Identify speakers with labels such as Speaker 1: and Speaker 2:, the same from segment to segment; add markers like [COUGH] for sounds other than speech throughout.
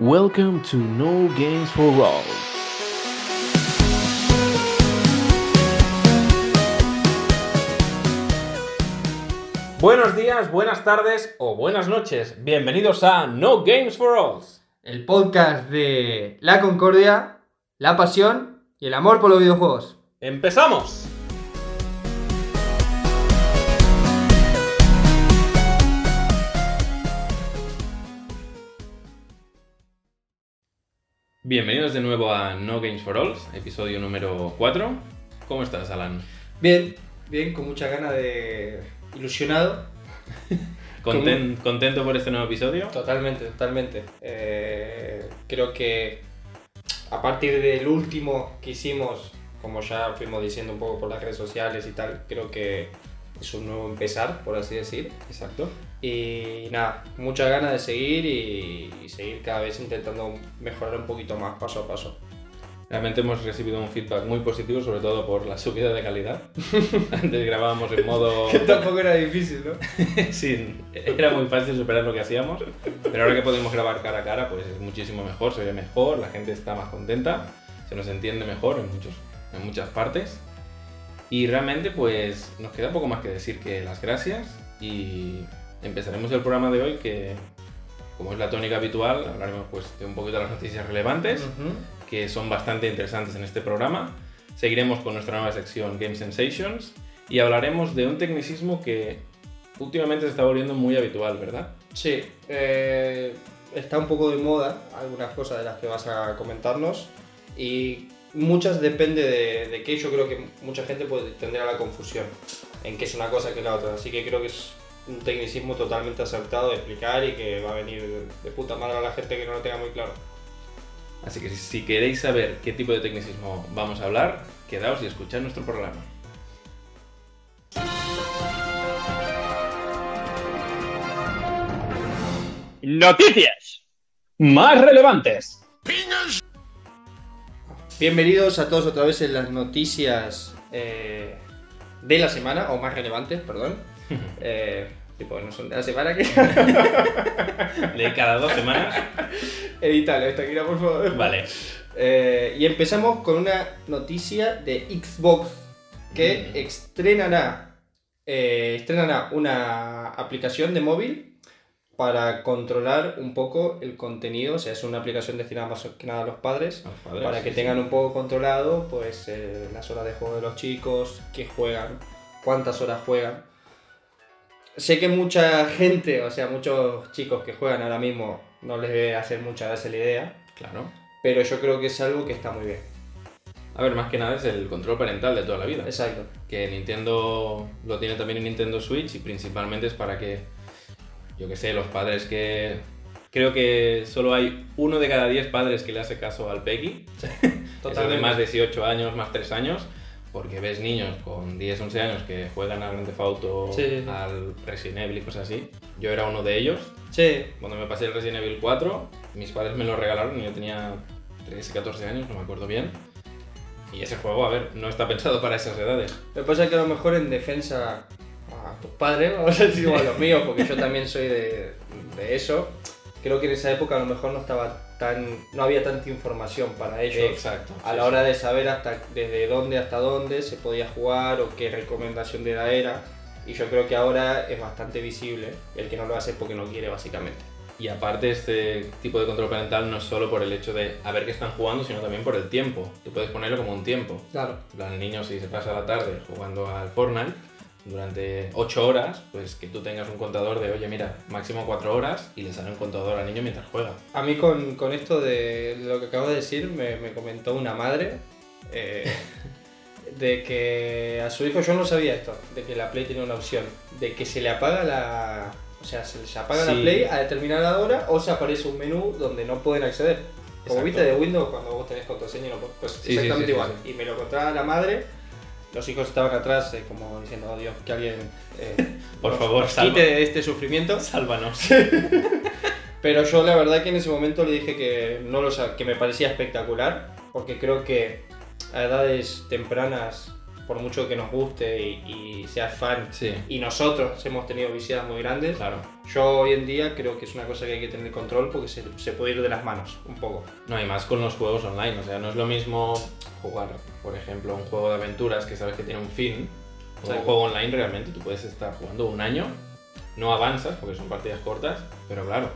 Speaker 1: Welcome to No Games for All.
Speaker 2: Buenos días, buenas tardes o buenas noches. Bienvenidos a No Games for All.
Speaker 3: el podcast de la concordia, la pasión y el amor por los videojuegos.
Speaker 2: ¡Empezamos! Bienvenidos de nuevo a No Games for All, episodio número 4. ¿Cómo estás, Alan?
Speaker 4: Bien, bien, con mucha gana de. ilusionado.
Speaker 2: Conten- ¿Contento por este nuevo episodio?
Speaker 4: Totalmente, totalmente. Eh, creo que a partir del último que hicimos, como ya fuimos diciendo un poco por las redes sociales y tal, creo que es un nuevo empezar, por así decir.
Speaker 2: Exacto.
Speaker 4: Y nada, mucha gana de seguir y, y seguir cada vez intentando mejorar un poquito más paso a paso.
Speaker 2: Realmente hemos recibido un feedback muy positivo, sobre todo por la subida de calidad. [LAUGHS] Antes grabábamos en modo...
Speaker 4: [LAUGHS] tampoco era difícil, ¿no?
Speaker 2: Sí, era muy fácil superar lo que hacíamos, pero ahora que podemos grabar cara a cara, pues es muchísimo mejor, se ve mejor, la gente está más contenta, se nos entiende mejor en, muchos, en muchas partes. Y realmente, pues nos queda poco más que decir que las gracias y empezaremos el programa de hoy que, como es la tónica habitual, hablaremos pues de un poquito de las noticias relevantes que son bastante interesantes en este programa. Seguiremos con nuestra nueva sección Game Sensations y hablaremos de un tecnicismo que últimamente se está volviendo muy habitual, ¿verdad?
Speaker 4: Sí, eh, está un poco de moda algunas cosas de las que vas a comentarnos y muchas depende de, de que yo creo que mucha gente puede tendrá la confusión en qué es una cosa que la otra, así que creo que es un tecnicismo totalmente acertado de explicar y que va a venir de, de puta madre a la gente que no lo tenga muy claro.
Speaker 2: Así que si- si queréis saber qué tipo de tecnicismo vamos a hablar, quedaos y escuchad nuestro programa.
Speaker 5: Noticias más relevantes.
Speaker 4: Bienvenidos a todos otra vez en las noticias eh, de la semana, o más relevantes,
Speaker 2: [LAUGHS]
Speaker 4: perdón. Eh, tipo, no son de la semana que...
Speaker 2: De cada dos semanas,
Speaker 4: Edítalo, esta guía, por favor.
Speaker 2: vale.
Speaker 4: Eh, y empezamos con una noticia de Xbox que
Speaker 2: Mm.
Speaker 4: estrenará, eh, estrenará una aplicación de móvil para controlar un poco el contenido. O sea, es una aplicación destinada más que nada a los padres
Speaker 2: Vamos, padres,
Speaker 4: para
Speaker 2: sí,
Speaker 4: que
Speaker 2: sí.
Speaker 4: tengan un poco controlado pues eh, las horas de juego de los chicos, qué juegan, cuántas horas juegan. Sé que mucha gente, o sea, muchos chicos que juegan ahora mismo no les debe hacer mucha gracia la idea,
Speaker 2: Claro.
Speaker 4: pero yo creo que es algo que está muy bien.
Speaker 2: A ver, más que nada es el control parental de toda la vida.
Speaker 4: Exacto.
Speaker 2: que Nintendo lo tiene también en Nintendo Switch y principalmente es para que, yo que sé, los padres que... Creo que solo hay uno de cada diez padres que le hace caso al Peggy, que es el de más 18 años, más 3 años, porque ves niños con 10, 11 años que juegan al Grand Theft Auto,
Speaker 4: Sí, sí, sí.
Speaker 2: al Resident Evil y cosas así. Yo era uno de ellos.
Speaker 4: Sí,
Speaker 2: Cuando me pasé el Resident Evil 4, mis padres me lo regalaron y yo tenía 13, 14 años, no me acuerdo bien. Y ese juego, a ver, no está pensado para esas edades.
Speaker 4: lo que pasa es que a lo mejor en defensa a tus padres, [LAUGHS] vamos a decir, o a los míos, porque yo también soy de, de eso, creo que en esa época a lo mejor no estaba tan, no había tanta información para ellos.
Speaker 2: Exacto.
Speaker 4: A
Speaker 2: sí,
Speaker 4: la
Speaker 2: sí.
Speaker 4: hora de saber hasta desde dónde hasta dónde se podía jugar o qué recomendación de edad era. Y yo creo que ahora es bastante visible. El que no lo hace es porque no quiere, básicamente.
Speaker 2: Y aparte este tipo de control parental no es solo por el hecho de a ver qué están jugando, sino también por el tiempo. Tú puedes ponerlo como un tiempo.
Speaker 4: Claro.
Speaker 2: En plan, el niño si se pasa la tarde jugando al Fortnite durante 8 horas, pues que tú tengas un contador de, oye, mira, máximo 4 horas y le sale un contador al niño mientras juega.
Speaker 4: A mí con, con esto de lo que acabo de decir me, me comentó una madre
Speaker 2: [LAUGHS]
Speaker 4: eh, de que a su hijo yo no sabía esto, de que la Play tiene una opción, de que se le apaga la... O sea, se les apaga
Speaker 2: Sí.
Speaker 4: la Play a determinada hora o se aparece un menú donde no pueden acceder. Como
Speaker 2: Exacto.
Speaker 4: viste de Windows cuando vos tenés contraseña y no podés- Pues
Speaker 2: Sí, sí, sí, sí,
Speaker 4: exactamente igual. Y me lo contaba la madre, los hijos estaban atrás eh, como diciendo, oh Dios, que alguien... eh,
Speaker 2: [LAUGHS] Por
Speaker 4: nos-
Speaker 2: favor,
Speaker 4: nos
Speaker 2: salva.
Speaker 4: quite de este sufrimiento.
Speaker 2: Sálvanos.
Speaker 4: Pero yo la verdad que en ese momento le dije que no lo sa- que me parecía espectacular, porque creo que a edades tempranas por mucho que nos guste y, y seas fan,
Speaker 2: Sí,
Speaker 4: y nosotros hemos tenido visitas muy grandes,
Speaker 2: claro.
Speaker 4: yo hoy en día creo que es una cosa que hay que tener control porque se, se puede ir de las manos un poco.
Speaker 2: No, y más con los juegos online. O sea, no es lo mismo jugar, por ejemplo, un juego de aventuras que sabes que tiene un fin. O un
Speaker 4: Exacto.
Speaker 2: juego online realmente tú puedes estar jugando un año, no avanzas porque son partidas cortas, pero claro.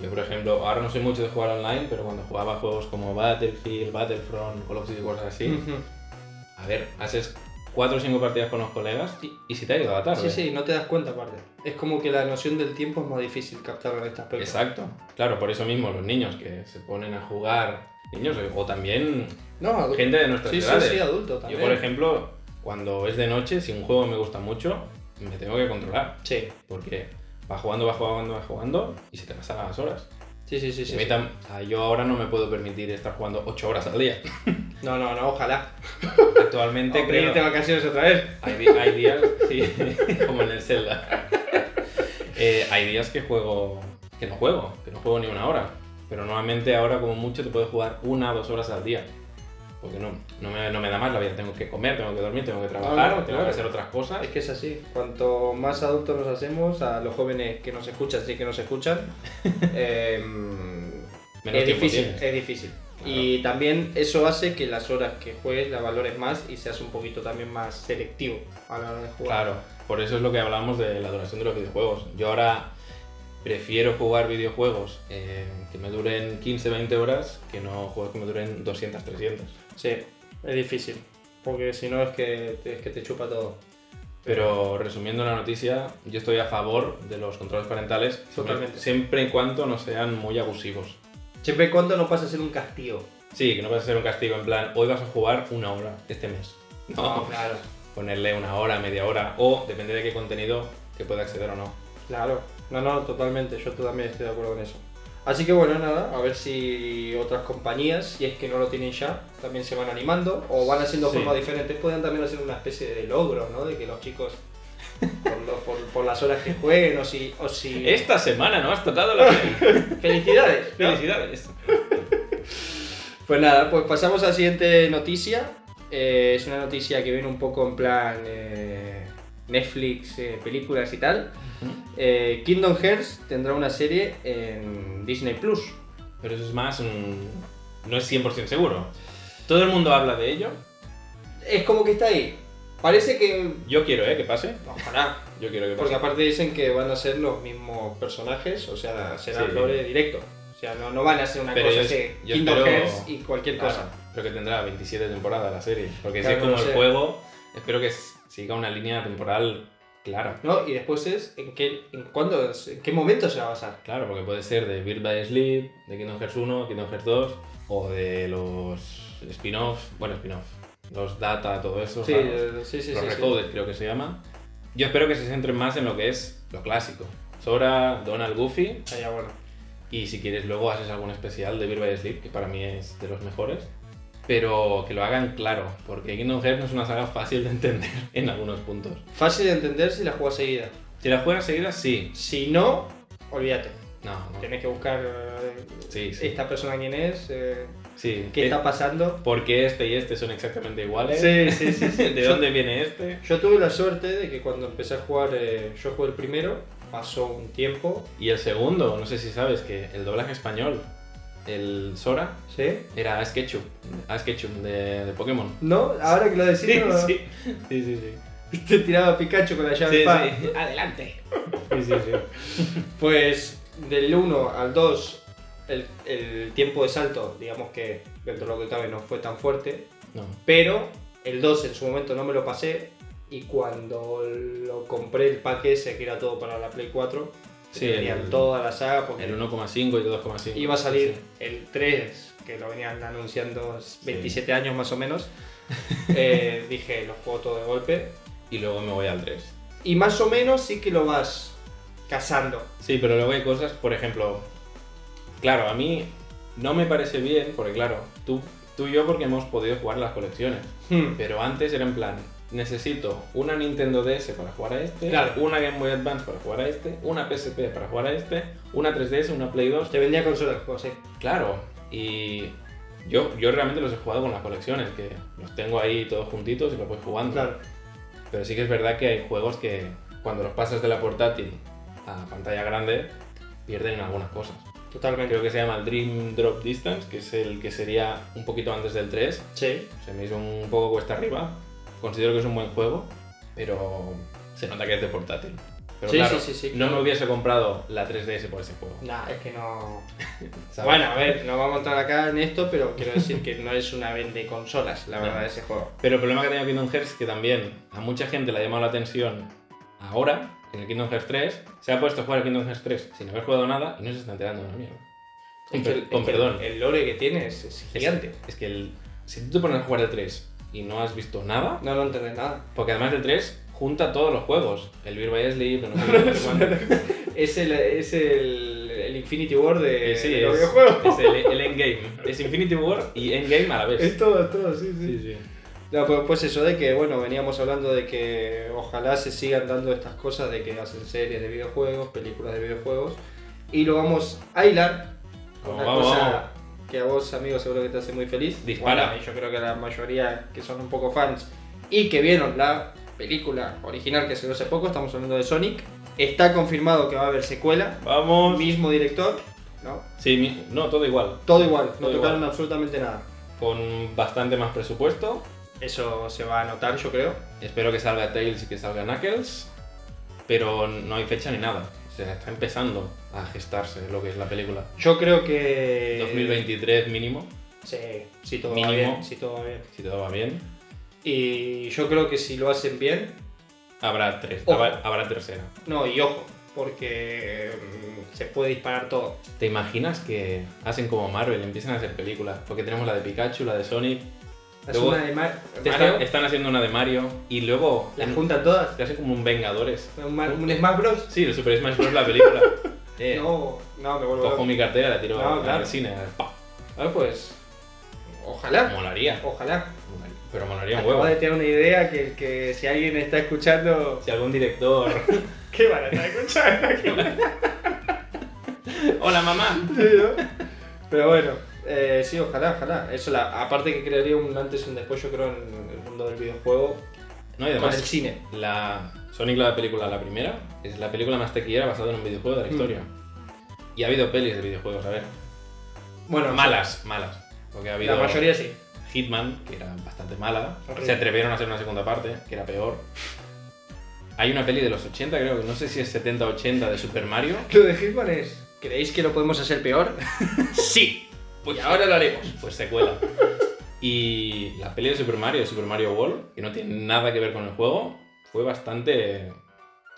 Speaker 2: Yo, por ejemplo, ahora no soy mucho de jugar online, pero cuando jugaba juegos como Battlefield, Battlefront, Call of Duty, cosas así, a ver, haces cuatro o cinco partidas con los colegas y, y si te ha llegado la tarde.
Speaker 4: Ah, Sí, sí, no te das cuenta aparte. Es como que la noción del tiempo es más difícil captarla en estas películas.
Speaker 2: Exacto. Claro, por eso mismo los niños que se ponen a jugar, niños o- o también
Speaker 4: No, adulto.
Speaker 2: gente de nuestras
Speaker 4: Sí, sí,
Speaker 2: edades.
Speaker 4: sí, adulto también.
Speaker 2: Yo, por ejemplo, cuando es de noche, si un juego me gusta mucho, me tengo que controlar.
Speaker 4: Sí,
Speaker 2: Porque va jugando, va jugando, va jugando y se te pasan las horas.
Speaker 4: sí, sí, sí.
Speaker 2: Y
Speaker 4: sí,
Speaker 2: a mí
Speaker 4: sí.
Speaker 2: tam- o sea, yo ahora no me puedo permitir estar jugando 8 horas al
Speaker 4: [LAUGHS]
Speaker 2: día.
Speaker 4: No, no, no, ojalá.
Speaker 2: Actualmente
Speaker 4: O pedirte
Speaker 2: creo...
Speaker 4: vacaciones otra vez.
Speaker 2: Hay, di- hay días, [LAUGHS] sí, como en el Zelda. Eh, hay días que juego... que no juego, que no juego ni una hora. Pero normalmente ahora como mucho te puedo jugar una o dos horas al día. Porque no, no, me, no me da más la vida. Tengo que comer, tengo que dormir, tengo que trabajar,
Speaker 4: no,
Speaker 2: tengo
Speaker 4: Ah, claro.
Speaker 2: que hacer otras cosas.
Speaker 4: Ah, Es que es así. Cuanto más adultos nos hacemos, a los jóvenes que nos escuchan, sí que
Speaker 2: [LAUGHS]
Speaker 4: nos escuchan, em,
Speaker 2: Menos
Speaker 4: es
Speaker 2: tiempo
Speaker 4: difícil,
Speaker 2: tienes.
Speaker 4: es difícil.
Speaker 2: Claro.
Speaker 4: Y también eso hace que las horas que juegues las valores más y seas un poquito también más selectivo a la hora de jugar.
Speaker 2: Claro, por eso es lo que hablamos de la duración de los videojuegos. Yo ahora prefiero jugar videojuegos eh, que me duren 15-20 horas que no juegos que me duren 200-300.
Speaker 4: Sí, es difícil. Porque si no es que, es que te chupa todo.
Speaker 2: Pero resumiendo la noticia, yo estoy a favor de los controles parentales siempre-
Speaker 4: Totalmente.
Speaker 2: siempre y cuando no sean muy abusivos.
Speaker 4: Siempre y cuando no pasa a ser un castigo.
Speaker 2: Sí, que no vas a ser un castigo en plan, hoy vas a jugar una hora este mes. No,
Speaker 4: claro.
Speaker 2: ponerle una hora, media hora o depende de qué contenido que pueda acceder o no.
Speaker 4: Claro, no, no, totalmente, yo también estoy de acuerdo con eso. Así que bueno, nada, a ver si otras compañías, si es que no lo tienen ya, también se van animando o van haciendo
Speaker 2: Sí.
Speaker 4: formas diferentes. Podrían también hacer una especie de logro, ¿no? De que los chicos, por, lo- por- por las horas que jueguen o si... O
Speaker 2: [LAUGHS]
Speaker 4: si...
Speaker 2: Esta semana no has tocado la...
Speaker 4: ¡Felicidades! ¿no?
Speaker 2: Felicidades.
Speaker 4: Pues nada, pues pasamos a la siguiente noticia. Eh, es una noticia que viene un poco en plan eh, Netflix, eh, películas y tal. Eh, Kingdom Hearts tendrá una serie en Disney Plus.
Speaker 2: Pero eso es más un... No es 100% seguro. Todo el mundo habla de ello.
Speaker 4: Es como que está ahí. Parece que.
Speaker 2: Yo quiero, ¿eh? Que pase.
Speaker 4: Ojalá.
Speaker 2: Yo quiero que pase.
Speaker 4: Porque aparte dicen que van a ser los mismos personajes, o sea, será
Speaker 2: Sí.
Speaker 4: lore directo. O sea, no, no van a ser una
Speaker 2: Pero
Speaker 4: cosa
Speaker 2: yo-
Speaker 4: así,
Speaker 2: yo
Speaker 4: Kingdom
Speaker 2: espero- Ah.
Speaker 4: Hearts y cualquier
Speaker 2: Claro,
Speaker 4: cosa.
Speaker 2: Creo que tendrá 27 temporadas la serie. Porque
Speaker 4: Claro,
Speaker 2: si es como
Speaker 4: no
Speaker 2: el
Speaker 4: sé.
Speaker 2: juego, espero que s- siga una línea temporal clara.
Speaker 4: ¿No? Y después es en qué, en cuándo, es- en qué momento se va a basar.
Speaker 2: Claro, porque puede ser de Bird by Sleep, de Kingdom Hearts 1, Kingdom Hearts 2, o de los spin-offs, bueno, spin-off, los data, todo eso,
Speaker 4: Sí,
Speaker 2: raros.
Speaker 4: eh, sí, sí,
Speaker 2: los
Speaker 4: sí, sí.
Speaker 2: Recoded creo que se llama. Yo espero que se centren más en lo que es lo clásico. Sora, Donald, Goofy,
Speaker 4: Ah, ya, bueno.
Speaker 2: Y si quieres, luego haces algún especial de Beer by Sleep, que para mí es de los mejores. Pero que lo hagan claro, porque Kingdom Hearts no es una saga fácil de entender [LAUGHS] en algunos puntos.
Speaker 4: Fácil de entender si la juegas seguida.
Speaker 2: Si la juegas seguida, sí.
Speaker 4: Si no, olvídate.
Speaker 2: No, no.
Speaker 4: Tenés que buscar eh,
Speaker 2: Sí, sí.
Speaker 4: esta persona quién es, eh,
Speaker 2: Sí.
Speaker 4: qué
Speaker 2: Eh,
Speaker 4: está pasando.
Speaker 2: ¿Por qué este y este son exactamente iguales?
Speaker 4: Sí, sí, sí, [LAUGHS] sí.
Speaker 2: [LAUGHS] ¿De dónde viene este?
Speaker 4: Yo tuve la suerte de que cuando empecé a jugar, eh, yo jugué el primero, pasó un tiempo,
Speaker 2: Y el segundo, no sé si sabes que el doblaje español, el Sora,
Speaker 4: ¿sí?
Speaker 2: era Ash Ketchum, Ash Ketchum de, de Pokémon.
Speaker 4: ¿No? Ahora que lo decís, no,
Speaker 2: [LAUGHS] sí. Sí, sí, sí.
Speaker 4: [LAUGHS] te tiraba Pikachu con la llave
Speaker 2: Sí,
Speaker 4: de pa.
Speaker 2: sí. Adelante. Sí, sí, sí.
Speaker 4: Pues del 1 al 2, el, el tiempo de salto, digamos que dentro de lo que cabe no fue tan fuerte,
Speaker 2: No.
Speaker 4: pero el 2 en su momento no me lo pasé y cuando lo compré el paquete ese que era todo para la Play 4,
Speaker 2: Sí,
Speaker 4: venían
Speaker 2: el-
Speaker 4: toda la saga porque
Speaker 2: El 1,5 y el 2,5.
Speaker 4: iba a salir
Speaker 2: Sí.
Speaker 4: el 3, que lo venían anunciando 27 años más o menos, [LAUGHS] eh, dije, lo juego todo de golpe.
Speaker 2: Y luego me voy al 3.
Speaker 4: Y más o menos sí que lo vas cazando.
Speaker 2: Sí, pero luego hay cosas, por ejemplo, claro, a mí no me parece bien, porque claro, tú, tú y yo porque hemos podido jugar las colecciones,
Speaker 4: Hmm.
Speaker 2: pero antes era en plan, necesito una Nintendo DS para jugar a este,
Speaker 4: Claro.
Speaker 2: una Game Boy Advance para jugar a este, una PSP para jugar a este, una 3DS, una Play 2,
Speaker 4: Te vendía consolas, como sí.
Speaker 2: claro, y Yo, yo realmente los he jugado con las colecciones, que los tengo ahí todos juntitos y los voy jugando.
Speaker 4: Claro.
Speaker 2: Pero sí que es verdad que hay juegos que cuando los pasas de la portátil a pantalla grande pierden algunas cosas.
Speaker 4: Totalmente.
Speaker 2: Creo que se llama el Dream Drop Distance, que es el que sería un poquito antes del 3.
Speaker 4: Sí.
Speaker 2: Se me hizo un poco cuesta arriba. Considero que es un buen juego, pero se nota que es de portátil. Pero
Speaker 4: Sí,
Speaker 2: claro,
Speaker 4: sí, sí, sí,
Speaker 2: no
Speaker 4: claro.
Speaker 2: me hubiese comprado la 3DS por ese juego.
Speaker 4: Nah, es que no.
Speaker 2: ¿sabes?
Speaker 4: Bueno, a ver, no vamos a entrar acá en esto, pero quiero decir que no es una vende consolas, la verdad,
Speaker 2: No.
Speaker 4: ese juego.
Speaker 2: Pero el problema que ha tenido Kingdom Hearts es que también a mucha gente le ha llamado la atención ahora, en el Kingdom Hearts 3, se ha puesto a jugar al Kingdom Hearts 3 sin haber jugado nada y no se está enterando de una mierda. Con,
Speaker 4: Es que
Speaker 2: per-
Speaker 4: el-
Speaker 2: con
Speaker 4: es que
Speaker 2: perdón.
Speaker 4: El lore que tiene es, es
Speaker 2: Es-
Speaker 4: gigante.
Speaker 2: Es, que el- si tú te pones a jugar el 3 y no has visto nada,
Speaker 4: No lo entendés nada.
Speaker 2: porque además el 3 junta todos los juegos. El Beer by Sleep, no sé qué,
Speaker 4: [LAUGHS]
Speaker 2: no sé cuánto.
Speaker 4: Es el, es el, el Infinity War de,
Speaker 2: Eh, sí,
Speaker 4: de
Speaker 2: es,
Speaker 4: los videojuegos.
Speaker 2: es el, el Endgame. Es Infinity War y Endgame a la vez.
Speaker 4: Es todo, es todo, sí,
Speaker 2: Sí, sí.
Speaker 4: No, pues, pues eso de que, bueno, veníamos hablando de que ojalá se sigan dando estas cosas de que hacen series de videojuegos, películas de videojuegos, y lo vamos a hilar con una
Speaker 2: Vamos,
Speaker 4: cosa
Speaker 2: vamos.
Speaker 4: que a vos, amigo, seguro que te hace muy feliz.
Speaker 2: Dispara.
Speaker 4: Bueno, y yo creo que la mayoría que son un poco fans y que vieron la película original que salió hace poco, estamos hablando de Sonic, está confirmado que va a haber secuela,
Speaker 2: Vamos.
Speaker 4: mismo director, ¿no?
Speaker 2: Sí, mi- no, todo igual.
Speaker 4: Todo igual, no
Speaker 2: Todo igual.
Speaker 4: tocaron absolutamente nada.
Speaker 2: Con bastante más presupuesto.
Speaker 4: Eso se va a notar, yo creo.
Speaker 2: Espero que salga Tails y que salga Knuckles, pero no hay fecha ni nada. O sea, está empezando a gestarse lo que es la película.
Speaker 4: Yo creo que...
Speaker 2: 2023 mínimo,
Speaker 4: Sí, si todo va
Speaker 2: Mínimo.
Speaker 4: bien, si todo va bien.
Speaker 2: si todo va bien.
Speaker 4: Y yo creo que si lo hacen bien,
Speaker 2: Habrá tres,
Speaker 4: Ojo.
Speaker 2: habrá, habrá tercera.
Speaker 4: no, y ojo, porque mm, se puede disparar todo.
Speaker 2: ¿Te imaginas que hacen como Marvel, empiezan a hacer películas? Porque tenemos la de Pikachu, la de Sonic,
Speaker 4: Es
Speaker 2: Luego,
Speaker 4: una de Mar-
Speaker 2: te están-
Speaker 4: Mario,
Speaker 2: están haciendo una de Mario y luego
Speaker 4: las
Speaker 2: en-
Speaker 4: juntan todas.
Speaker 2: te hacen como un Vengadores.
Speaker 4: Un, Mar- un Smash Bros.
Speaker 2: Sí, el Super Smash Bros. la película. Eh,
Speaker 4: [LAUGHS] No, no, me vuelvo
Speaker 2: Cojo
Speaker 4: loco.
Speaker 2: mi cartera, la tiro
Speaker 4: No,
Speaker 2: al-
Speaker 4: claro.
Speaker 2: al cine. pa.
Speaker 4: Ah, pues, ojalá,
Speaker 2: Molaría,
Speaker 4: ojalá.
Speaker 2: pero molaría un
Speaker 4: Acabo
Speaker 2: huevo.
Speaker 4: de tener una idea que, que si alguien está escuchando...
Speaker 2: Si algún director
Speaker 4: ¿Qué van a estar escuchando?
Speaker 2: [LAUGHS] Hola mamá.
Speaker 4: [LAUGHS] Sí, ¿no? Pero bueno, eh, sí, ojalá, ojalá. Eso, la, aparte que crearía un antes y un después, yo creo, en el mundo del videojuego,
Speaker 2: No, y
Speaker 4: con el
Speaker 2: además,
Speaker 4: cine.
Speaker 2: la Sonic la película, la primera, es la película más tequillera basada en un videojuego de la
Speaker 4: Mm.
Speaker 2: historia. Y ha habido pelis de videojuegos, a ver.
Speaker 4: Bueno,
Speaker 2: Malas, malas. Porque ha habido
Speaker 4: La mayoría sí.
Speaker 2: Hitman, que era bastante mala.
Speaker 4: Horrible.
Speaker 2: Se atrevieron a hacer una segunda parte, que era peor. Hay una peli de los 80, creo, que no sé si es 70-80 de Super Mario.
Speaker 4: Lo de Hitman es. ¿Creéis que lo podemos hacer peor?
Speaker 2: Sí. Pues ahora lo haremos. Pues secuela. y la peli de Super Mario, Super Mario World, que no tiene nada que ver con el juego, fue bastante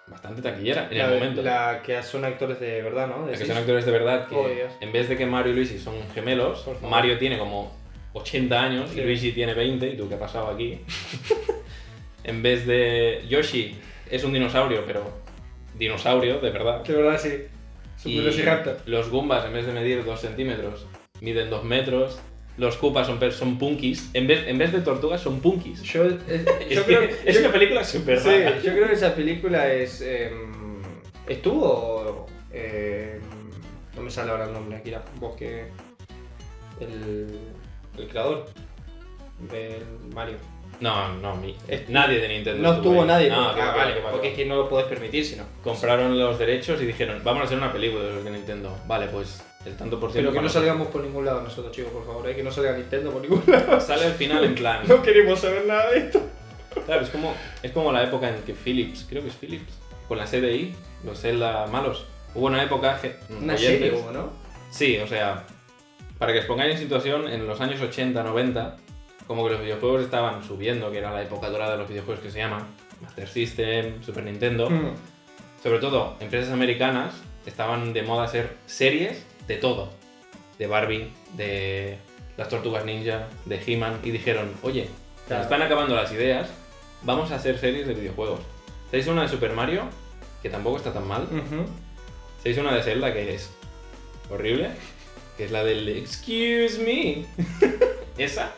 Speaker 2: bastante taquillera en
Speaker 4: la,
Speaker 2: el momento.
Speaker 4: La que son actores de verdad, ¿no?
Speaker 2: La que
Speaker 4: Decís.
Speaker 2: son actores de verdad que
Speaker 4: Oh, Dios.
Speaker 2: en vez de que Mario y Luigi son gemelos,
Speaker 4: Por favor.
Speaker 2: Mario tiene como 80 años
Speaker 4: Sí.
Speaker 2: y Luigi tiene 20 y tú qué ha pasado aquí. en vez de Yoshi es un dinosaurio, pero dinosaurio de verdad.
Speaker 4: De verdad, sí.
Speaker 2: Y
Speaker 4: Super Velociraptor.
Speaker 2: los Goombas, en vez de medir 2 centímetros, miden 2 metros. Los Koopas son, per- son punkis. En vez, en vez de tortugas, son punkis.
Speaker 4: Yo, es-
Speaker 2: [LAUGHS] Es,
Speaker 4: yo
Speaker 2: que-
Speaker 4: creo,
Speaker 2: es
Speaker 4: yo-
Speaker 2: una película súper
Speaker 4: sí,
Speaker 2: rara.
Speaker 4: yo creo que esa película es. em, estuvo. em, no me sale ahora el nombre, Akira. Vos que. El. El creador. Del Mario.
Speaker 2: No, no, mi-
Speaker 4: Es-
Speaker 2: nadie de Nintendo.
Speaker 4: No estuvo
Speaker 2: ahí.
Speaker 4: nadie.
Speaker 2: No,
Speaker 4: ah,
Speaker 2: que va, que
Speaker 4: vale,
Speaker 2: va, que va.
Speaker 4: porque es que no lo podés permitir, si no.
Speaker 2: Compraron los derechos y dijeron, vamos a hacer una película de los de Nintendo. Vale, pues el tanto por ciento.
Speaker 4: Pero
Speaker 2: para
Speaker 4: que no
Speaker 2: nosotros.
Speaker 4: salgamos por ningún lado nosotros, chicos, por favor. ¿eh? Que no salga Nintendo por ningún [LAUGHS]
Speaker 2: [LAUGHS] Sale al final en plan.
Speaker 4: No queremos saber nada de esto.
Speaker 2: Claro, es como, es como la época en que Philips, creo que es Philips, con la CDI, los Zelda malos. Hubo una época. ge-
Speaker 4: Una
Speaker 2: oyentes-
Speaker 4: serie hubo, ¿no?
Speaker 2: Sí, o sea, para que os pongáis en situación, en los años 80, 90, como que los videojuegos estaban subiendo, que era la época dorada de los videojuegos que se llama, Master System, Super Nintendo,
Speaker 4: Mm.
Speaker 2: sobre todo empresas americanas, estaban de moda hacer series de todo, de Barbie, de las tortugas ninja, de He-Man, y dijeron, oye, se
Speaker 4: Claro.
Speaker 2: nos están acabando las ideas, vamos a hacer series de videojuegos. Se hizo una de Super Mario, que tampoco está tan mal,
Speaker 4: Ujú.
Speaker 2: se hizo una de Zelda que es horrible, que es la del Excuse me. [LAUGHS] esa,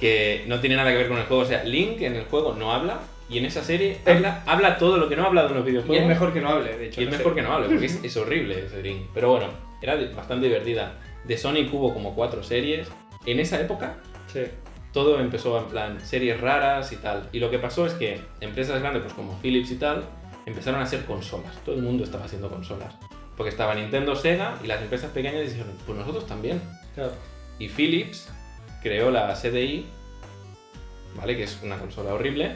Speaker 2: que no tiene nada que ver con el juego. O sea, Link en el juego no habla y en esa serie
Speaker 4: El-
Speaker 2: habla, habla todo lo que no ha hablado en los
Speaker 4: Ah. Y
Speaker 2: videojuegos.
Speaker 4: es mejor que no hable, de hecho.
Speaker 2: Y es
Speaker 4: no sé.
Speaker 2: mejor que no hable, porque es, es horrible ese Link. Pero bueno, era di- bastante divertida. De Sonic hubo como cuatro series. en esa época
Speaker 4: Sí.
Speaker 2: todo empezó en plan series raras y tal. Y lo que pasó es que empresas grandes, pues como Philips y tal, empezaron a hacer consolas. Todo el mundo estaba haciendo consolas. Porque estaba Nintendo, Sega y las empresas pequeñas dijeron, pues nosotros también.
Speaker 4: Claro.
Speaker 2: Y Philips creó la CDI, ¿vale? Que es una consola horrible.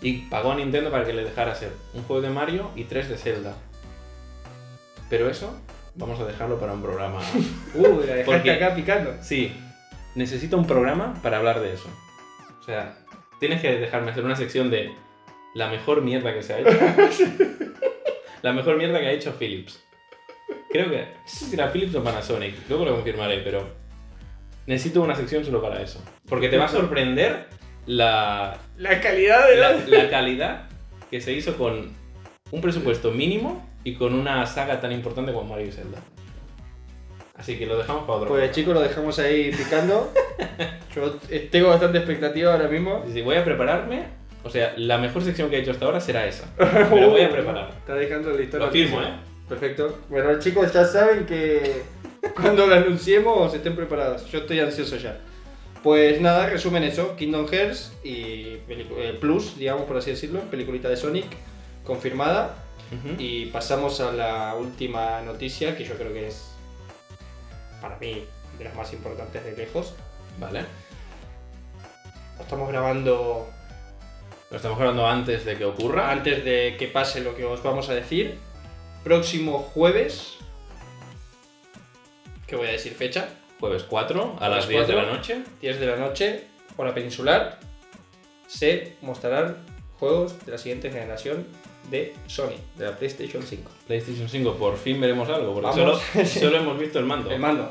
Speaker 2: Y pagó a Nintendo para que le dejara hacer un juego de Mario y tres de Zelda. Pero eso vamos a dejarlo para un programa.
Speaker 4: Uh, la dejaste
Speaker 2: Porque-
Speaker 4: acá picando.
Speaker 2: Sí, necesito un programa para hablar de eso. O sea, tienes que dejarme hacer una sección de la mejor mierda que se ha hecho. la mejor mierda que ha hecho Philips. Creo que. No sé si era Philips o Panasonic, luego lo confirmaré, pero. Necesito una sección solo para eso. Porque te va a sorprender la,
Speaker 4: La calidad de
Speaker 2: la,
Speaker 4: la...
Speaker 2: la calidad que se hizo con un presupuesto mínimo y con una saga tan importante como Mario y Zelda. Así que lo dejamos para otro.
Speaker 4: Pues
Speaker 2: programa.
Speaker 4: chicos, lo dejamos ahí [LAUGHS] picando. Yo eh, tengo bastante expectativa ahora mismo.
Speaker 2: Si voy a prepararme, o sea, la mejor sección que he hecho hasta ahora será
Speaker 4: [LAUGHS]
Speaker 2: esa. Me la voy a preparar.
Speaker 4: Uh. Está dejando la historia.
Speaker 2: Lo firmo, ¿eh?
Speaker 4: Perfecto. Bueno, chicos, ya saben [LAUGHS] que cuando lo anunciemos estén preparados. Yo estoy ansioso ya. Pues nada, resumen eso: Kingdom Hearts y pelicu- eh, Plus, digamos por así decirlo, peliculita de Sonic confirmada.
Speaker 2: Ujú.
Speaker 4: Y pasamos a la última noticia que yo creo que es para mí de las más importantes de lejos.
Speaker 2: Vale.
Speaker 4: Lo estamos grabando
Speaker 2: Lo estamos grabando antes de que ocurra.
Speaker 4: antes de que pase lo que os vamos a decir. Próximo jueves, que voy a decir fecha,
Speaker 2: Jueves 4 a las
Speaker 4: Jueves
Speaker 2: 10 de la
Speaker 4: 4.
Speaker 2: noche.
Speaker 4: 10 de la noche, hora peninsular, se mostrarán juegos de la siguiente generación de Sony, de la PlayStation 5.
Speaker 2: PlayStation 5, por fin veremos algo, porque solo,
Speaker 4: Vamos. [LAUGHS]
Speaker 2: solo hemos visto el mando.
Speaker 4: El mando.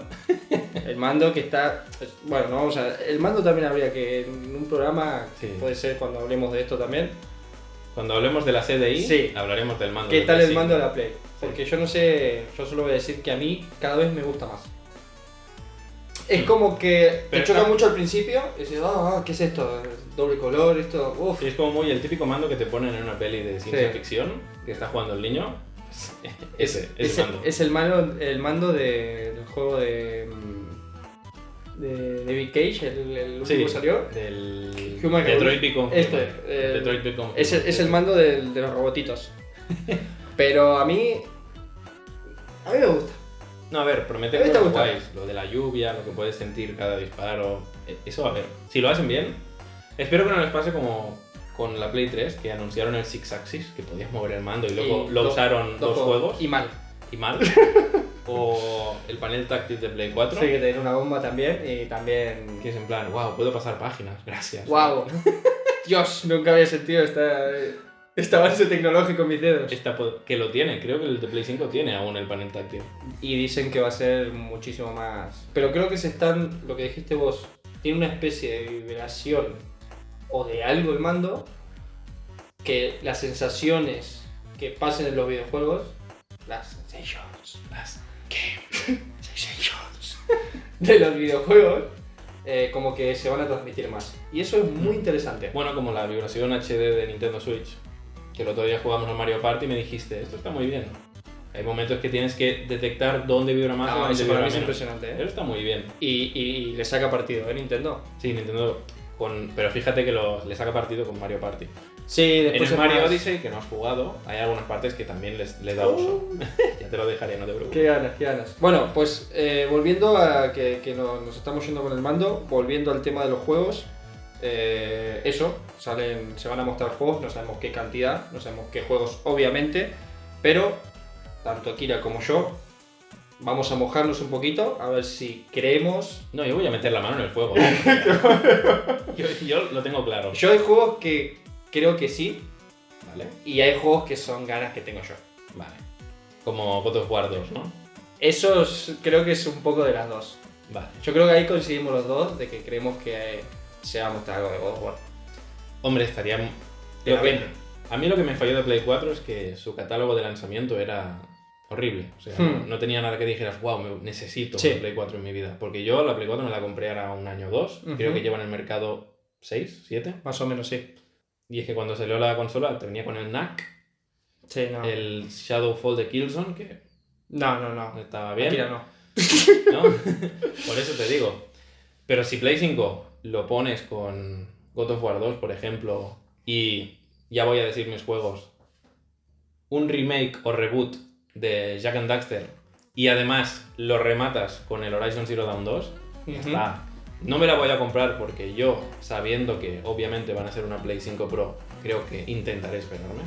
Speaker 4: El mando que está. pues, Bueno, no vamos a. El mando también habría que. En un programa.
Speaker 2: Sí.
Speaker 4: Puede ser cuando hablemos de esto también.
Speaker 2: Cuando hablemos de la CDI,
Speaker 4: Sí.
Speaker 2: hablaremos del mando.
Speaker 4: ¿Qué
Speaker 2: del
Speaker 4: tal el
Speaker 2: 5.
Speaker 4: mando de la Play? Porque yo no sé. Yo solo voy a decir que a mí cada vez me gusta más. Es
Speaker 2: Mm.
Speaker 4: como que te
Speaker 2: Pero
Speaker 4: choca
Speaker 2: está-
Speaker 4: mucho al principio y dices, ah, ¿qué es esto? Doble color, esto, uff.
Speaker 2: Sí, Es como muy el típico mando que te ponen en una peli de ciencia
Speaker 4: Sí.
Speaker 2: ficción, que está jugando el
Speaker 4: [LAUGHS]
Speaker 2: niño. Ese, ese
Speaker 4: Es,
Speaker 2: mando.
Speaker 4: es el mando, el mando de- del juego de. mm, de David Cage, el, el último que salió.
Speaker 2: Del
Speaker 4: Human
Speaker 2: Detroit Become Human.
Speaker 4: Este, eh,
Speaker 2: Detroit Become
Speaker 4: Es el,
Speaker 2: Human.
Speaker 4: es el mando del- de, los robotitos. Pero a mí. A mí me gusta.
Speaker 2: No, a ver, promete
Speaker 4: A mí me está
Speaker 2: cosas
Speaker 4: gustando.
Speaker 2: guays. Lo de la lluvia, lo que puedes sentir cada disparo. eh, Eso, a ver. Si lo hacen bien, espero que no les pase como con la Play 3, que anunciaron el Six Axis, que podías mover el mando y luego
Speaker 4: Y
Speaker 2: lo
Speaker 4: do-
Speaker 2: usaron dos
Speaker 4: Toco-
Speaker 2: juegos
Speaker 4: Y
Speaker 2: y,
Speaker 4: mal. [LAUGHS]
Speaker 2: mal. o el panel táctil de Play 4,
Speaker 4: Sí, que tener una bomba también. Y también.
Speaker 2: que es en plan, wow, puedo pasar páginas, gracias.
Speaker 4: ¡Wow! Dios, nunca había sentido esta, este avance tecnológico en mis
Speaker 2: [LAUGHS]
Speaker 4: dedos.
Speaker 2: Esta po- que lo tiene, creo que el de Play 5 tiene aún el panel táctil.
Speaker 4: Y dicen que va a ser muchísimo más. Pero creo que se están. Lo que dijiste vos. Tiene una especie de vibración o de algo el mando. Que las sensaciones que pasen en los videojuegos. Las sensations.
Speaker 2: Las-
Speaker 4: sensations de los videojuegos. eh, como que se van a transmitir más. Y eso es muy interesante.
Speaker 2: Bueno, como la vibración HD de Nintendo Switch, que el otro día jugamos a Mario Party y me dijiste, esto está muy bien. Hay momentos que tienes que detectar dónde vibra más
Speaker 4: Ah,
Speaker 2: o dónde
Speaker 4: eso
Speaker 2: vibra
Speaker 4: para mí es
Speaker 2: menos.
Speaker 4: impresionante. ¿eh?
Speaker 2: Pero está muy bien.
Speaker 4: Y, y- y le saca partido, ¿eh? Nintendo.
Speaker 2: Sí, Nintendo. Con... Pero fíjate que lo- le saca partido con Mario Party.
Speaker 4: Sí,
Speaker 2: en
Speaker 4: después
Speaker 2: el
Speaker 4: es
Speaker 2: Mario
Speaker 4: más-
Speaker 2: Odyssey, que no has jugado, hay algunas partes que también les, le da uso. [LAUGHS] ya te lo dejaré, no te preocupes.
Speaker 4: Oh. Qué ganas, qué ganas. Bueno, pues eh, volviendo a que, que no- nos estamos yendo con el mando, volviendo al tema de los juegos, eh, eso, salen, se van a mostrar juegos, no sabemos qué cantidad, no sabemos qué juegos, obviamente, pero tanto Kira como yo vamos a mojarnos un poquito, a ver si creemos.
Speaker 2: No, yo voy a meter la mano en el fuego.
Speaker 4: [LAUGHS]
Speaker 2: yo, yo lo tengo claro.
Speaker 4: Yo hay juegos que creo que sí,
Speaker 2: Vale,
Speaker 4: y hay juegos que son ganas que tengo yo.
Speaker 2: vale. Como God of War 2, ¿no?
Speaker 4: Eso es- creo que es un poco de las dos.
Speaker 2: Vale.
Speaker 4: Yo creo que ahí coincidimos los dos de que creemos que eh, se va a mostrar algo de God of War.
Speaker 2: Hombre, estaría. m-
Speaker 4: Te
Speaker 2: lo
Speaker 4: la
Speaker 2: que-
Speaker 4: venden.
Speaker 2: a mí lo que me falló de Play 4 es que su catálogo de lanzamiento era horrible. O sea,
Speaker 4: Hmm.
Speaker 2: no, no tenía nada que dijeras, wow, me- necesito
Speaker 4: Sí.
Speaker 2: una Play 4 en mi vida. Porque yo la Play 4 me la compré ahora un año o dos. Creo
Speaker 4: Ujú.
Speaker 2: que lleva en el mercado 6, 7.
Speaker 4: Más o menos, sí.
Speaker 2: Y es que cuando salió la consola te venía con el NAC,
Speaker 4: Sí, no.
Speaker 2: el Shadowfall de Killzone, que
Speaker 4: No, no,
Speaker 2: no
Speaker 4: no.
Speaker 2: estaba bien. [LAUGHS]
Speaker 4: Akira no.
Speaker 2: ¿no? Por eso te digo. Pero si Play 5 lo pones con God of War 2, por ejemplo, y ya voy a decir mis juegos, un remake o reboot de Jack and Daxter, y además lo rematas con el Horizon Zero Dawn 2, Ah, no me la voy a comprar porque yo, sabiendo que obviamente van a ser una Play 5 Pro, creo que intentaré esperarme.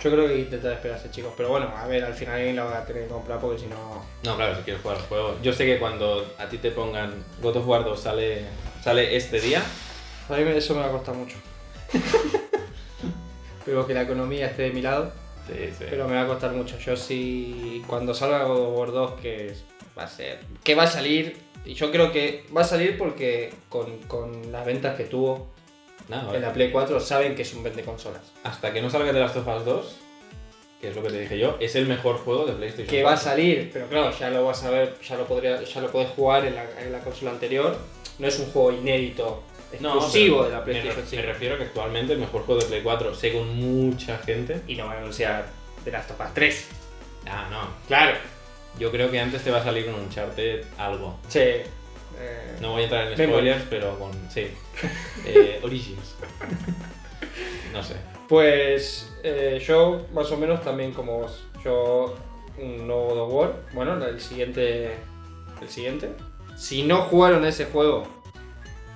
Speaker 4: Yo creo que intentar esperarse, chicos. Pero bueno, a ver, al final alguien la va a tener que comprar porque si no.
Speaker 2: No, claro, si quieres jugar al juego. Yo sé que cuando a ti te pongan God of War 2 sale, sale este día,
Speaker 4: A mí me- eso me va a costar mucho. [LAUGHS] Pero que la economía esté de mi lado.
Speaker 2: sí, sí.
Speaker 4: Pero me va a costar mucho. Yo sí, cuando salga God of War 2, que es- va a ser. Que va a salir. Y yo creo que va a salir porque con, con las ventas que tuvo
Speaker 2: Nada,
Speaker 4: en la Play 4 saben que es un vende consolas.
Speaker 2: hasta que no salga de Last of Us 2, que es lo que te dije yo, es el mejor juego de PlayStation.
Speaker 4: Que va a
Speaker 2: 4.
Speaker 4: salir, pero claro, ya lo vas a ver, ya lo podría, ya lo podés jugar en la, en la consola anterior. No es un juego inédito,
Speaker 2: No,
Speaker 4: exclusivo
Speaker 2: pero
Speaker 4: de la PlayStation
Speaker 2: Me,
Speaker 4: 5.
Speaker 2: re- me refiero a que actualmente el mejor juego de Play 4, según mucha gente.
Speaker 4: Y no van a anunciar The Last of Us 3.
Speaker 2: Ah, no.
Speaker 4: Claro.
Speaker 2: Yo creo que antes te va a salir un Uncharted algo.
Speaker 4: Sí. eh,
Speaker 2: No voy a entrar en
Speaker 4: Memories.
Speaker 2: spoilers, pero con. Sí. Eh, Origins. No sé.
Speaker 4: Pues eh, yo, más o menos, también como vos. Yo, un nuevo God of War. Bueno, el siguiente. El siguiente. Si no jugaron a ese juego,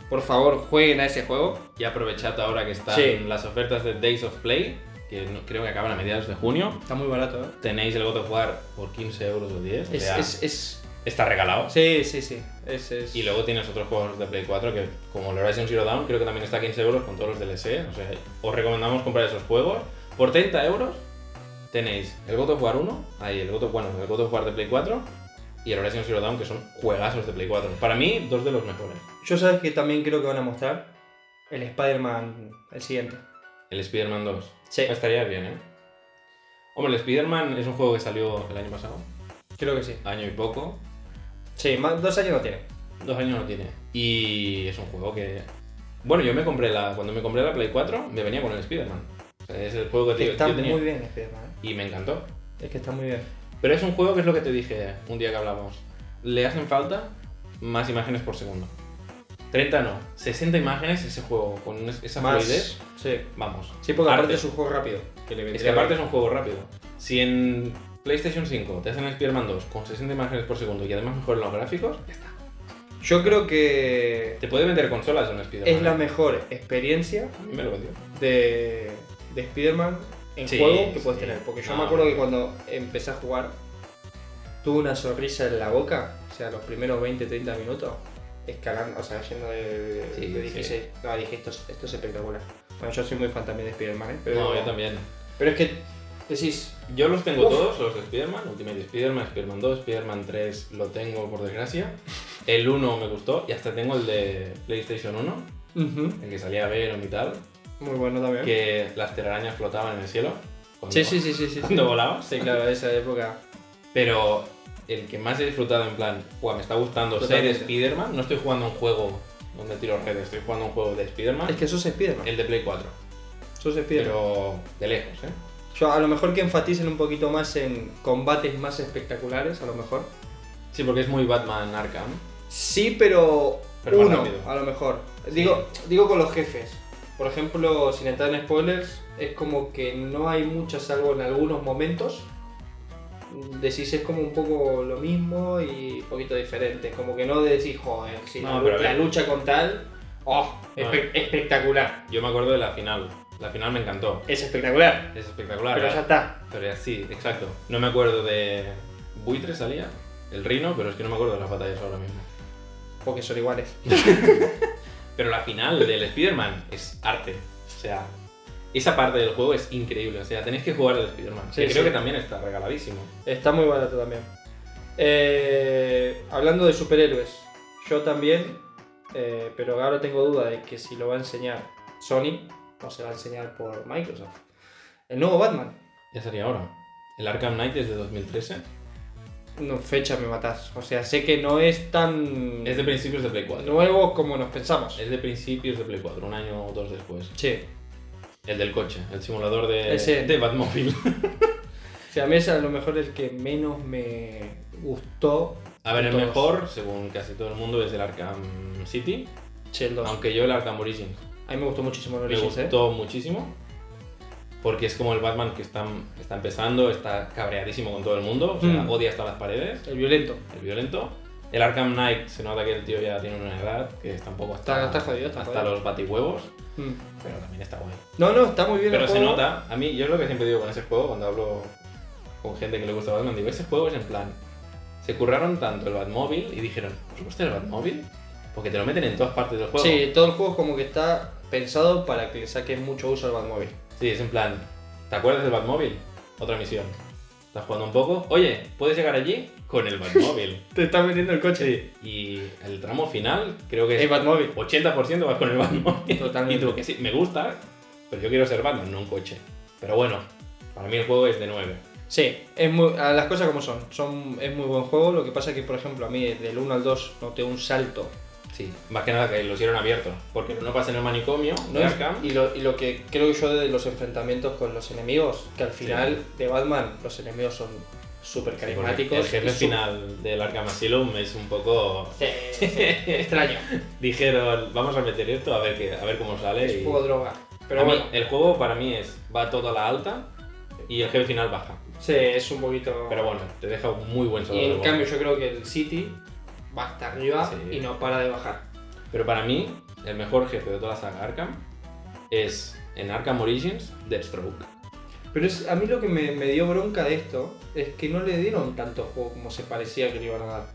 Speaker 4: por favor, jueguen a ese juego.
Speaker 2: Y aprovechad ahora que están
Speaker 4: Sí.
Speaker 2: las ofertas de Days of Play, que no- creo que acaban a mediados de junio.
Speaker 4: Está muy barato, ¿eh?
Speaker 2: Tenéis el God of War por 15 euros o 10. o
Speaker 4: Es,
Speaker 2: sea,
Speaker 4: es, es-
Speaker 2: Está regalado.
Speaker 4: Sí, sí, sí. Es, es-
Speaker 2: Y luego tienes otros juegos de Play 4 que, como el Horizon Zero Dawn, creo que también está a 15 euros con todos los DLC. O sea, os recomendamos comprar esos juegos. Por 30 euros tenéis el God of War 1, ahí el God of, bueno, el God of War de Play 4 y el Horizon Zero Dawn, que son juegazos de Pley 4. Para mí, dos de los mejores.
Speaker 4: Yo sabes que también creo que van a mostrar el Spider-Man, el siguiente.
Speaker 2: El Spider-Man 2.
Speaker 4: Sí.
Speaker 2: Estaría bien, ¿eh? Hombre, el Spider-Man es un juego que salió el año pasado,
Speaker 4: Creo que sí.
Speaker 2: año y poco,
Speaker 4: Sí, más, dos años no tiene.
Speaker 2: Dos años no tiene. Y es un juego que. Bueno, yo me compré la. Cuando me compré la Play 4, me venía con el Spider-Man. O sea, es el juego que te-
Speaker 4: está
Speaker 2: yo tenía.
Speaker 4: muy bien el Spider-Man.
Speaker 2: Y me encantó.
Speaker 4: ¿eh? Es que está muy bien.
Speaker 2: Pero es un juego que es lo que te dije un día que hablamos. Le hacen falta más imágenes por segundo. 30 no, 60 imágenes ese juego con es- esa fluidez.
Speaker 4: Sí.
Speaker 2: Vamos.
Speaker 4: Sí, porque
Speaker 2: Arte.
Speaker 4: aparte es un juego rápido. Que le
Speaker 2: Es que aparte es un juego rápido. Si en PlayStation 5 te hacen el Spider-Man 2 con 60 imágenes por segundo y además mejoran los gráficos,
Speaker 4: Yo creo que
Speaker 2: te puede vender consolas un Spider-Man. ¿eh?
Speaker 4: es la mejor experiencia
Speaker 2: A mí me lo vendió.
Speaker 4: de, de Spider-Man en
Speaker 2: Sí,
Speaker 4: juego que puedes
Speaker 2: sí.
Speaker 4: tener. Porque yo
Speaker 2: No,
Speaker 4: me acuerdo
Speaker 2: no.
Speaker 4: que cuando empecé a jugar, tuve una sonrisa en la boca, o sea, los primeros 20-30 minutos, escalando, o sea, yendo de,
Speaker 2: Sí,
Speaker 4: de
Speaker 2: sí.
Speaker 4: 16. No, dije, esto, es- esto es espectacular. Bueno, yo soy muy fan también de Spider-Man, ¿eh? pero,
Speaker 2: No, yo también.
Speaker 4: pero es que decís,
Speaker 2: Yo los tengo
Speaker 4: Uf.
Speaker 2: todos, los de Spider-Man, Ultimate Spider-Man, Spider-Man 2, Spider-Man 3, lo tengo por desgracia. El 1 me gustó y hasta tengo el de PlayStation 1,
Speaker 4: ujú,
Speaker 2: el que salía Venom y tal,
Speaker 4: muy bueno también.
Speaker 2: que las telarañas flotaban en el cielo cuando,
Speaker 4: Sí, sí, sí, sí, sí. sí.
Speaker 2: cuando volabas.
Speaker 4: Sí, claro, esa época.
Speaker 2: Pero el que más he disfrutado en plan, "Buah, me está gustando
Speaker 4: Totalmente.
Speaker 2: ser Spider-Man, no estoy jugando un juego donde tiro redes, estoy jugando un juego de Spider-Man,
Speaker 4: Es que sos Spider-Man.
Speaker 2: el de Play 4,
Speaker 4: Sos Spider-Man.
Speaker 2: pero de lejos, ¿eh?
Speaker 4: Yo a lo mejor que enfaticen un poquito más en combates más espectaculares, a lo mejor.
Speaker 2: Sí, porque es muy Batman Arkham.
Speaker 4: Sí, pero,
Speaker 2: Pero más
Speaker 4: uno,
Speaker 2: rápido.
Speaker 4: a lo mejor. Digo, digo con los jefes. Por ejemplo, sin entrar en spoilers, es como que no hay mucho salvo en algunos momentos. Decís es como un poco lo mismo y un poquito diferente. Como que no decís, joder, sí,
Speaker 2: No,
Speaker 4: la,
Speaker 2: pero
Speaker 4: lu-
Speaker 2: a
Speaker 4: la
Speaker 2: ver.
Speaker 4: lucha con tal, oh, espe- espectacular.
Speaker 2: Yo me acuerdo de la final, la final me encantó.
Speaker 4: Es espectacular,
Speaker 2: Es espectacular.
Speaker 4: pero
Speaker 2: Pero,
Speaker 4: ya está.
Speaker 2: pero ya sí, exacto. No me acuerdo de. Buitre salía, el reino, pero es que no me acuerdo de las batallas ahora mismo.
Speaker 4: Porque son iguales.
Speaker 2: Pero la final del Spider-Man es arte. O sea, esa parte del juego es increíble. O sea, tenéis que jugar al Spider-Man.
Speaker 4: Sí,
Speaker 2: que creo
Speaker 4: sí.
Speaker 2: que también está regaladísimo.
Speaker 4: Está muy barato también. Eh, hablando de superhéroes, yo también, eh, pero ahora tengo duda de que si lo va a enseñar Sony o se va a enseñar por Microsoft. El nuevo Batman.
Speaker 2: Ya sería ahora. El Arkham Knight es de 2013.
Speaker 4: No, fecha me matás. O sea, sé que no es tan
Speaker 2: Es de principios de Play 4.
Speaker 4: nuevo como nos pensamos.
Speaker 2: Es de principios de Play 4, un año o dos después.
Speaker 4: Sí.
Speaker 2: El del coche, el simulador de,
Speaker 4: Ese. [LAUGHS]
Speaker 2: de Batmobile.
Speaker 4: O sea, a mí es a lo mejor el que menos me, gustó
Speaker 2: A ver, el
Speaker 4: Todos.
Speaker 2: mejor, según casi todo el mundo, es el Arkham City.
Speaker 4: Sí, el 2.
Speaker 2: Aunque yo el Arkham Origins
Speaker 4: A mí me gustó muchísimo el
Speaker 2: Ah. me
Speaker 4: Origins, ¿eh?
Speaker 2: gustó muchísimo. Porque es como el Batman que está, está empezando, está cabreadísimo con todo el mundo, o sea,
Speaker 4: Mm.
Speaker 2: odia hasta las paredes,
Speaker 4: El violento.
Speaker 2: el violento. El Arkham Knight, se nota que el tío ya tiene una edad, que tampoco
Speaker 4: Está-
Speaker 2: hasta,
Speaker 4: está jodido, está
Speaker 2: hasta
Speaker 4: jodido.
Speaker 2: los batihuevos,
Speaker 4: Mm.
Speaker 2: pero también está guay.
Speaker 4: No, no, está muy bien
Speaker 2: Pero
Speaker 4: el
Speaker 2: se
Speaker 4: juego.
Speaker 2: nota, a mí, yo es lo que siempre digo con ese juego, cuando hablo con gente que le gusta Batman, digo, ese juego es en plan, se curraron tanto el Batmóvil y dijeron, ¿os gusta el Batmóvil? Porque te lo meten en todas partes del juego.
Speaker 4: Sí, todo el juego es como que está pensado para que saque mucho uso al Batmóvil.
Speaker 2: Sí, es en plan, ¿te acuerdas del Batmóvil? Otra misión. ¿Estás jugando un poco? Oye, ¿puedes llegar allí? Con el [LAUGHS] Batmóvil.
Speaker 4: Te estás metiendo el coche.
Speaker 2: y el tramo final, creo que
Speaker 4: El
Speaker 2: es
Speaker 4: Batmóvil.
Speaker 2: 80% vas con el [LAUGHS] Batmóvil. Y
Speaker 4: Totalmente.
Speaker 2: tú, que sí, me gusta, pero yo quiero ser Batman, no un coche. Pero bueno, para mí el juego es de 9.
Speaker 4: Sí, es muy, a las cosas como son. son. Es muy buen juego. Lo que pasa es que, por ejemplo, a mí del 1 al 2 noté un salto.
Speaker 2: Sí, más que nada que lo hicieron abierto, porque no pasa en el manicomio,
Speaker 4: ¿no?
Speaker 2: no Arkham.
Speaker 4: Y, lo, y lo que creo yo de los enfrentamientos con los enemigos, que al final de Batman los enemigos son súper
Speaker 2: Sí, porque
Speaker 4: carismáticos.
Speaker 2: el
Speaker 4: y
Speaker 2: jefe
Speaker 4: su-
Speaker 2: final del Arkham Asylum es un poco...
Speaker 4: Sí, [LAUGHS] sí, extraño.
Speaker 2: Dijeron, vamos a meter esto a ver, qué, a ver cómo sale.
Speaker 4: Es
Speaker 2: y-
Speaker 4: juego droga.
Speaker 2: A
Speaker 4: Pero
Speaker 2: mí,
Speaker 4: bueno,
Speaker 2: el juego para mí es va todo a la alta y el jefe final baja.
Speaker 4: sí, es un poquito.
Speaker 2: Pero bueno, te deja un muy buen sabor
Speaker 4: Y
Speaker 2: de
Speaker 4: en
Speaker 2: boca.
Speaker 4: cambio yo creo que el City va hasta arriba
Speaker 2: Sí.
Speaker 4: y no para de bajar.
Speaker 2: Pero para mí, el mejor jefe de toda la saga Arkham es en Arkham Origins Deathstroke.
Speaker 4: Pero es, a mí lo que me, me dio bronca de esto es que no le dieron tanto juego como se parecía que le iban a dar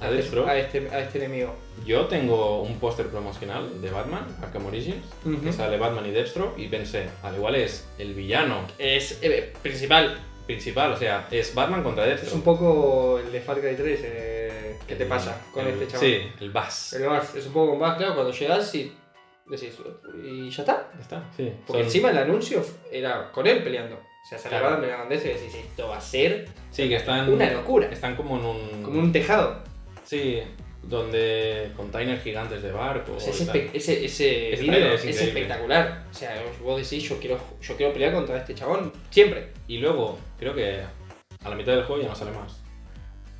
Speaker 2: A Deathstroke,
Speaker 4: a este, a este enemigo.
Speaker 2: yo tengo un póster promocional de Batman, Arkham Origins,
Speaker 4: Ujú.
Speaker 2: que sale Batman y Deathstroke y pensé, al igual es el villano
Speaker 4: Es eh, principal.
Speaker 2: principal, o sea, es Batman contra
Speaker 4: Es un
Speaker 2: Deathstroke.
Speaker 4: poco el de Far Cry 3 eh, que te
Speaker 2: El-
Speaker 4: pasa con
Speaker 2: el-
Speaker 4: este chaval.
Speaker 2: Sí, el Bass.
Speaker 4: El Bass, es un poco con más, claro, cuando llegas y decís, y ya está.
Speaker 2: Ya está, sí.
Speaker 4: Porque
Speaker 2: Son-
Speaker 4: encima el anuncio era con él peleando. O sea, se
Speaker 2: Claro.
Speaker 4: acabaron peleando de eso y decís, esto va a ser
Speaker 2: Sí, que están,
Speaker 4: una locura.
Speaker 2: están como en un...
Speaker 4: Como un tejado.
Speaker 2: Sí, donde containers gigantes de barco.
Speaker 4: O sea,
Speaker 2: y
Speaker 4: ese,
Speaker 2: tal.
Speaker 4: Pues espe- ese, ese
Speaker 2: Ese
Speaker 4: vídeo
Speaker 2: trailer
Speaker 4: es,
Speaker 2: es increíble.
Speaker 4: espectacular. O sea, vos decís, yo quiero, yo quiero pelear contra este chabón. Siempre.
Speaker 2: Y luego, creo que a la mitad del juego ya no sale más.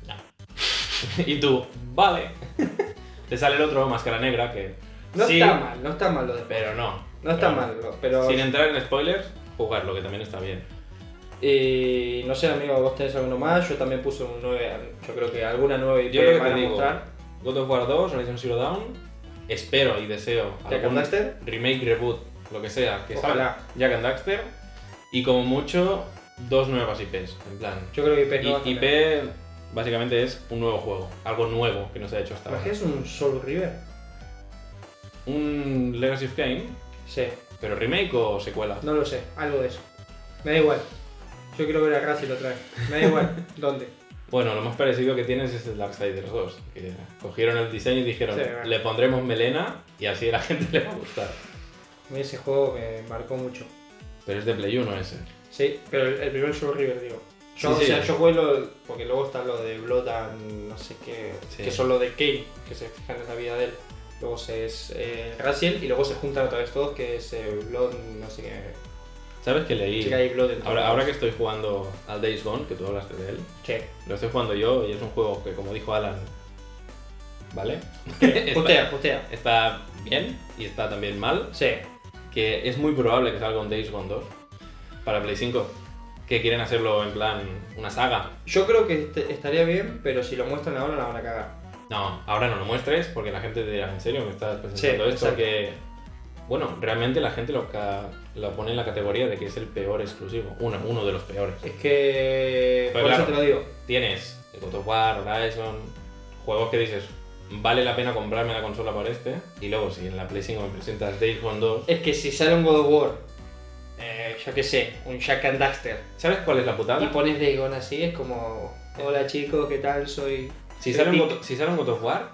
Speaker 2: [LAUGHS] y tú, vale. [LAUGHS] Te sale el otro, máscara negra, que.
Speaker 4: No
Speaker 2: sí,
Speaker 4: está mal, no está mal lo de
Speaker 2: pero no.
Speaker 4: No está
Speaker 2: Pero
Speaker 4: mal, lo- pero...
Speaker 2: Sin entrar en spoilers, jugarlo, que también está bien.
Speaker 4: Eh, no sé, amigo, vos tenés alguno más. Yo también puse un 9. Yo creo que alguna 9 IP
Speaker 2: Yo lo que
Speaker 4: van
Speaker 2: te
Speaker 4: a
Speaker 2: digo,
Speaker 4: mostrar.
Speaker 2: God of War 2, Horizon Zero Dawn. Espero y deseo
Speaker 4: ¿Jack and
Speaker 2: algún
Speaker 4: Daxter?
Speaker 2: remake, reboot, lo que sea, que
Speaker 4: Ojalá.
Speaker 2: salga Jack and Daxter. Y como mucho, dos nuevas IPs. En plan,
Speaker 4: Yo creo que IP no va a
Speaker 2: Y,
Speaker 4: tener.
Speaker 2: IP básicamente es un nuevo juego, algo nuevo que no se ha hecho hasta ahora.
Speaker 4: ¿Imaginas un Soul River?
Speaker 2: Un Legacy of Game,
Speaker 4: Sí,
Speaker 2: pero remake o secuela.
Speaker 4: no lo sé, algo de eso. Me da igual. Yo quiero ver a Graci lo trae. Me
Speaker 2: [LAUGHS]
Speaker 4: da igual. ¿Dónde?
Speaker 2: Bueno, lo más parecido que tienes es el Darksiders 2, que cogieron el diseño y dijeron,
Speaker 4: Sí, bueno.
Speaker 2: le pondremos melena y así a la [LAUGHS] gente le va a gustar.
Speaker 4: A mí ese juego me marcó mucho.
Speaker 2: Pero es de Play 1 ese.
Speaker 4: Sí, pero el, el primer Soul River, digo. Yo,
Speaker 2: Sí,
Speaker 4: o
Speaker 2: sí.
Speaker 4: sea, yo jugué lo, porque luego está lo de Blood and no sé qué,
Speaker 2: Sí.
Speaker 4: que son lo de Kane, que se fijan en la vida de él. Luego se es eh, Raziel y luego se juntan otra vez todos, que es eh, Blood, no sé qué.
Speaker 2: ¿Sabes qué leí?
Speaker 4: Sí, que hay Blood en todos
Speaker 2: Ahora, ahora que
Speaker 4: lados.
Speaker 2: estoy jugando al Days Gone, que tú hablaste de él, [LAUGHS]
Speaker 4: Che,
Speaker 2: lo estoy jugando yo y es un juego que, como dijo Alan, ¿vale?
Speaker 4: putea, putea.
Speaker 2: Está bien y está también mal,
Speaker 4: Sí,
Speaker 2: que es muy probable que salga un Days Gone 2 para Play 5. Que quieren hacerlo en plan una saga.
Speaker 4: yo creo que este- estaría bien, pero si lo muestran ahora la van a cagar.
Speaker 2: No, ahora no lo muestres porque la gente te dirá, ¿en serio me estás presentando
Speaker 4: Sí,
Speaker 2: esto?
Speaker 4: exacto.
Speaker 2: Que, bueno, realmente la gente lo, ca- lo pone en la categoría de que es el peor exclusivo. Uno, uno de los peores.
Speaker 4: Es que.
Speaker 2: Pues
Speaker 4: por
Speaker 2: claro.
Speaker 4: eso te lo digo.
Speaker 2: Tienes el God of War, Horizon, juegos que dices, vale la pena comprarme la consola por este. Y luego, si en la Play 5 me presentas Days Gone 2,
Speaker 4: Es que si sale un God of War, eh, yo qué sé, un Jack and Daxter,
Speaker 2: ¿sabes cuál es la putada?
Speaker 4: y pones Dagon así, es como. Hola chicos, ¿qué tal? Soy.
Speaker 2: Si
Speaker 4: soy
Speaker 2: sale, un
Speaker 4: Pip".
Speaker 2: God- si sale un God of War,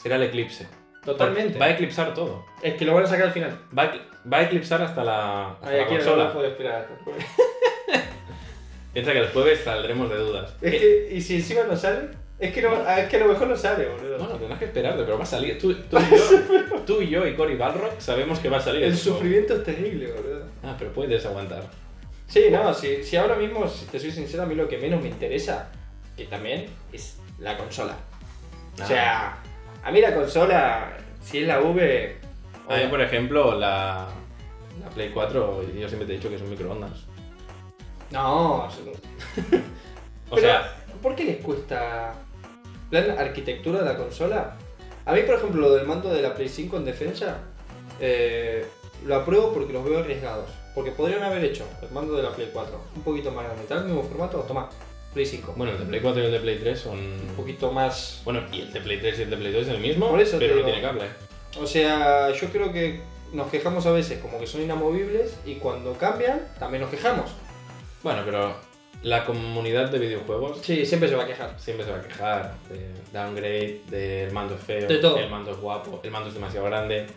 Speaker 2: será el eclipse.
Speaker 4: Totalmente.
Speaker 2: Va a eclipsar todo.
Speaker 4: Es que lo van a sacar al final.
Speaker 2: Va a, va a eclipsar hasta la, hasta
Speaker 4: Ay,
Speaker 2: la
Speaker 4: aquí no
Speaker 2: consola. Eh.
Speaker 4: lo puedo esperar hasta el jueves.
Speaker 2: Piensa que el jueves saldremos de
Speaker 4: [LAUGHS]
Speaker 2: dudas. Eh,
Speaker 4: Es que, y si encima no sale, es que, no- es que a lo mejor no sale, boludo.
Speaker 2: Bueno, tendrás que esperarte, pero va a salir. Tú, tú y,
Speaker 4: [LAUGHS]
Speaker 2: yo, tú y yo y Cory Balrock sabemos que va a salir.
Speaker 4: el
Speaker 2: ese juego.
Speaker 4: sufrimiento es terrible, boludo.
Speaker 2: Ah, pero puedes aguantar.
Speaker 4: Sí, no, si, si ahora mismo, si te soy sincero, a mí lo que menos me interesa que también es la consola. O
Speaker 2: Ah.
Speaker 4: sea, a mí la consola, si es la V.
Speaker 2: A mí, por ejemplo, la, la Play 4, yo siempre te he dicho que es un microondas.
Speaker 4: No,
Speaker 2: O
Speaker 4: Pero,
Speaker 2: sea,
Speaker 4: ¿por qué les cuesta? ¿Plan arquitectura de la consola? A mí, por ejemplo, lo del mando de la Play 5 en defensa, eh, lo apruebo porque los veo arriesgados. Porque podrían haber hecho el mando de la Play 4 un poquito más grande, tal, mismo formato, toma, Play 5.
Speaker 2: bueno, el de Play 4 y el de Play 3 son.
Speaker 4: un poquito más.
Speaker 2: Bueno, y el de Play 3 y el de Play 2 es el mismo,
Speaker 4: Por eso te
Speaker 2: pero no
Speaker 4: digo.
Speaker 2: tiene cable.
Speaker 4: O sea, yo creo que nos quejamos a veces como que son inamovibles y cuando cambian también nos quejamos.
Speaker 2: Bueno, pero la comunidad de videojuegos
Speaker 4: Sí, siempre se va a quejar.
Speaker 2: siempre se va a quejar de downgrade, del mando es feo,
Speaker 4: De todo.
Speaker 2: el mando es guapo, el mando es demasiado grande,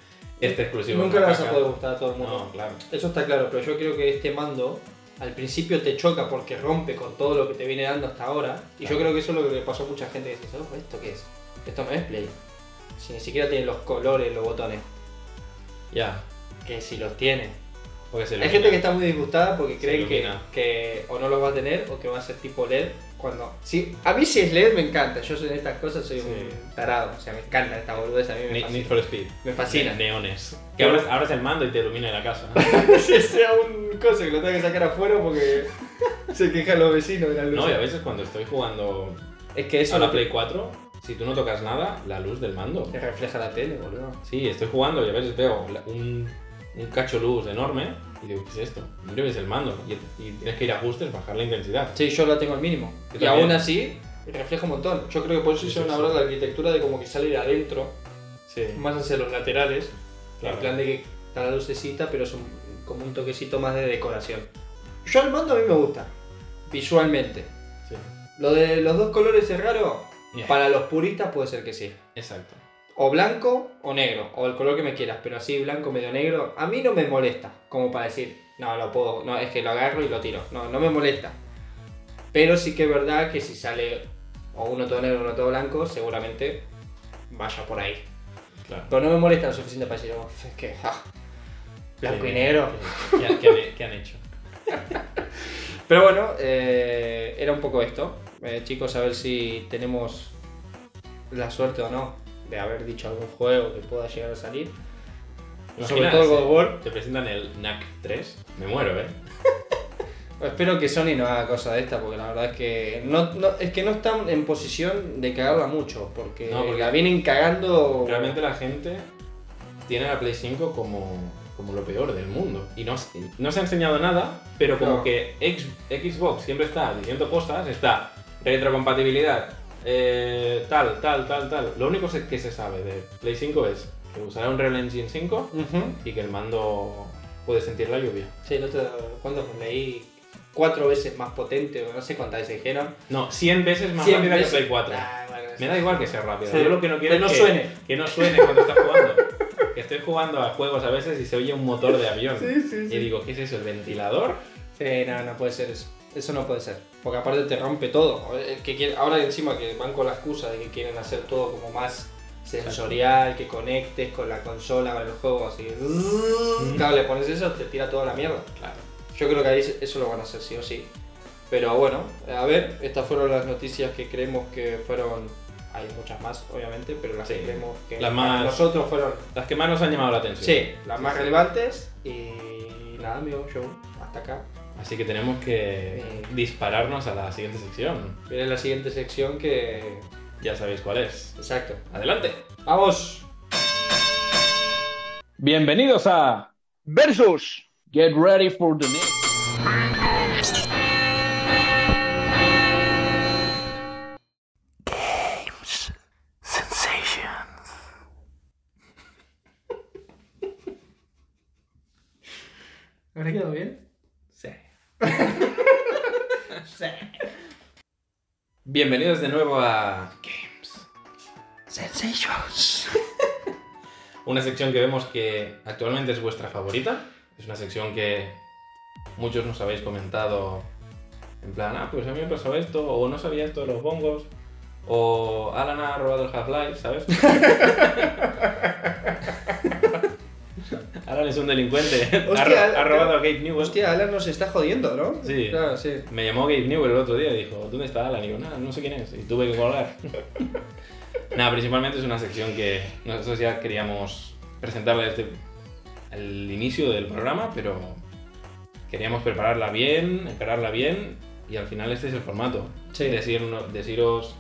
Speaker 2: este exclusivo.
Speaker 4: Nunca
Speaker 2: es
Speaker 4: le
Speaker 2: una
Speaker 4: vas a
Speaker 2: caca.
Speaker 4: poder gustar a todo el mundo.
Speaker 2: No, claro.
Speaker 4: Eso está claro, pero yo creo que este mando al principio te choca porque rompe con todo lo que te viene dando hasta ahora. Y yo
Speaker 2: Claro.
Speaker 4: creo que eso es lo que le pasó a mucha gente que dice, "Ojo, ¿esto qué es? Esto no es Play. Si ni siquiera tiene los colores, los botones.
Speaker 2: Ya.
Speaker 4: Que si los tiene.
Speaker 2: Porque se
Speaker 4: Hay
Speaker 2: ilumina.
Speaker 4: gente que está muy disgustada porque cree que,
Speaker 2: ilumina.
Speaker 4: que o no los va a tener o que va a ser tipo LED. Cuando. Sí, a mí si es LED me encanta. Yo soy en estas cosas soy
Speaker 2: Sí.
Speaker 4: un tarado. O sea, me encanta esta boludez. A mí me
Speaker 2: Need, Need
Speaker 4: fascina.
Speaker 2: for Speed.
Speaker 4: Me fascina.
Speaker 2: Ne- Neones. Que abras, abras el mando y te ilumina la
Speaker 4: [LAUGHS]
Speaker 2: casa.
Speaker 4: Si sea Este un coso que lo tenga que sacar afuera porque se quejan los vecinos de la luz.
Speaker 2: No, y a veces cuando estoy jugando
Speaker 4: Es que eso
Speaker 2: a la
Speaker 4: no-
Speaker 2: Play 4, si tú no tocas nada, la luz del mando.
Speaker 4: Te refleja la tele, boludo.
Speaker 2: Sí, estoy jugando y a veces veo la- un, un cacho luz enorme y digo, ¿qué es esto? Miro y es el mando. Y, y tienes que ir a ajustes, bajar la intensidad.
Speaker 4: Sí, yo la tengo al mínimo.
Speaker 2: Yo
Speaker 4: y
Speaker 2: también.
Speaker 4: aún así, refleja un montón. Yo creo que por eso
Speaker 2: Sí,
Speaker 4: hicieron
Speaker 2: sí,
Speaker 4: ahora
Speaker 2: sí.
Speaker 4: la arquitectura de como que sale de adentro,
Speaker 2: Sí.
Speaker 4: más hacia los laterales.
Speaker 2: Claro.
Speaker 4: En plan de que está la lucecita, pero es un- como un toquecito más de decoración. Yo el mando a mí me gusta, visualmente.
Speaker 2: sí.
Speaker 4: Lo de los dos colores es raro.
Speaker 2: Yeah.
Speaker 4: Para los puristas puede ser que sí.
Speaker 2: Exacto.
Speaker 4: O blanco o negro, o el color que me quieras, pero así blanco, medio negro, a mí no me molesta, como para decir, no, lo puedo, no, es que lo agarro y lo tiro, no, no me molesta. Pero sí que es verdad que si sale o uno todo negro, uno todo blanco, seguramente vaya por ahí.
Speaker 2: Claro.
Speaker 4: Pero no me molesta lo suficiente para decir, "Oh, es que, ja, blanco
Speaker 2: Sí.
Speaker 4: y negro.
Speaker 2: ¿Qué, han- qué han, qué han hecho?
Speaker 4: Pero bueno, eh, era un poco esto. Eh, chicos, a ver si tenemos la suerte o no de haber dicho algún juego que pueda llegar a salir. Sobre
Speaker 2: Imagina,
Speaker 4: todo el God
Speaker 2: sí,
Speaker 4: of War.
Speaker 2: Te presentan el NAC 3. Me muero, ¿eh?
Speaker 4: Espero que Sony no haga cosa de esta, porque la verdad es que no, no- es que no están en posición de cagarla mucho, porque,
Speaker 2: No, porque-
Speaker 4: la vienen cagando.
Speaker 2: Realmente la gente tiene la Play 5 como, como lo peor del mundo. Y no, se- no se ha enseñado nada, pero como
Speaker 4: No.
Speaker 2: que ex- Xbox siempre está diciendo cosas, está retrocompatibilidad, eh, tal, tal, tal, tal. Lo único se- que se sabe de Play 5 es que usará un Real Engine 5
Speaker 4: Ujú.
Speaker 2: y que el mando puede sentir la lluvia.
Speaker 4: Sí, el otro, cuando leí cuatro veces más potente, o no sé cuántas veces dijeron.
Speaker 2: No, 100 veces más
Speaker 4: 100
Speaker 2: rápida
Speaker 4: veces.
Speaker 2: que Play 4.
Speaker 4: Ah, bueno,
Speaker 2: Me da igual que sea rápida.
Speaker 4: Sí.
Speaker 2: Yo lo que no quiero
Speaker 4: Que no
Speaker 2: es que
Speaker 4: suene.
Speaker 2: Que no suene cuando estás jugando. que estoy jugando a juegos a veces y se oye un motor de avión. Y digo, ¿qué es eso? ¿El ventilador?
Speaker 4: Sí, no, no puede ser eso. Eso no puede ser. Porque aparte te rompe todo. El que quiere- ahora encima que van con la excusa de que quieren hacer todo como más sensorial, que conectes con la consola, con el juego, así. Claro, le pones eso, te tira toda la mierda.
Speaker 2: Claro.
Speaker 4: Yo creo que ahí eso lo van a hacer sí o sí. Pero bueno, a ver, estas fueron las noticias que creemos que fueron. Hay muchas más, obviamente, pero las
Speaker 2: Sí.
Speaker 4: que creemos que
Speaker 2: Las
Speaker 4: para
Speaker 2: más-
Speaker 4: nosotros fueron.
Speaker 2: Las que más nos han llamado la
Speaker 4: Sí,
Speaker 2: atención.
Speaker 4: las
Speaker 2: Sí,
Speaker 4: más
Speaker 2: sí.
Speaker 4: relevantes. Y nada, amigo, yo hasta acá.
Speaker 2: Así que tenemos que
Speaker 4: Eh.
Speaker 2: dispararnos a la siguiente sección.
Speaker 4: Viene la siguiente sección que.
Speaker 2: Ya sabéis cuál es.
Speaker 4: Exacto.
Speaker 2: Adelante.
Speaker 4: ¡Vamos!
Speaker 5: Bienvenidos a
Speaker 6: Versus.
Speaker 5: Get Ready for the Next.
Speaker 3: ¿Habrá quedado bien?
Speaker 2: Sí. Bienvenidos de nuevo a Games Sensations. [LAUGHS] una sección que vemos que actualmente es vuestra favorita. Es una sección que muchos nos habéis comentado en plan, ah, pues a mí me pasó esto, o no sabía esto de los bongos, o Alan ha robado el Half-Life, ¿sabes? [LAUGHS] Alan es un delincuente. ha, ro-
Speaker 4: Hostia, Alan,
Speaker 2: ha robado a Gabe Newell.
Speaker 4: Hostia, Alan nos está jodiendo, ¿no?
Speaker 2: Sí.
Speaker 4: Claro, sí.
Speaker 2: Me llamó Gabe Newell el otro día y dijo, ¿dónde está Alan? Y digo, nada, no sé quién es. Y tuve que colgar. [LAUGHS] nada, principalmente es una sección que nosotros ya queríamos presentarla desde el inicio del programa, pero queríamos prepararla bien, encararla bien, y al final este es el formato.
Speaker 4: Sí.
Speaker 2: Decirnos- deciros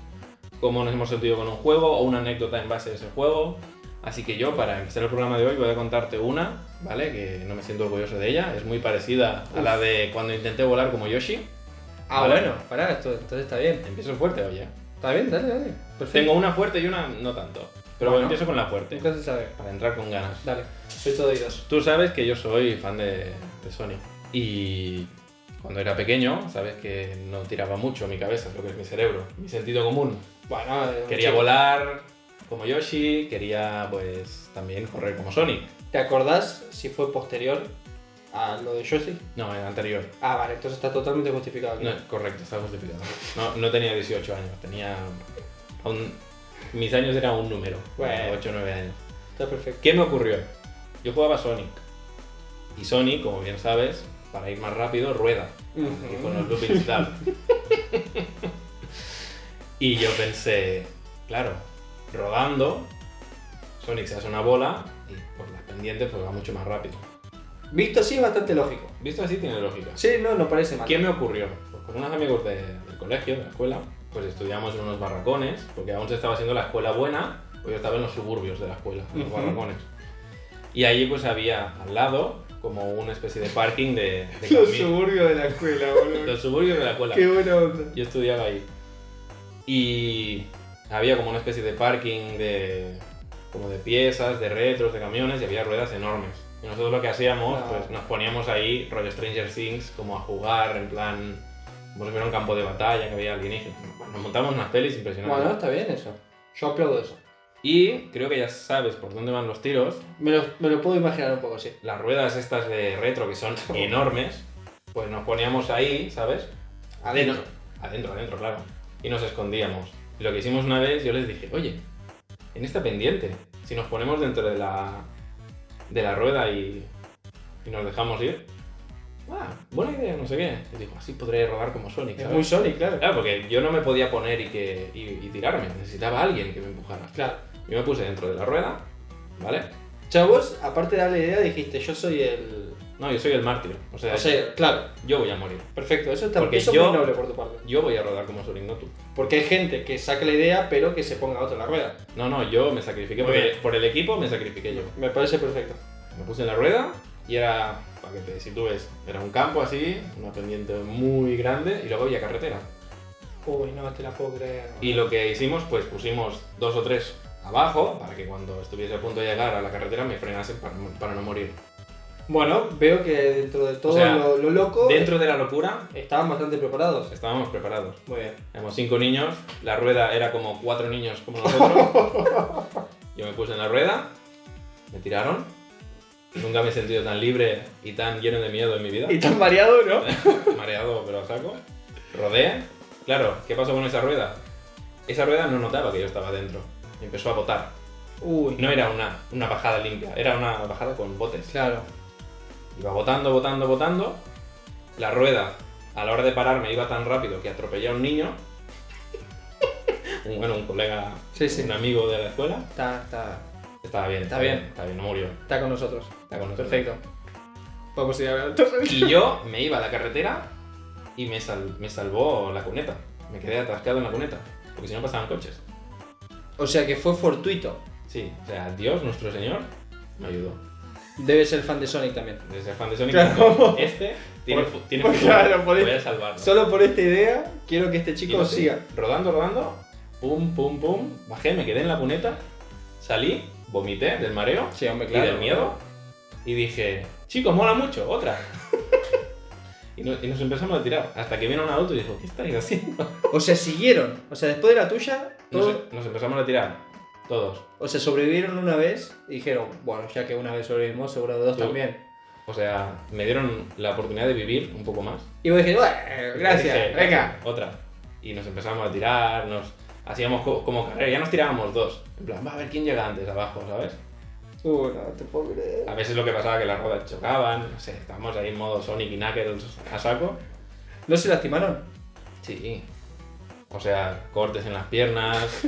Speaker 2: cómo nos hemos sentido con un juego o una anécdota en base a ese juego. Así que yo, para empezar el programa de hoy, voy a contarte una, ¿vale? Que no me siento orgulloso de ella. Es muy parecida a la de cuando intenté volar como Yoshi.
Speaker 4: Ah,
Speaker 2: Vale.
Speaker 4: bueno, pará, esto- entonces está bien.
Speaker 2: Empiezo fuerte, oye.
Speaker 4: Está bien, dale, dale. Perfecto.
Speaker 2: Tengo una fuerte y una no tanto. Pero
Speaker 4: Bueno.
Speaker 2: empiezo con la fuerte,
Speaker 4: Nunca se sabe.
Speaker 2: para entrar con ganas.
Speaker 4: Dale, soy todo oídos.
Speaker 2: Tú sabes que yo soy fan de, de Sony. Y cuando era pequeño, sabes que no tiraba mucho mi cabeza, lo que es mi cerebro, mi sentido común.
Speaker 4: Bueno, eh,
Speaker 2: Quería
Speaker 4: sí.
Speaker 2: volar como Yoshi, quería pues también correr como Sonic.
Speaker 4: ¿Te acordás si fue posterior a lo de Yoshi?
Speaker 2: No, el anterior.
Speaker 4: Ah, vale, entonces está totalmente justificado. aquí.
Speaker 2: No, correcto, está justificado. No, no tenía 18 años, tenía... aún- mis años eran un número,
Speaker 4: Bueno.
Speaker 2: 8 o 9 años.
Speaker 4: Está perfecto.
Speaker 2: ¿Qué me ocurrió? Yo jugaba Sonic. Y Sonic, como bien sabes, para ir más rápido, rueda.
Speaker 4: Ujú.
Speaker 2: Y con los loopings y tal. y yo pensé, claro, rodando, Sonic se hace una bola y por las pendientes pues va mucho más rápido.
Speaker 4: Visto así es bastante lógico.
Speaker 2: Visto así tiene lógica.
Speaker 4: Sí, no, no parece mal.
Speaker 2: ¿Qué me ocurrió? Pues con unos amigos de- del colegio, de la escuela, pues estudiamos en unos barracones, porque aún se estaba haciendo la escuela buena, pues yo estaba en los suburbios de la escuela, en los
Speaker 4: Ujú.
Speaker 2: barracones. Y allí pues había al lado como una especie de parking de, de
Speaker 4: [LAUGHS] [LAUGHS] Los
Speaker 2: camino.
Speaker 4: suburbios de la escuela,
Speaker 2: [LAUGHS]
Speaker 4: boludo.
Speaker 2: Los suburbios de la escuela.
Speaker 4: Qué buena onda.
Speaker 2: Yo estudiaba ahí. Y había como una especie de parking de como de piezas, de retros, de camiones y había ruedas enormes. Y nosotros lo que hacíamos,
Speaker 4: Ah.
Speaker 2: pues nos poníamos ahí, rollo Stranger Things, como a jugar, en plan, como si fuera un campo de batalla que había alienígenas. Nos montamos unas pelis impresionantes.
Speaker 4: Bueno, está bien eso. Yo aplaudo eso.
Speaker 2: Y creo que ya sabes por dónde van los tiros.
Speaker 4: Me lo, me lo puedo imaginar un poco, sí.
Speaker 2: Las ruedas estas de retro que
Speaker 4: [LAUGHS]
Speaker 2: son enormes, pues nos poníamos ahí, ¿sabes?
Speaker 4: Adentro.
Speaker 2: Adentro, adentro, claro. Y nos escondíamos. Y lo que hicimos una vez, yo les dije, oye, en esta pendiente, si nos ponemos dentro de la, de la rueda y, y nos dejamos ir, ah, buena idea, no sé qué. Y digo, así podré rodar como Sonic.
Speaker 4: Es
Speaker 2: ¿sabes?".
Speaker 4: muy Sonic, claro.
Speaker 2: Claro, porque yo no me podía poner y, que, y, y tirarme, necesitaba a alguien que me empujara.
Speaker 4: Claro.
Speaker 2: Yo me puse dentro de la rueda, ¿vale?
Speaker 4: Chavos, aparte de darle idea, dijiste, yo soy el...
Speaker 2: No, yo soy el mártir, o sea,
Speaker 4: O sea, claro,
Speaker 2: yo voy a morir.
Speaker 4: perfecto. Eso está
Speaker 2: Porque
Speaker 4: eso es
Speaker 2: yo-
Speaker 4: muy noble por tu parte.
Speaker 2: Yo voy a rodar como Sonic, no tú.
Speaker 4: Porque hay gente que saca la idea, pero que se ponga otro en la rueda.
Speaker 2: No, no, yo me sacrifiqué
Speaker 4: Muy
Speaker 2: por el,
Speaker 4: bien.
Speaker 2: por el equipo, me sacrifiqué yo.
Speaker 4: Me parece perfecto.
Speaker 2: Me puse en la rueda y era, para que te sitúes, era un campo así, una pendiente muy grande y luego había carretera.
Speaker 4: Uy, no, te la puedo creer.
Speaker 2: Y lo que hicimos, pues pusimos dos o tres abajo para que cuando estuviese a punto de llegar a la carretera me frenasen para, no- para no morir.
Speaker 4: Bueno, veo que dentro de todo
Speaker 2: O sea,
Speaker 4: lo, lo loco,
Speaker 2: Dentro de la locura
Speaker 4: estaban bastante preparados.
Speaker 2: estábamos preparados.
Speaker 4: Muy bien.
Speaker 2: Éramos cinco niños, la rueda era como cuatro niños como nosotros. Yo me puse en la rueda, me tiraron. Nunca me he sentido tan libre y tan lleno de miedo en mi vida.
Speaker 4: Y tan variado, ¿no?
Speaker 2: [LAUGHS] mareado, pero a saco. Rodea. Claro, ¿qué pasó con esa rueda? Esa rueda no notaba que yo estaba dentro. Y empezó a botar.
Speaker 4: Uy,
Speaker 2: No era una, una bajada limpia, era una bajada con botes.
Speaker 4: claro.
Speaker 2: Iba botando, botando, botando. La rueda, a la hora de pararme, iba tan rápido que atropellé a un niño. Un- bueno, un colega,
Speaker 4: Sí, sí.
Speaker 2: un amigo de la escuela.
Speaker 4: Está, está,
Speaker 2: Estaba bien,
Speaker 4: Está
Speaker 2: estaba
Speaker 4: bien.
Speaker 2: Está bien, no murió.
Speaker 4: está con nosotros.
Speaker 2: Está con nosotros.
Speaker 4: Perfecto. Vamos a ir a ver entonces.
Speaker 2: Y yo me iba a la carretera y me, sal- me salvó la cuneta. Me quedé atascado en la cuneta, porque si no pasaban coches.
Speaker 4: O sea que fue fortuito.
Speaker 2: Sí, o sea, Dios, nuestro Señor, me ayudó.
Speaker 4: Debe ser fan de Sonic también.
Speaker 2: Desde el fan de Sonic,
Speaker 4: Claro.
Speaker 2: este tiene, fu- tiene
Speaker 4: Por-
Speaker 2: futuro.
Speaker 4: claro, por
Speaker 2: Voy
Speaker 4: eso.
Speaker 2: a salvarlo.
Speaker 4: Solo por esta idea, quiero que este
Speaker 2: Y
Speaker 4: chico
Speaker 2: lo sé.
Speaker 4: siga.
Speaker 2: Rodando, rodando, pum, pum, pum. Bajé, me quedé en la cuneta, salí, vomité del mareo
Speaker 4: Sí, hombre,
Speaker 2: y del miedo. Y dije, chicos, mola mucho, otra. [LAUGHS] y, no- y nos empezamos a tirar. Hasta que vino un adulto y dijo, ¿qué estáis haciendo?
Speaker 4: O sea, siguieron. O sea, después de la tuya,
Speaker 2: Nos, em,
Speaker 4: todo-
Speaker 2: nos empezamos a tirar. Todos.
Speaker 4: o sea, sobrevivieron una vez y dijeron, bueno, ya que una vez sobrevivimos, seguro dos
Speaker 2: Sí.
Speaker 4: también.
Speaker 2: O sea, me dieron la oportunidad de vivir un poco más.
Speaker 4: Y vos dijiste, bueno, gracias,
Speaker 2: Dije,
Speaker 4: venga.
Speaker 2: Otra. Y nos empezamos a tirar, nos hacíamos co- como carrera, ya nos tirábamos dos. En plan, va a ver quién llega antes abajo, ¿sabes?
Speaker 4: Uy, Uh, no te puedo creer.
Speaker 2: A veces lo que pasaba que las ruedas chocaban, no sé, estábamos ahí en modo Sonic y Knuckles a saco.
Speaker 4: ¿No se lastimaron?
Speaker 2: Sí. O sea, cortes en las piernas,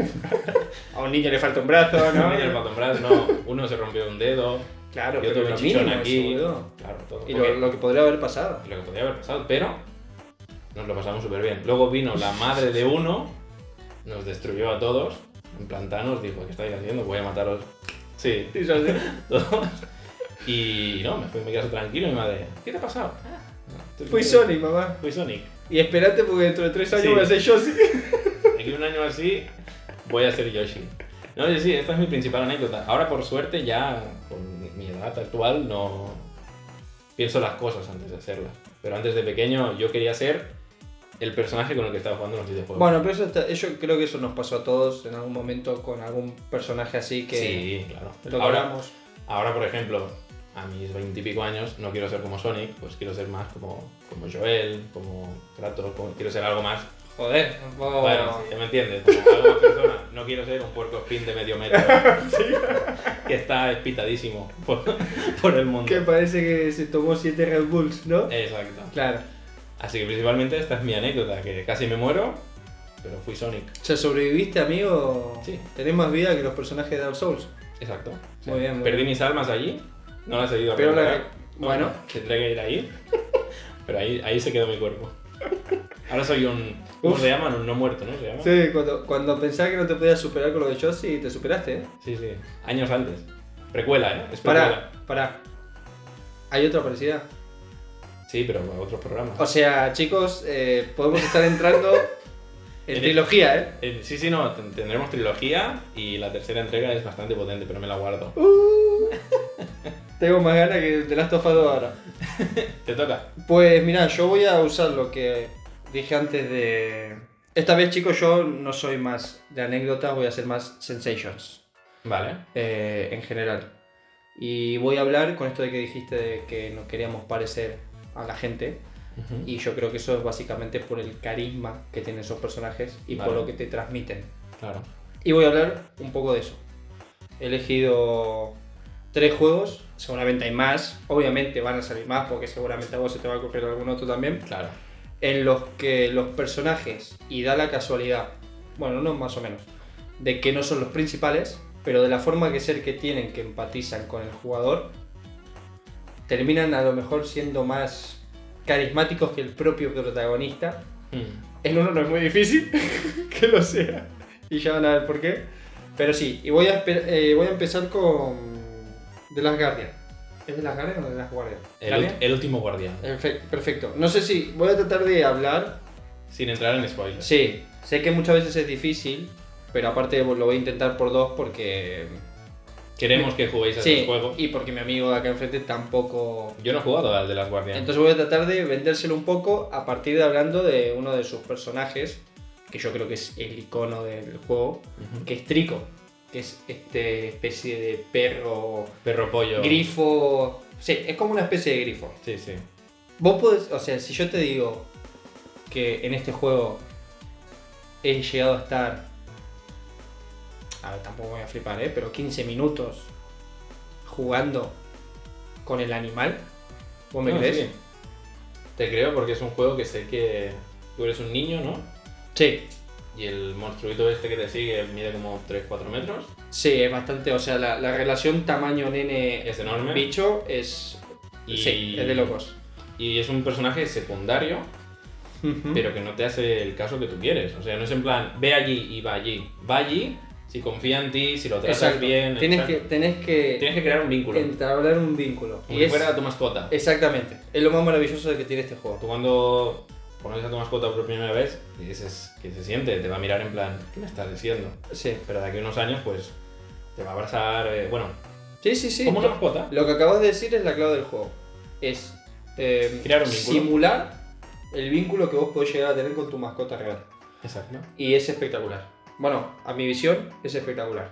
Speaker 4: A un niño le falta [LAUGHS] un brazo,
Speaker 2: [LAUGHS] no,
Speaker 4: ¿no?
Speaker 2: [LAUGHS] el bottom brass, no, uno se rompió un dedo,
Speaker 4: Claro,
Speaker 2: yo
Speaker 4: pero
Speaker 2: tuve un
Speaker 4: lo
Speaker 2: chichón
Speaker 4: mínimo,
Speaker 2: aquí.
Speaker 4: seguro.
Speaker 2: Claro, todo.
Speaker 4: Y
Speaker 2: Porque-
Speaker 4: lo, lo que podría haber pasado.
Speaker 2: y lo que podía haber pasado, pero nos lo pasamos súper bien. Luego vino la madre de uno, nos destruyó a todos, en plantanos, dijo, ¿qué estáis haciendo? Voy a mataros. Sí, [LAUGHS] todos. Y no, me fui a mi casa tranquilo, mi madre, ¿qué te ha pasado? "Ah,
Speaker 4: Fui Sony, mamá.
Speaker 2: Fui Sonic.
Speaker 4: Y espérate porque dentro de tres años
Speaker 2: Sí.
Speaker 4: voy a ser yo, sí.
Speaker 2: Aquí un año así voy a ser Yoshi. No, sí, sí, esta es mi principal anécdota. Ahora por suerte ya, con mi edad actual, no pienso las cosas antes de hacerlas. Pero antes de pequeño yo quería ser el personaje con el que estaba jugando en los videojuegos.
Speaker 4: Bueno, pero eso está- yo creo que eso nos pasó a todos en algún momento con algún personaje así que
Speaker 2: sí, claro.
Speaker 4: lo
Speaker 2: Ahora,
Speaker 4: logramos.
Speaker 2: ahora, por ejemplo, a mis veintipico años no quiero ser como Sonic, pues quiero ser más como, como Joel, como Kratos, como- quiero ser algo más
Speaker 4: Joder, un poco-
Speaker 2: Bueno, ya me entiendes. Como algo más persona, no quiero ser un puerco spin de medio
Speaker 4: [LAUGHS]
Speaker 2: metro. Que está espitadísimo por, por el mundo.
Speaker 4: que parece que se tomó siete Red Bulls, ¿no?
Speaker 2: Exacto.
Speaker 4: Claro.
Speaker 2: Así que principalmente esta es mi anécdota, que casi me muero, pero fui Sonic.
Speaker 4: O sea, sobreviviste, amigo.
Speaker 2: Sí.
Speaker 4: Tenés más vida que los personajes de Dark Souls.
Speaker 2: Exacto. O
Speaker 4: Muy bien, muy
Speaker 2: Perdí
Speaker 4: bien.
Speaker 2: mis almas allí, no las he ido a
Speaker 4: Pero la-
Speaker 2: recuperar.
Speaker 4: bueno.
Speaker 2: Tendré que ir ahí, [LAUGHS] pero ahí, ahí se quedó mi cuerpo. Ahora soy un... ¿Cómo
Speaker 4: Uf.
Speaker 2: se llaman? Un no muerto, ¿no? ¿Se llama?
Speaker 4: Sí, cuando, cuando pensaba que no te podías superar con lo de Josie, te superaste, ¿eh?
Speaker 2: sí, sí. Años antes. Precuela, ¿eh? Es precuela.
Speaker 4: Pará, pará. ¿Hay otra parecida?
Speaker 2: Sí, pero a otros programas.
Speaker 4: O sea, chicos, eh, podemos
Speaker 2: [LAUGHS]
Speaker 4: estar entrando en
Speaker 2: En-
Speaker 4: trilogía, ¿eh?
Speaker 2: Eh, Sí, sí, no, ten- tendremos trilogía y la tercera entrega es bastante potente, pero me la guardo.
Speaker 4: Tengo más ganas que de Last of Us dos ahora.
Speaker 2: Te toca.
Speaker 4: Pues mira, yo voy a usar lo que dije antes de... Esta vez, chicos, yo no soy más de anécdotas, voy a hacer más sensations.
Speaker 2: Vale.
Speaker 4: eh, en general. Y voy a hablar con esto de que dijiste de que nos queríamos parecer a la gente. Y yo creo que eso es básicamente por el carisma que tienen esos personajes y por
Speaker 2: Vale.
Speaker 4: lo que te transmiten.
Speaker 2: Claro.
Speaker 4: Y voy a hablar un poco de eso. He elegido tres juegos, seguramente hay más, obviamente van a salir más porque seguramente a vos se te va a ocurrir algún otro también,
Speaker 2: Claro.
Speaker 4: en los que los personajes, y da la casualidad, bueno, no más o menos, de que no son los principales, pero de la forma que ser que tienen, que empatizan con el jugador, terminan a lo mejor siendo más carismáticos que el propio protagonista.
Speaker 2: Mm.
Speaker 4: El uno no es muy difícil [LAUGHS] que lo sea. Y ya van a ver por qué. Pero sí, y voy a, espe- eh, voy a empezar con The Last Guardian. ¿Es The Last Guardian o The Last Guardian?
Speaker 2: El,
Speaker 4: ¿Guardian?
Speaker 2: ult- el último guardián.
Speaker 4: Perfe- Perfecto. No sé si voy a tratar de hablar.
Speaker 2: Sin entrar en spoilers.
Speaker 4: Sí, sé que muchas veces es difícil, pero aparte lo voy a intentar por dos porque...
Speaker 2: Queremos que juguéis a
Speaker 4: Sí,
Speaker 2: ese juego.
Speaker 4: y porque mi amigo de acá enfrente tampoco...
Speaker 2: Yo no he jugado al de las guardianes.
Speaker 4: Entonces voy a tratar de vendérselo un poco a partir de hablando de uno de sus personajes, que yo creo que es el icono del juego, que es Trico, que es este especie de perro,
Speaker 2: Perro pollo.
Speaker 4: grifo... Sí, es como una especie de grifo.
Speaker 2: Sí, sí.
Speaker 4: Vos podés, o sea, si yo te digo que en este juego he llegado a estar. A ver, tampoco voy a flipar, ¿eh? Pero 15 minutos jugando con el animal. ¿Vos me
Speaker 2: No,
Speaker 4: crees?
Speaker 2: Ah, sí. Te creo porque es un juego que sé que tú eres un niño, ¿no?
Speaker 4: Sí.
Speaker 2: Y el monstruito este que te sigue mide como 3-4 metros.
Speaker 4: sí, es bastante. O sea, la, la relación tamaño-nene-bicho
Speaker 2: Es enorme.
Speaker 4: es.
Speaker 2: Y-
Speaker 4: Sí, es de locos.
Speaker 2: Y es un personaje secundario
Speaker 4: Ujú.
Speaker 2: pero que no te hace el caso que tú quieres. O sea, no es en plan, ve allí y va allí. Va allí si confía en ti, si lo tratas
Speaker 4: Exacto.
Speaker 2: bien.
Speaker 4: Tienes
Speaker 2: exacto.
Speaker 4: que, tenés que
Speaker 2: Tienes que crear un vínculo.
Speaker 4: entablar un vínculo.
Speaker 2: Como
Speaker 4: y
Speaker 2: si
Speaker 4: es- eh,
Speaker 2: fuera tu mascota.
Speaker 4: Exactamente. Es lo más maravilloso de que tiene este juego.
Speaker 2: Tú cuando conoces a tu mascota por primera vez, y dices que se siente, te va a mirar en plan, ¿qué me estás diciendo?
Speaker 4: Sí.
Speaker 2: Pero de aquí a unos años, pues, te va a abrazar, eh, bueno,
Speaker 4: Sí, sí, sí.
Speaker 2: como una mascota.
Speaker 4: Lo que acabas de decir es la clave del juego. Es eh,
Speaker 2: Crear un vínculo.
Speaker 4: simular el vínculo que vos podés llegar a tener con tu mascota real.
Speaker 2: Exacto.
Speaker 4: Y es espectacular. Bueno, a mi visión es espectacular.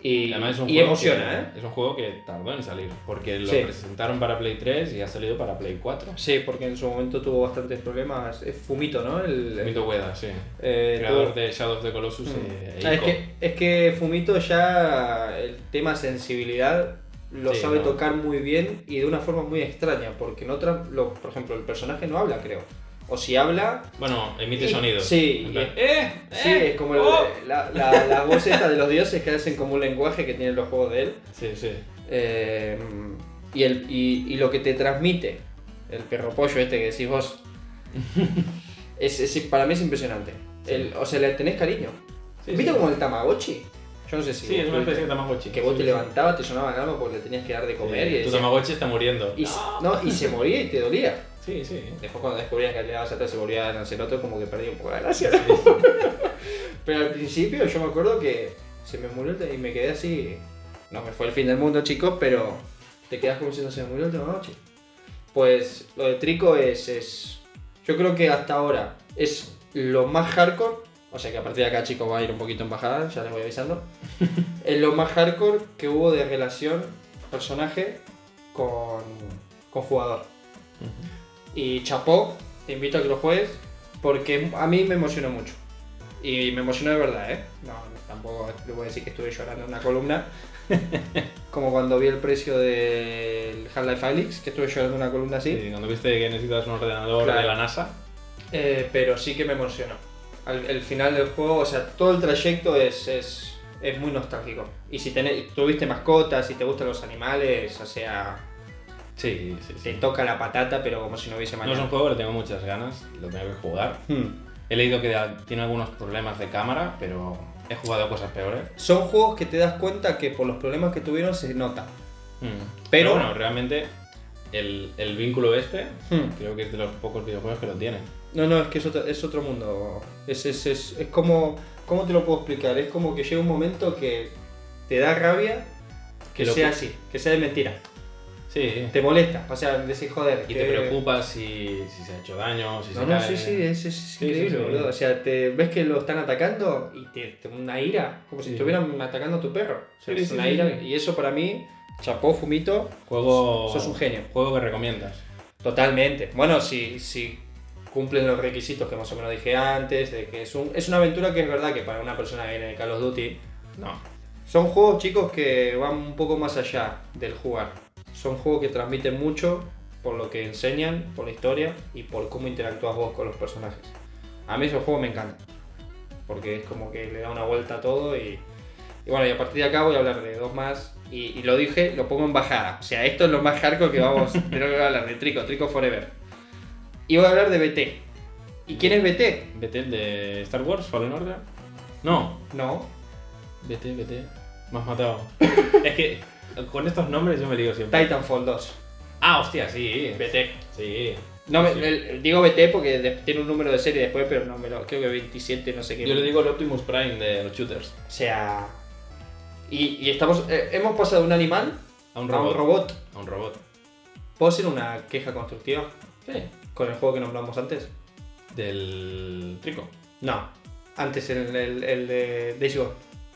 Speaker 2: Y
Speaker 4: Y,
Speaker 2: además es un
Speaker 4: y
Speaker 2: juego
Speaker 4: emociona,
Speaker 2: que-
Speaker 4: ¿eh?
Speaker 2: Es un juego que tardó en salir, porque lo
Speaker 4: Sí.
Speaker 2: presentaron para Play 3 y ha salido para Play 4.
Speaker 4: Sí, porque en su momento tuvo bastantes problemas. Es Fumito, ¿no? El,
Speaker 2: Mito Ueda, sí.
Speaker 4: eh,
Speaker 2: Creador
Speaker 4: tuvo-
Speaker 2: de Shadow of the Colossus.
Speaker 4: Mm.
Speaker 2: eh, e
Speaker 4: Ah, es,
Speaker 2: Ico.
Speaker 4: que, es que Fumito ya el tema sensibilidad lo
Speaker 2: Sí,
Speaker 4: sabe
Speaker 2: no.
Speaker 4: tocar muy bien y de una forma muy extraña, porque en otras, lo- por ejemplo, el personaje no habla, creo. O si habla,
Speaker 2: Bueno, emite
Speaker 4: Y-
Speaker 2: sonidos.
Speaker 4: sí,
Speaker 2: En plan,
Speaker 4: y-
Speaker 2: ¡Eh!
Speaker 4: sí,
Speaker 2: ¡Eh!
Speaker 4: es como el-
Speaker 2: ¡Oh!
Speaker 4: la, la, la voz esta de los dioses que hacen como un lenguaje que tienen los juegos de él.
Speaker 2: Sí, sí.
Speaker 4: Eh, y, el, y, y lo que te transmite el perro pollo este que
Speaker 2: [LAUGHS]
Speaker 4: decís vos, es, es- para mí es impresionante. El- o sea, le tenés cariño.
Speaker 2: Sí,
Speaker 4: ¿Viste
Speaker 2: sí.
Speaker 4: como el Tamagotchi? Yo no sé si...
Speaker 2: Sí, es una especie de Tamagotchi.
Speaker 4: Que vos
Speaker 2: Sí,
Speaker 4: te
Speaker 2: sí.
Speaker 4: levantabas, te sonaba el alma porque le tenías que dar de comer
Speaker 2: Sí,
Speaker 4: y,
Speaker 2: tu
Speaker 4: decías-
Speaker 2: Tamagotchi está muriendo.
Speaker 4: y, se- no, y se moría y te dolía.
Speaker 2: Sí, sí.
Speaker 4: Después cuando descubrías que le dabas atrás se volvía a hacer otro, como que perdí un poco la gracia. [LAUGHS] Pero al principio yo me acuerdo que se me murió el te- y me quedé así. No me fue el fin del mundo, chicos, pero te quedas como diciendo se me murió el noche. Pues lo de Trico es, es. Yo creo que hasta ahora es lo más hardcore. O sea que a partir de acá, chicos, va a ir un poquito en bajada, ya les voy avisando. es lo más hardcore que hubo de relación personaje con, con jugador. Y chapó, te invito a que lo juegues, porque a mí me emocionó mucho. Y me emocionó de verdad, ¿eh? No, no, tampoco le voy a decir que estuve llorando en una columna. Como cuando vi el precio del Half-Life Alyx, que estuve llorando en una columna así.
Speaker 2: Sí, Cuando viste que necesitas un ordenador
Speaker 4: Claro.
Speaker 2: de la NASA.
Speaker 4: Eh, pero sí que me emocionó. Al, el final del juego, o sea, todo el trayecto es, es, es muy nostálgico. Y si tenés, tuviste mascotas, si te gustan los animales, o sea,
Speaker 2: Sí, sí,
Speaker 4: te
Speaker 2: sí.
Speaker 4: toca la patata, pero como si no hubiese
Speaker 2: No es
Speaker 4: mañana.
Speaker 2: un juego que le tengo muchas ganas, lo tengo que jugar.
Speaker 4: Hmm.
Speaker 2: He leído que da- tiene algunos problemas de cámara, pero he jugado cosas peores.
Speaker 4: Son juegos que te das cuenta que por los problemas que tuvieron se nota.
Speaker 2: Mm. Pero,
Speaker 4: Pero-
Speaker 2: bueno, realmente el, el vínculo este
Speaker 4: Hmm.
Speaker 2: creo que es de los pocos videojuegos que lo tienen.
Speaker 4: No, no, es que es otro, es otro mundo. Es, es, es, es como. ¿Cómo te lo puedo explicar? Es como que llega un momento que te da rabia que
Speaker 2: lo
Speaker 4: sea así, que sea de mentira.
Speaker 2: Sí.
Speaker 4: Te molesta, o sea, decís joder.
Speaker 2: y
Speaker 4: que-
Speaker 2: te preocupas si, si se ha hecho daño, si
Speaker 4: No,
Speaker 2: se
Speaker 4: no,
Speaker 2: cae.
Speaker 4: sí, sí, es, es- es
Speaker 2: Sí,
Speaker 4: increíble,
Speaker 2: sí, sí.
Speaker 4: boludo. O sea, te ves que lo están atacando y te, te- una ira, como si
Speaker 2: Sí.
Speaker 4: estuvieran atacando a tu perro. O sea,
Speaker 2: Sí,
Speaker 4: es
Speaker 2: sí,
Speaker 4: una
Speaker 2: sí,
Speaker 4: ira,
Speaker 2: sí.
Speaker 4: y eso para mí, chapó, fumito,
Speaker 2: Juego,
Speaker 4: sos un genio.
Speaker 2: Juego que recomiendas.
Speaker 4: Totalmente. Bueno, si, si cumplen los requisitos que más o menos dije antes, de que es, un, es una aventura que es verdad que para una persona que viene de Call of Duty,
Speaker 2: No.
Speaker 4: son juegos chicos que van un poco más allá del jugar. Son juegos que transmiten mucho por lo que enseñan, por la historia y por cómo interactúas vos con los personajes. A mí esos juegos me encantan, porque es como que le da una vuelta a todo y, y bueno, y a partir de acá voy a hablar de dos más y, y lo dije, lo pongo en bajada. O sea, esto es lo más hardcore
Speaker 2: [LAUGHS]
Speaker 4: que vamos, de lo que voy a hablar, de Trico, Trico Forever. Y voy a hablar de BT. ¿Y quién es BT?
Speaker 2: ¿BT de Star Wars, Fallen Order? No.
Speaker 4: No,
Speaker 2: BT, BT. Me has [LAUGHS] matado. es que con estos nombres yo me lío siempre.
Speaker 4: Titanfall 2.
Speaker 2: Ah, hostia, sí.
Speaker 4: BT.
Speaker 2: Sí.
Speaker 4: No, me-
Speaker 2: Sí.
Speaker 4: el- digo BT porque de- tiene un número de serie después, pero no me lo. Creo que 27, no sé qué.
Speaker 2: Yo le digo el Optimus Prime de los shooters.
Speaker 4: O sea. Y, y estamos. eh, hemos pasado de un animal
Speaker 2: A un
Speaker 4: a
Speaker 2: robot.
Speaker 4: un robot.
Speaker 2: A un robot.
Speaker 4: ¿Puedo hacer una queja constructiva
Speaker 2: Sí.
Speaker 4: con el juego que nombramos antes?
Speaker 2: Del trico.
Speaker 4: No. Antes el, el, el de Days Gone.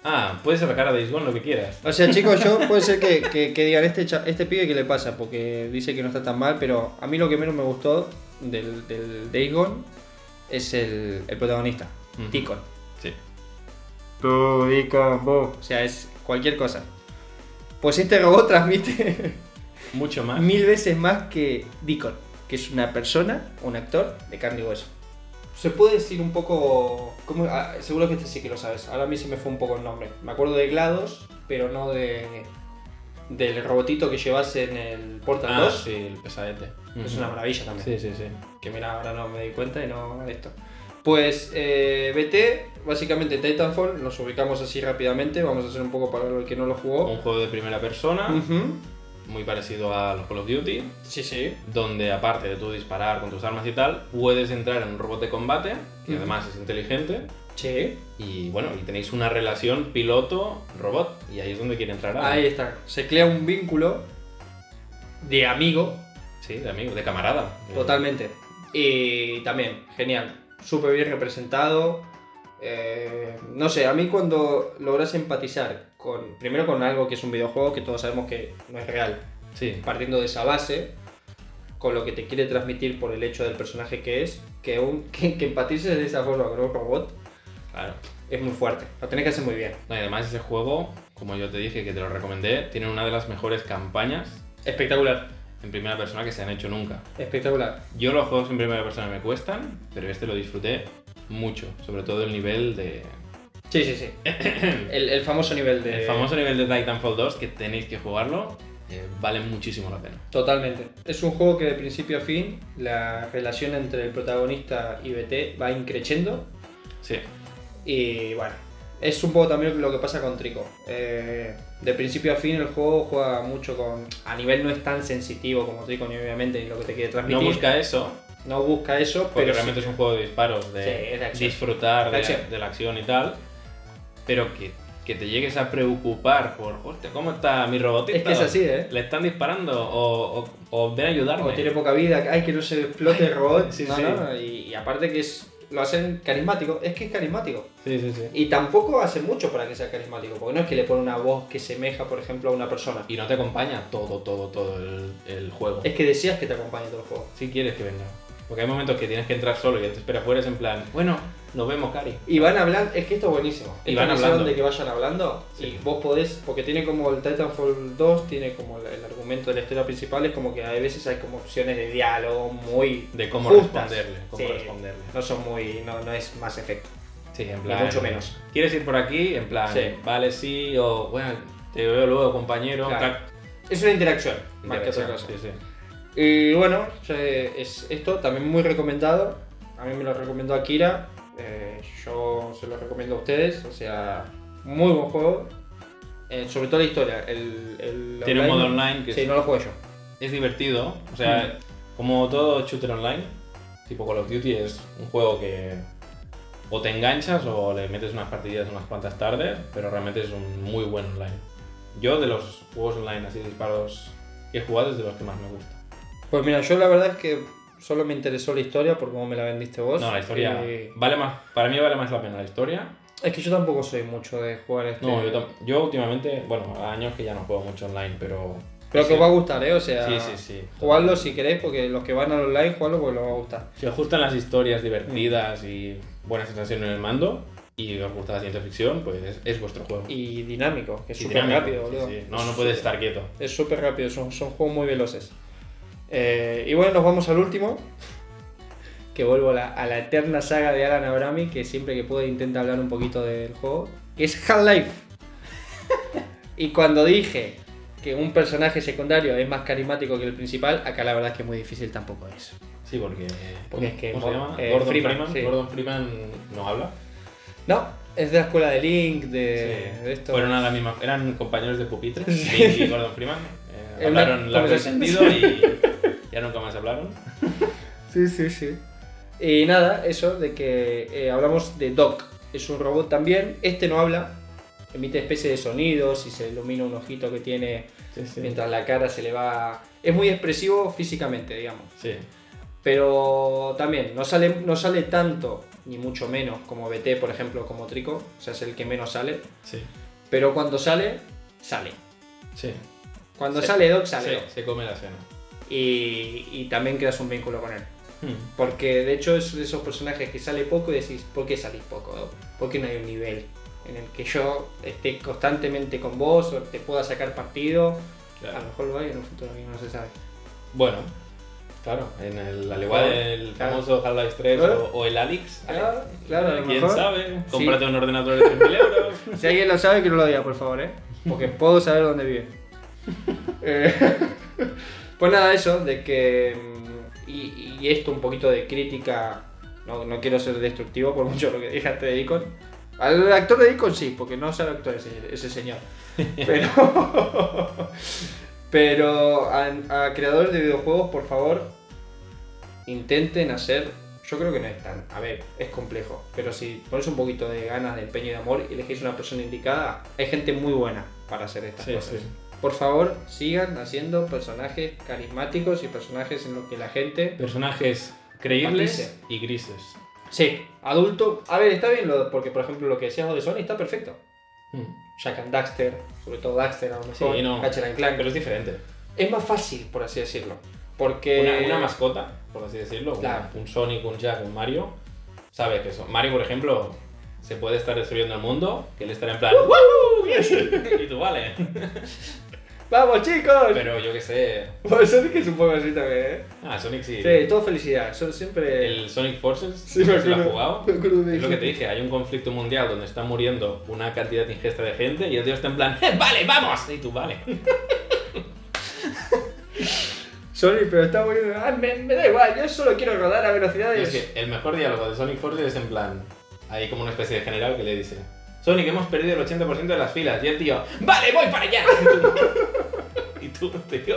Speaker 2: Ah, puedes sacar a Days Gone lo que quieras.
Speaker 4: O sea, chicos, yo puede ser que, que- que digan este, cha- este pibe que le pasa, porque dice que no está tan mal, pero a mí lo que menos me gustó del, del Days Gone es el, el protagonista,
Speaker 2: Ujú.
Speaker 4: Deacon.
Speaker 2: Sí.
Speaker 4: Tú, Deacon, vos. O sea, es cualquier cosa. Pues este robot transmite
Speaker 2: Mucho más.
Speaker 4: mil veces más que Deacon, que es una persona, un actor de carne y hueso. ¿Se puede decir un poco.? cómo- ah, seguro que este sí que lo sabes. Ahora a mí se me fue un poco el nombre. Me acuerdo de GLaDOS, pero no de. del robotito que llevas en el Portal
Speaker 2: Ah,
Speaker 4: 2.
Speaker 2: sí, el pesadete.
Speaker 4: Es
Speaker 2: Ujú.
Speaker 4: una maravilla también.
Speaker 2: Sí, sí, sí.
Speaker 4: Que mira, ahora no me di cuenta y no esto. Pues eh, BT, básicamente Titanfall, nos ubicamos así rápidamente. Vamos a hacer un poco para el que no lo jugó.
Speaker 2: Un juego de primera persona,
Speaker 4: Ujú.
Speaker 2: muy parecido a los Call of Duty,
Speaker 4: Sí, sí.
Speaker 2: donde aparte de tú disparar con tus armas y tal, puedes entrar en un robot de combate, que
Speaker 4: Ujú.
Speaker 2: además es inteligente,
Speaker 4: Sí.
Speaker 2: y bueno, y tenéis una relación piloto-robot, y ahí es donde quiere entrar Adam.
Speaker 4: Ahí está. Se crea un vínculo de amigo,
Speaker 2: Sí, de amigo, de camarada.
Speaker 4: totalmente. Y también, genial. Súper bien representado. Eh, no sé, a mí cuando logras empatizar con. Primero con algo que es un videojuego que todos sabemos que no es real.
Speaker 2: Sí,
Speaker 4: Partiendo de esa base, con lo que te quiere transmitir [LAUGHS] por el hecho del personaje que es, que, un, que, que empatices de esa forma con un robot,
Speaker 2: claro.
Speaker 4: es muy fuerte. Lo tenés que hacer muy bien.
Speaker 2: No, y además ese juego, como yo te dije que te lo recomendé, tiene una de las mejores campañas
Speaker 4: Espectacular,
Speaker 2: en primera persona que se han hecho nunca.
Speaker 4: espectacular.
Speaker 2: Yo los juegos en primera persona me cuestan, pero este lo disfruté mucho, sobre todo el nivel de...
Speaker 4: Sí, sí,
Speaker 2: [COUGHS]
Speaker 4: sí. El, el famoso nivel de.
Speaker 2: El famoso nivel de Titanfall 2, que tenéis que jugarlo, eh, vale muchísimo la pena.
Speaker 4: Totalmente. Es un juego que de principio a fin la relación entre el protagonista y BT va increciendo
Speaker 2: Sí,
Speaker 4: y bueno, es un poco también lo que pasa con Trico. Eh, de principio a fin el juego juega mucho con... A nivel no es tan sensitivo como Trico ni obviamente ni lo que te quiere transmitir.
Speaker 2: no busca eso,
Speaker 4: No busca eso,
Speaker 2: porque
Speaker 4: pero
Speaker 2: realmente
Speaker 4: sí-
Speaker 2: es un juego de disparos,
Speaker 4: Sí, es de
Speaker 2: de
Speaker 4: acción.
Speaker 2: disfrutar
Speaker 4: De
Speaker 2: de,
Speaker 4: acción.
Speaker 2: de la acción y tal, pero que, que te llegues a preocupar por, hostia, ¿cómo está mi robotita?
Speaker 4: Es que es así, ¿eh?
Speaker 2: ¿Le están disparando? ¿O, o, o ven a ayudarme?
Speaker 4: O tiene poca vida, ay, que no se explote el robot.
Speaker 2: sí,
Speaker 4: no,
Speaker 2: sí.
Speaker 4: no, y, y aparte que es, lo hacen carismático, es que es carismático.
Speaker 2: Sí, sí, sí.
Speaker 4: Y tampoco hace mucho para que sea carismático, porque no es que le pone una voz que semeja, por ejemplo, a una persona.
Speaker 2: Y no te acompaña todo, todo, todo el, el juego.
Speaker 4: Es que decías que te acompaña todo el juego.
Speaker 2: Si quieres que venga. Porque hay momentos que tienes que entrar solo y él te espera afuera, es en plan, bueno, nos vemos, Cari.
Speaker 4: Y van hablando, es que esto es buenísimo.
Speaker 2: Y
Speaker 4: Esta
Speaker 2: van
Speaker 4: misión
Speaker 2: hablando.
Speaker 4: de que vayan hablando
Speaker 2: Sí.
Speaker 4: y vos podés, porque tiene como el Titanfall 2, tiene como el, el argumento de la historia principal, es como que a veces hay como opciones de diálogo muy...
Speaker 2: De cómo
Speaker 4: Justas.
Speaker 2: responderle, cómo
Speaker 4: Sí.
Speaker 2: responderle.
Speaker 4: No son muy, no, no es más efecto.
Speaker 2: Sí, en
Speaker 4: Ni
Speaker 2: plan.
Speaker 4: mucho menos.
Speaker 2: ¿Quieres ir por aquí? En plan,
Speaker 4: Sí.
Speaker 2: vale, sí, o bueno, te veo luego, compañero.
Speaker 4: Claro.
Speaker 2: tac.
Speaker 4: Es una interacción, más que otra cosa.
Speaker 2: Sí, sí.
Speaker 4: Y bueno, se- es esto también muy recomendado. A mí me lo recomendó Akira. eh, yo se lo recomiendo a ustedes. O sea, muy buen juego. Eh, sobre todo la historia. El, el
Speaker 2: Tiene un modo online que
Speaker 4: Sí,
Speaker 2: es,
Speaker 4: no lo juego yo.
Speaker 2: es divertido. O sea,
Speaker 4: Mm.
Speaker 2: como todo shooter online, tipo Call of Duty, es un juego que o te enganchas o le metes unas partidas unas cuantas tardes, pero realmente es un muy buen online. Yo, de los juegos online así de disparos que he jugado, es de los que más me gusta.
Speaker 4: Pues mira, yo la verdad es que solo me interesó la historia por cómo me la vendiste vos.
Speaker 2: No, la historia
Speaker 4: Eh,
Speaker 2: vale más. Para mí vale más la pena la historia.
Speaker 4: es que yo tampoco soy mucho de jugar este.
Speaker 2: No, yo, tam- yo últimamente, bueno, hace años que ya no juego mucho online, pero.
Speaker 4: Pero que
Speaker 2: sí.
Speaker 4: os va a gustar, ¿eh? O sea,
Speaker 2: Sí, sí, sí.
Speaker 4: jugadlo si queréis, porque los que van al online, jugadlo porque les va a gustar.
Speaker 2: Si os gustan las historias divertidas y buena sensación en el mando, y os gusta la ciencia ficción, pues es, es vuestro juego.
Speaker 4: Y dinámico, que es
Speaker 2: Y
Speaker 4: súper
Speaker 2: dinámico,
Speaker 4: rápido,
Speaker 2: sí,
Speaker 4: boludo.
Speaker 2: sí. No, no puedes estar quieto.
Speaker 4: Es súper rápido, son, son juegos muy veloces. Eh, y bueno, nos vamos al último. Que vuelvo a la, a la eterna saga de Alan Abrami, que siempre que puede intenta hablar un poquito del juego. Que es Half-Life. y cuando dije que un personaje secundario es más carismático que el principal, acá la verdad es que muy difícil tampoco es.
Speaker 2: Sí, porque.
Speaker 4: Porque es que
Speaker 2: ¿Cómo se
Speaker 4: Mo-
Speaker 2: llama?
Speaker 4: eh,
Speaker 2: Gordon
Speaker 4: Freeman,
Speaker 2: Freeman.
Speaker 4: sí.
Speaker 2: Gordon Freeman no habla.
Speaker 4: No, es de la escuela de Link, de,
Speaker 2: Sí.
Speaker 4: Eh, de esto.
Speaker 2: Fueron a la misma, eran compañeros de pupitre, Link y Gordon Freeman.
Speaker 4: [LAUGHS]
Speaker 2: Eh,
Speaker 4: En una
Speaker 2: hablaron largo y
Speaker 4: conversación.
Speaker 2: tendido y ya nunca más hablaron.
Speaker 4: Sí, sí, sí. Y nada, eso de que eh, hablamos de Doc. Es un robot también. Este no habla. Emite especie de sonidos y se ilumina un ojito que tiene
Speaker 2: Sí, sí.
Speaker 4: mientras la cara se le va... Es muy expresivo físicamente, digamos.
Speaker 2: Sí,
Speaker 4: Pero también no sale, no sale tanto, ni mucho menos, como BT, por ejemplo, como Trico. O sea, es el que menos sale.
Speaker 2: sí,
Speaker 4: Pero cuando sale, sale.
Speaker 2: sí.
Speaker 4: Cuando
Speaker 2: Sí.
Speaker 4: sale Doc,
Speaker 2: Se-
Speaker 4: sale Doc.
Speaker 2: se come la cena.
Speaker 4: Y, y también creas un vínculo con él.
Speaker 2: Hmm.
Speaker 4: Porque de hecho es de esos personajes que sale poco y decís, ¿por qué salís poco? Doc? ¿Por qué no hay un nivel en el que yo esté constantemente con vos o te pueda sacar partido? A
Speaker 2: Claro.
Speaker 4: lo mejor lo hay en un futuro que no se sabe.
Speaker 2: Bueno, claro, en el, al igual
Speaker 4: Claro,
Speaker 2: el
Speaker 4: claro.
Speaker 2: famoso Half-Life 3
Speaker 4: ¿Eh?
Speaker 2: o, o el Alex.
Speaker 4: Claro, claro, a lo
Speaker 2: ¿Quién
Speaker 4: mejor.
Speaker 2: sabe? Cómprate un ordenador de 3.000
Speaker 4: [LAUGHS]
Speaker 2: euros.
Speaker 4: Si alguien lo sabe, que no lo diga, por favor, ¿eh? Porque puedo saber dónde vive. Eh, [LAUGHS] pues nada, eso, de que... mm, Y, y esto un poquito de crítica, no, no quiero ser destructivo por mucho lo que dije antes de Icon. Al actor de Icon sí, porque no sabe actor ese,
Speaker 2: [LAUGHS]
Speaker 4: ese señor. Pero... Pero a, a creadores de videojuegos, por favor, intenten hacer. Yo creo que no es tan. A ver, es complejo. Pero si pones un poquito de ganas, de empeño y de amor y elegís una persona indicada, hay gente muy buena para hacer estas
Speaker 2: Sí,
Speaker 4: cosas.
Speaker 2: sí.
Speaker 4: Por favor, sigan haciendo personajes carismáticos y personajes en los que la gente.
Speaker 2: Personajes creíbles
Speaker 4: Matices.
Speaker 2: y grises.
Speaker 4: Sí, adulto. A ver, está bien, lo, porque por ejemplo lo que decías vos de Sony está perfecto.
Speaker 2: Hmm.
Speaker 4: Jack and Daxter, sobre todo Daxter a lo
Speaker 2: Sí,
Speaker 4: mejor.
Speaker 2: no.
Speaker 4: Ratchet and Clank.
Speaker 2: Pero es diferente.
Speaker 4: es más fácil, por así decirlo. Porque.
Speaker 2: Una, una mascota, por así decirlo. una-
Speaker 4: Eh, Claro.
Speaker 2: un Sonic, un Jack, un Mario. Sabes que eso. Mario, por ejemplo, se puede estar destruyendo el mundo, que él estará
Speaker 4: [LAUGHS]
Speaker 2: en plan, "Woohoo, yes". y tú, vale.
Speaker 4: [LAUGHS]
Speaker 2: [LAUGHS]
Speaker 4: ¡Vamos, chicos! Pues,
Speaker 2: Pero yo qué sé.
Speaker 4: Bueno, Sonic es un poco así también, ¿eh?
Speaker 2: Ah, Sonic sí.
Speaker 4: Sí, todo felicidad. Son siempre.
Speaker 2: El Sonic Forces,
Speaker 4: Sí, me
Speaker 2: no sé si lo has
Speaker 4: acuerdo. [LAUGHS]
Speaker 2: jugado.
Speaker 4: me acuerdo de
Speaker 2: Es lo que
Speaker 4: eso.
Speaker 2: te dije, hay un conflicto mundial donde está muriendo una cantidad ingesta de gente y el tío está en plan, "Eh, vale, vamos. Y tú,
Speaker 4: [LAUGHS]
Speaker 2: vale.
Speaker 4: Sonic, pero está muriendo. Ah, me, me da igual, yo solo quiero rodar a
Speaker 2: Y
Speaker 4: velocidades.
Speaker 2: es que el mejor diálogo de Sonic Forces es en plan, hay como una especie de general que le dice, Sonic, hemos perdido el 80% de las filas. Y el tío, vale, voy para allá. y tú, [LAUGHS] tío,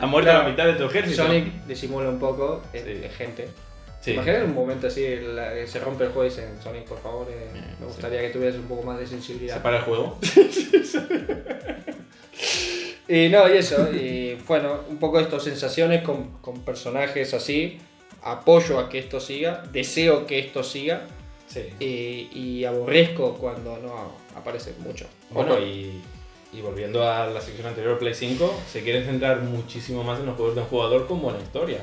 Speaker 2: ha muerto
Speaker 4: Claro.
Speaker 2: la mitad de tu ejército.
Speaker 4: Sonic disimula un poco eh,
Speaker 2: Sí.
Speaker 4: eh, gente.
Speaker 2: Sí.
Speaker 4: Imagina en un momento así, la- eh, se rompe el juego y dicen, Sonic, por favor, eh,
Speaker 2: Eh,
Speaker 4: me
Speaker 2: sí.
Speaker 4: gustaría que tuvieras un poco más de
Speaker 2: Se
Speaker 4: sensibilidad.
Speaker 2: para el
Speaker 4: [LAUGHS]
Speaker 2: juego.
Speaker 4: Y no, y eso, y [LAUGHS] bueno, un poco estas sensaciones con, con personajes así, apoyo a que esto siga, deseo que esto siga,
Speaker 2: Sí.
Speaker 4: y, y aborrezco cuando no aparece mucho.
Speaker 2: Bueno, y, y volviendo a la sección anterior, Play 5, se quieren centrar muchísimo más en los juegos de un jugador con buena historia.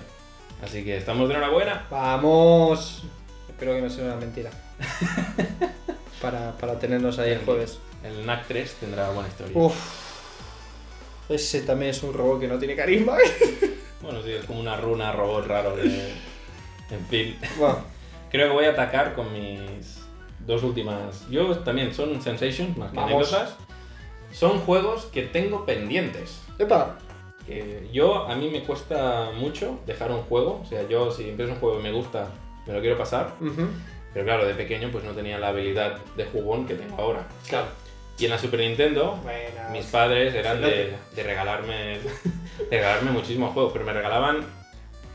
Speaker 2: Así que estamos de enhorabuena.
Speaker 4: Vamos. Espero que no sea una mentira. [LAUGHS] para, para tenernos ahí el jueves.
Speaker 2: El NAC 3 tendrá buena historia.
Speaker 4: Uf. Ese también es un robot que no tiene carisma. ¿eh?
Speaker 2: Bueno, sí, es como una runa robot raro. que- En fin,
Speaker 4: [LAUGHS] bueno,
Speaker 2: creo que voy a atacar con mis dos últimas. Yo también son sensations más que
Speaker 4: Vamos.
Speaker 2: anécdotas. Son juegos que tengo pendientes.
Speaker 4: epa.
Speaker 2: que yo a mí me cuesta mucho dejar un juego, o sea, yo si empiezo un juego y me gusta, me lo quiero pasar,
Speaker 4: Ujú.
Speaker 2: pero claro, de pequeño pues no tenía la habilidad de jugón que tengo ahora.
Speaker 4: Claro.
Speaker 2: Y en la Super Nintendo,
Speaker 4: Bueno.
Speaker 2: mis padres eran
Speaker 4: Sí,
Speaker 2: de, de regalarme [LAUGHS] de regalarme muchísimos juegos, pero me regalaban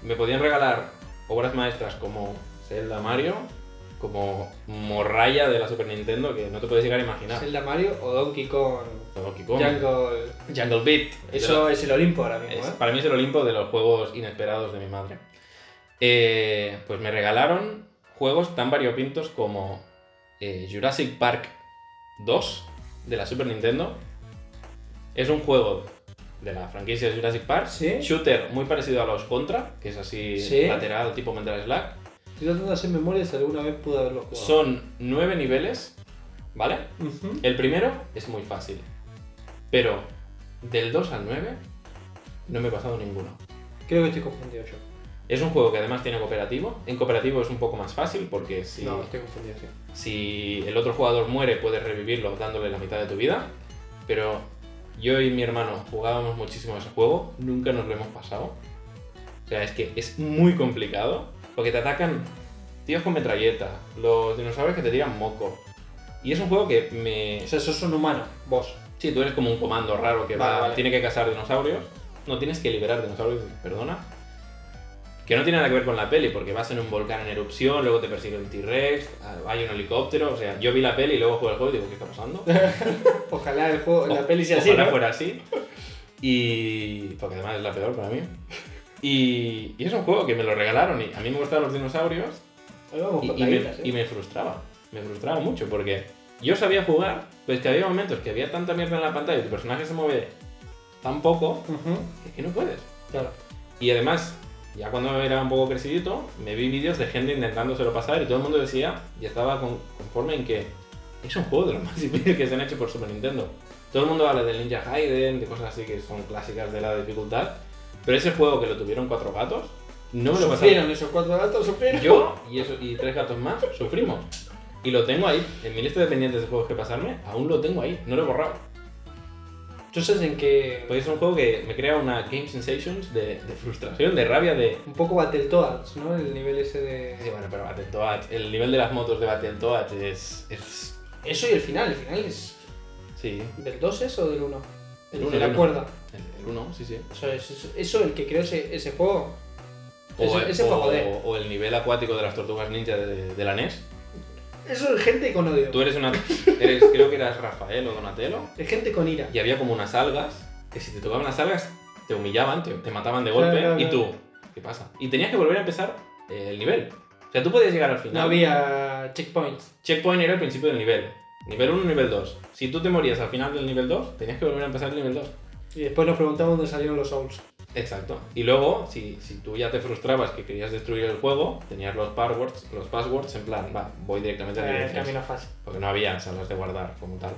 Speaker 2: me podían regalar obras maestras como Zelda Mario, como Morraya de la Super Nintendo que no te puedes llegar a imaginar.
Speaker 4: Zelda Mario o Donkey Kong.
Speaker 2: Donkey Kong,
Speaker 4: Jungle.
Speaker 2: Jungle Beat.
Speaker 4: Eso es el Olimpo ahora mismo,
Speaker 2: Es-
Speaker 4: ¿eh?
Speaker 2: para mí es el Olimpo de los juegos inesperados de mi madre. Eh, pues me regalaron juegos tan variopintos como eh, Jurassic Park 2 de la Super Nintendo. Es un juego de la franquicia de Jurassic Park.
Speaker 4: Sí.
Speaker 2: Shooter muy parecido a los Contra, que es así
Speaker 4: Sí.
Speaker 2: lateral, tipo Mental Slack.
Speaker 4: Estoy tratando de hacer memoria si alguna vez pude haberlo jugado.
Speaker 2: Son nueve niveles, ¿vale?
Speaker 4: Ujú.
Speaker 2: El primero es muy fácil. Pero del 2 al 9 no me he pasado ninguno.
Speaker 4: Creo que estoy confundido yo.
Speaker 2: Es un juego que además tiene cooperativo. En cooperativo es un poco más fácil porque si,
Speaker 4: No, estoy confundido, sí.
Speaker 2: si el otro jugador muere puedes revivirlo dándole la mitad de tu vida. Pero yo y mi hermano jugábamos muchísimo a ese juego, nunca nos lo hemos pasado. O sea, es que es muy complicado porque te atacan tíos con metralleta, los dinosaurios que te tiran moco. Y es un juego que me...
Speaker 4: O sea, sos un humano, vos.
Speaker 2: Sí, tú eres como un comando raro que
Speaker 4: Vale,
Speaker 2: va-
Speaker 4: vale.
Speaker 2: tiene que cazar dinosaurios. No, tienes que liberar dinosaurios, perdona. Que no tiene nada que ver con la peli, porque vas en un volcán en erupción, luego te persigue el T-Rex, ah, hay un helicóptero. O sea, yo vi la peli y luego juego el juego y digo, ¿qué está
Speaker 4: [LAUGHS]
Speaker 2: pasando?
Speaker 4: Ojalá el juego, la
Speaker 2: O-
Speaker 4: peli sea así.
Speaker 2: ojalá
Speaker 4: ¿no?
Speaker 2: fuera así. Y. Porque además es la peor para mí. Y, y es un juego que me lo regalaron y a mí me gustaban los dinosaurios
Speaker 4: Ahí vamos
Speaker 2: y,
Speaker 4: con
Speaker 2: y me,
Speaker 4: taguitas, ¿eh?
Speaker 2: y me frustraba. Me frustraba mucho porque yo sabía jugar, pero es que había momentos que había tanta mierda en la pantalla y tu personaje se mueve tan poco
Speaker 4: Ujú,
Speaker 2: que es que no puedes.
Speaker 4: Claro.
Speaker 2: Y además, ya cuando era un poco crecidito, me vi vídeos de gente intentándoselo pasar y todo el mundo decía, y estaba con- conforme en que es un juego de los [LAUGHS] más difíciles que se han hecho por Super Nintendo. Todo el mundo habla del Ninja Gaiden, de cosas así que son clásicas de la dificultad, pero ese juego que lo tuvieron cuatro gatos, no me lo pasaron.
Speaker 4: Sufrieron esos cuatro gatos, sufrieron.
Speaker 2: Yo y, eso, y tres gatos más sufrimos. Y lo tengo ahí, en mi lista de pendientes de juegos que pasarme, aún lo tengo ahí, no lo he borrado.
Speaker 4: ¿Tú sabes en qué?
Speaker 2: Pues es un juego que me crea una game sensations de, de frustración, de rabia, de...
Speaker 4: Un poco Battletoads, ¿no? El nivel ese
Speaker 2: Sí,
Speaker 4: de...
Speaker 2: bueno, pero Battletoads, el nivel de las motos de Battletoads es... es
Speaker 4: Eso y el final, el final es...
Speaker 2: sí,
Speaker 4: ¿Del 2 es o del 1?
Speaker 2: El
Speaker 4: El
Speaker 2: uno,
Speaker 4: de
Speaker 2: el
Speaker 4: la
Speaker 2: uno.
Speaker 4: cuerda.
Speaker 2: el 1, sí, sí.
Speaker 4: Eso, es- eso, eso, el que creó ese, ese juego.
Speaker 2: O,
Speaker 4: Ese- ese
Speaker 2: o-
Speaker 4: fue joder.
Speaker 2: o el nivel acuático de las tortugas ninja de, de la NES.
Speaker 4: Eso es gente con odio.
Speaker 2: Tú eres una... Eres, creo que eras Rafael o Donatello.
Speaker 4: Es gente con ira.
Speaker 2: Y había como unas algas, que si te tocaban las algas, te humillaban, te, te mataban de
Speaker 4: Claro,
Speaker 2: golpe.
Speaker 4: claro,
Speaker 2: Y
Speaker 4: claro.
Speaker 2: tú, ¿qué pasa? Y tenías que volver a empezar eh, el nivel. O sea, tú podías llegar al final.
Speaker 4: No había checkpoints.
Speaker 2: Checkpoint era el principio del nivel. Nivel 1, nivel 2. Si tú te morías al final del nivel 2, tenías que volver a empezar el nivel 2.
Speaker 4: Y después nos preguntamos dónde salieron los Souls.
Speaker 2: Exacto. Y luego, si, si tú ya te frustrabas que querías destruir el juego, tenías los passwords, los passwords en plan, va, voy directamente a la
Speaker 6: Eh,
Speaker 2: dirección.
Speaker 6: camino fácil.
Speaker 2: porque no había salas de guardar como tal.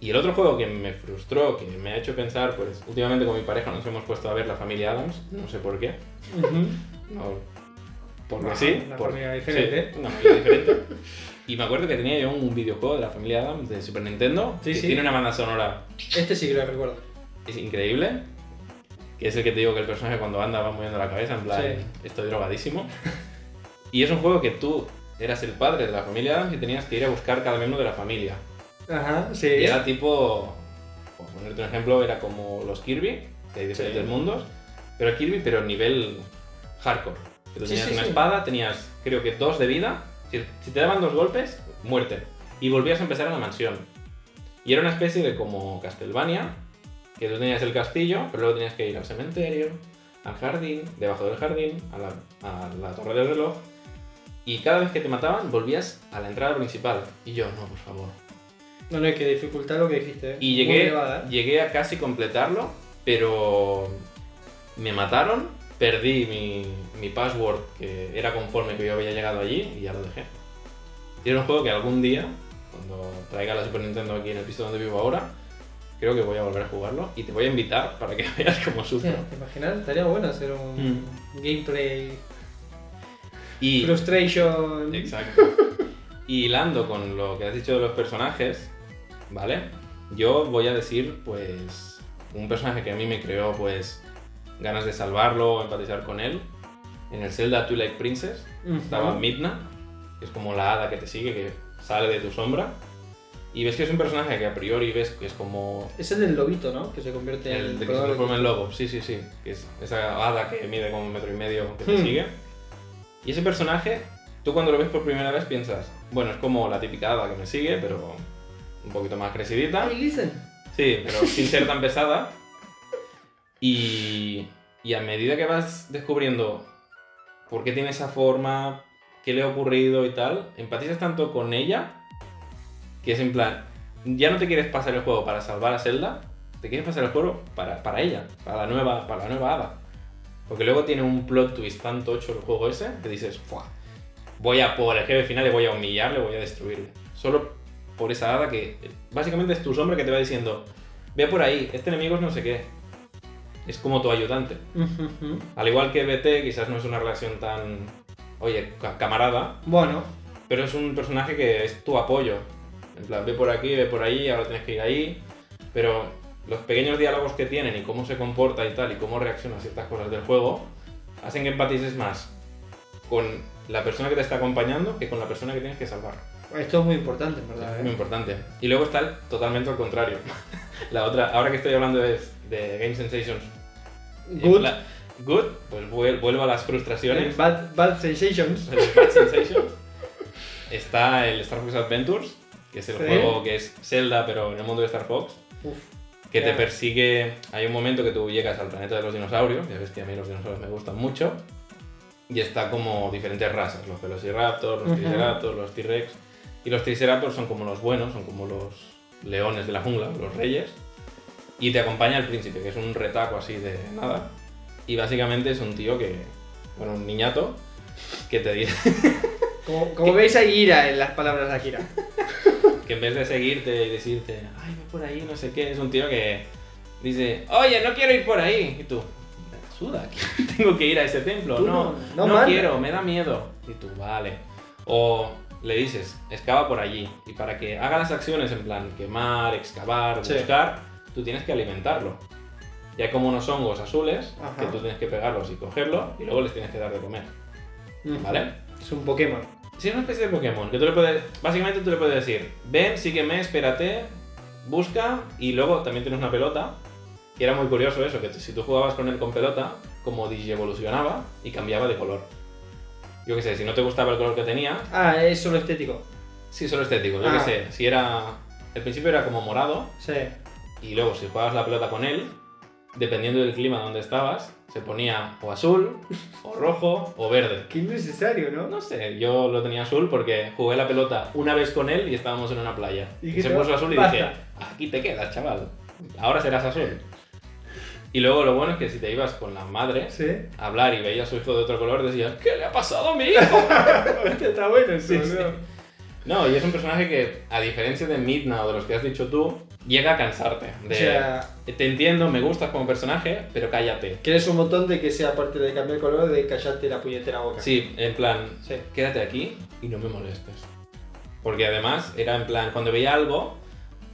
Speaker 2: Y el otro juego que me frustró, que me ha hecho pensar, pues últimamente con mi pareja nos hemos puesto a ver la familia Adams, no sé por qué. No, porque
Speaker 4: Ah,
Speaker 6: Bueno,
Speaker 2: sí.
Speaker 6: una
Speaker 2: por-
Speaker 6: familia diferente.
Speaker 2: sí, una familia diferente. y me acuerdo que tenía yo un videojuego de la familia Adams de Super Nintendo,
Speaker 4: Sí,
Speaker 2: que
Speaker 4: sí.
Speaker 2: tiene una banda sonora
Speaker 4: Este sí que lo recuerdo.
Speaker 2: es increíble. Que es el que te digo que el personaje cuando anda va moviendo la cabeza, en plan,
Speaker 4: Sí.
Speaker 2: estoy drogadísimo. y es un juego que tú eras el padre de la familia Adams y tenías que ir a buscar cada miembro de la familia.
Speaker 4: Ajá, sí.
Speaker 2: Y era tipo, por ponerte un ejemplo, era como los Kirby, que hay diferentes mundos, pero Kirby, pero nivel hardcore. Que tú
Speaker 4: Sí,
Speaker 2: tenías
Speaker 4: sí,
Speaker 2: una
Speaker 4: sí.
Speaker 2: espada, tenías creo que dos de vida, si, si te daban dos golpes, muerte. Y volvías a empezar en la mansión. Y era una especie de como Castlevania, que tú tenías el castillo, pero luego tenías que ir al cementerio, al jardín, debajo del jardín, a la, a la torre del reloj. Y cada vez que te mataban, volvías a la entrada principal. Y yo, no, por favor,
Speaker 4: No, no, es que dificultad lo que dijiste. ¿eh?
Speaker 2: y
Speaker 4: Muy
Speaker 2: llegué,
Speaker 4: elevada, ¿eh?
Speaker 2: llegué a casi completarlo, pero me mataron, perdí mi, mi password que era conforme que yo había llegado allí y ya lo dejé. Y era un juego que algún día, cuando traiga la Super Nintendo aquí en el piso donde vivo ahora, creo que voy a volver a jugarlo y te voy a invitar para que [LAUGHS] veas cómo sufro.
Speaker 4: Hostia, ¿Te imaginas? Estaría bueno hacer un gameplay
Speaker 2: Mm. Y
Speaker 4: frustration.
Speaker 2: Exacto. Y hilando con lo que has dicho de los personajes, ¿vale? Yo voy a decir, pues, un personaje que a mí me creó, pues, ganas de salvarlo, empatizar con él. En el Zelda Twilight Princess
Speaker 4: Ujú.
Speaker 2: estaba Midna, que es como la hada que te sigue, que sale de tu sombra. Y ves que es un personaje que a priori ves que es como
Speaker 4: Es el del lobito, ¿no? Que se convierte en
Speaker 2: el de que se transforma en lobo, sí, sí, sí. Que es esa hada que mide como un metro y medio que te
Speaker 4: Hmm.
Speaker 2: sigue. Y ese personaje, tú cuando lo ves por primera vez piensas, bueno, es como la típica hada que me sigue, pero un poquito más crecidita.
Speaker 4: Hey, listen.
Speaker 2: Sí, pero sin ser tan pesada. Y, y a medida que vas descubriendo por qué tiene esa forma, qué le ha ocurrido y tal, empatizas tanto con ella que es en plan, ya no te quieres pasar el juego para salvar a Zelda, te quieres pasar el juego para, para ella, para la, nueva, para la nueva hada. Porque luego tiene un plot twist tan tocho el juego ese que dices, "Fua, voy a por el jefe final, le voy a humillar, le voy a destruir. Solo por esa hada que eh, básicamente es tu sombra que te va diciendo, ve por ahí, este enemigo es no sé qué. Es como tu ayudante.
Speaker 4: Ujú, ujú.
Speaker 2: Al igual que BT, quizás no es una relación tan, oye, ca- camarada,
Speaker 4: Bueno,
Speaker 2: pero es un personaje que es tu apoyo. En plan, ve por aquí, ve por ahí, ahora tienes que ir ahí. Pero los pequeños diálogos que tienen y cómo se comporta y tal, y cómo reacciona a ciertas cosas del juego, hacen que empatices más con la persona que te está acompañando que con la persona que tienes que salvar.
Speaker 4: esto es muy importante, en ¿verdad?
Speaker 2: Es
Speaker 4: eh?
Speaker 2: muy importante. Y luego está el- totalmente al contrario. [LAUGHS] La otra, ahora que estoy hablando es de Game Sensations. en
Speaker 4: Good.
Speaker 2: pla- Good, pues vuel- vuelvo a las frustraciones.
Speaker 4: eh, Bad, bad sensations.
Speaker 2: [LAUGHS] El Bad Sensations. Está el Star Fox Adventures, que es el
Speaker 4: Sí.
Speaker 2: juego que es Zelda, pero en el mundo de Star Fox.
Speaker 4: Uf,
Speaker 2: Que te
Speaker 4: claro.
Speaker 2: persigue. Hay un momento que tú llegas al planeta de los dinosaurios. Ya ves que a mí los dinosaurios me gustan mucho. Y está como diferentes razas: los Velociraptors, los
Speaker 4: Ujú.
Speaker 2: Triceratops, los T-Rex. Y los Triceratops son como los buenos, son como los leones de la jungla, los reyes. Y te acompaña el príncipe, que es un retaco así de nada. Y básicamente es un tío que. Bueno, un niñato. Que te dice.
Speaker 4: Como, como veis hay ira en las palabras de
Speaker 2: [LAUGHS]
Speaker 4: Akira.
Speaker 2: que en vez de seguirte y decirte, ay, ve por ahí, no sé qué, es un tío que dice, oye, no quiero ir por ahí. Y tú, me la suda, [LAUGHS] que tengo que ir a ese templo.
Speaker 4: Tú
Speaker 2: no,
Speaker 4: no- no
Speaker 2: no,
Speaker 4: manda".
Speaker 2: quiero, me da miedo. Y tú, vale. O le dices, excava por allí. Y para que haga las acciones en plan quemar, excavar,
Speaker 4: Sí.
Speaker 2: buscar, tú tienes que alimentarlo. Y hay como unos hongos azules
Speaker 4: Ajá.
Speaker 2: que tú tienes que pegarlos y cogerlos y luego les tienes que dar de comer, ¿vale?
Speaker 4: Es un Pokémon.
Speaker 2: Sí, es una especie de Pokémon. Que tú le puedes, básicamente tú le puedes decir, ven, sígueme, espérate, busca y luego también tienes una pelota. Y era muy curioso eso, que t- si tú jugabas con él con pelota, como digievolucionaba y cambiaba de color. Yo qué sé, si no te gustaba el color que tenía,
Speaker 4: Ah, es solo estético.
Speaker 2: sí, solo estético. Yo
Speaker 4: Ah.
Speaker 2: qué sé, si era... Al principio era como morado
Speaker 4: Sí.
Speaker 2: y luego si jugabas la pelota con él, dependiendo del clima donde estabas, se ponía o azul, o rojo, o verde.
Speaker 4: Qué innecesario, ¿no?
Speaker 2: No sé, yo lo tenía azul porque jugué la pelota una vez con él y estábamos en una playa.
Speaker 4: Y
Speaker 2: Y
Speaker 4: dijiste,
Speaker 2: se puso azul y
Speaker 4: "Basta".
Speaker 2: dije, aquí te quedas, chaval. Ahora serás azul. Y luego lo bueno es que si te ibas con las madres
Speaker 4: Sí.
Speaker 2: a hablar y veías a su hijo de otro color, decías, ¿qué le ha pasado a mi hijo?
Speaker 4: [LAUGHS] Está bueno eso,
Speaker 2: Sí, sí. No, y es un personaje que, a diferencia de Midna o de los que has dicho tú, llega a cansarte. De,
Speaker 4: O sea,
Speaker 2: te entiendo, me gustas como personaje, pero cállate.
Speaker 4: quieres un montón de que sea parte de cambiar el color, de callarte la puñetera boca.
Speaker 2: Sí, en plan,
Speaker 4: Sí.
Speaker 2: quédate aquí y no me molestes. Porque además era en plan, cuando veía algo,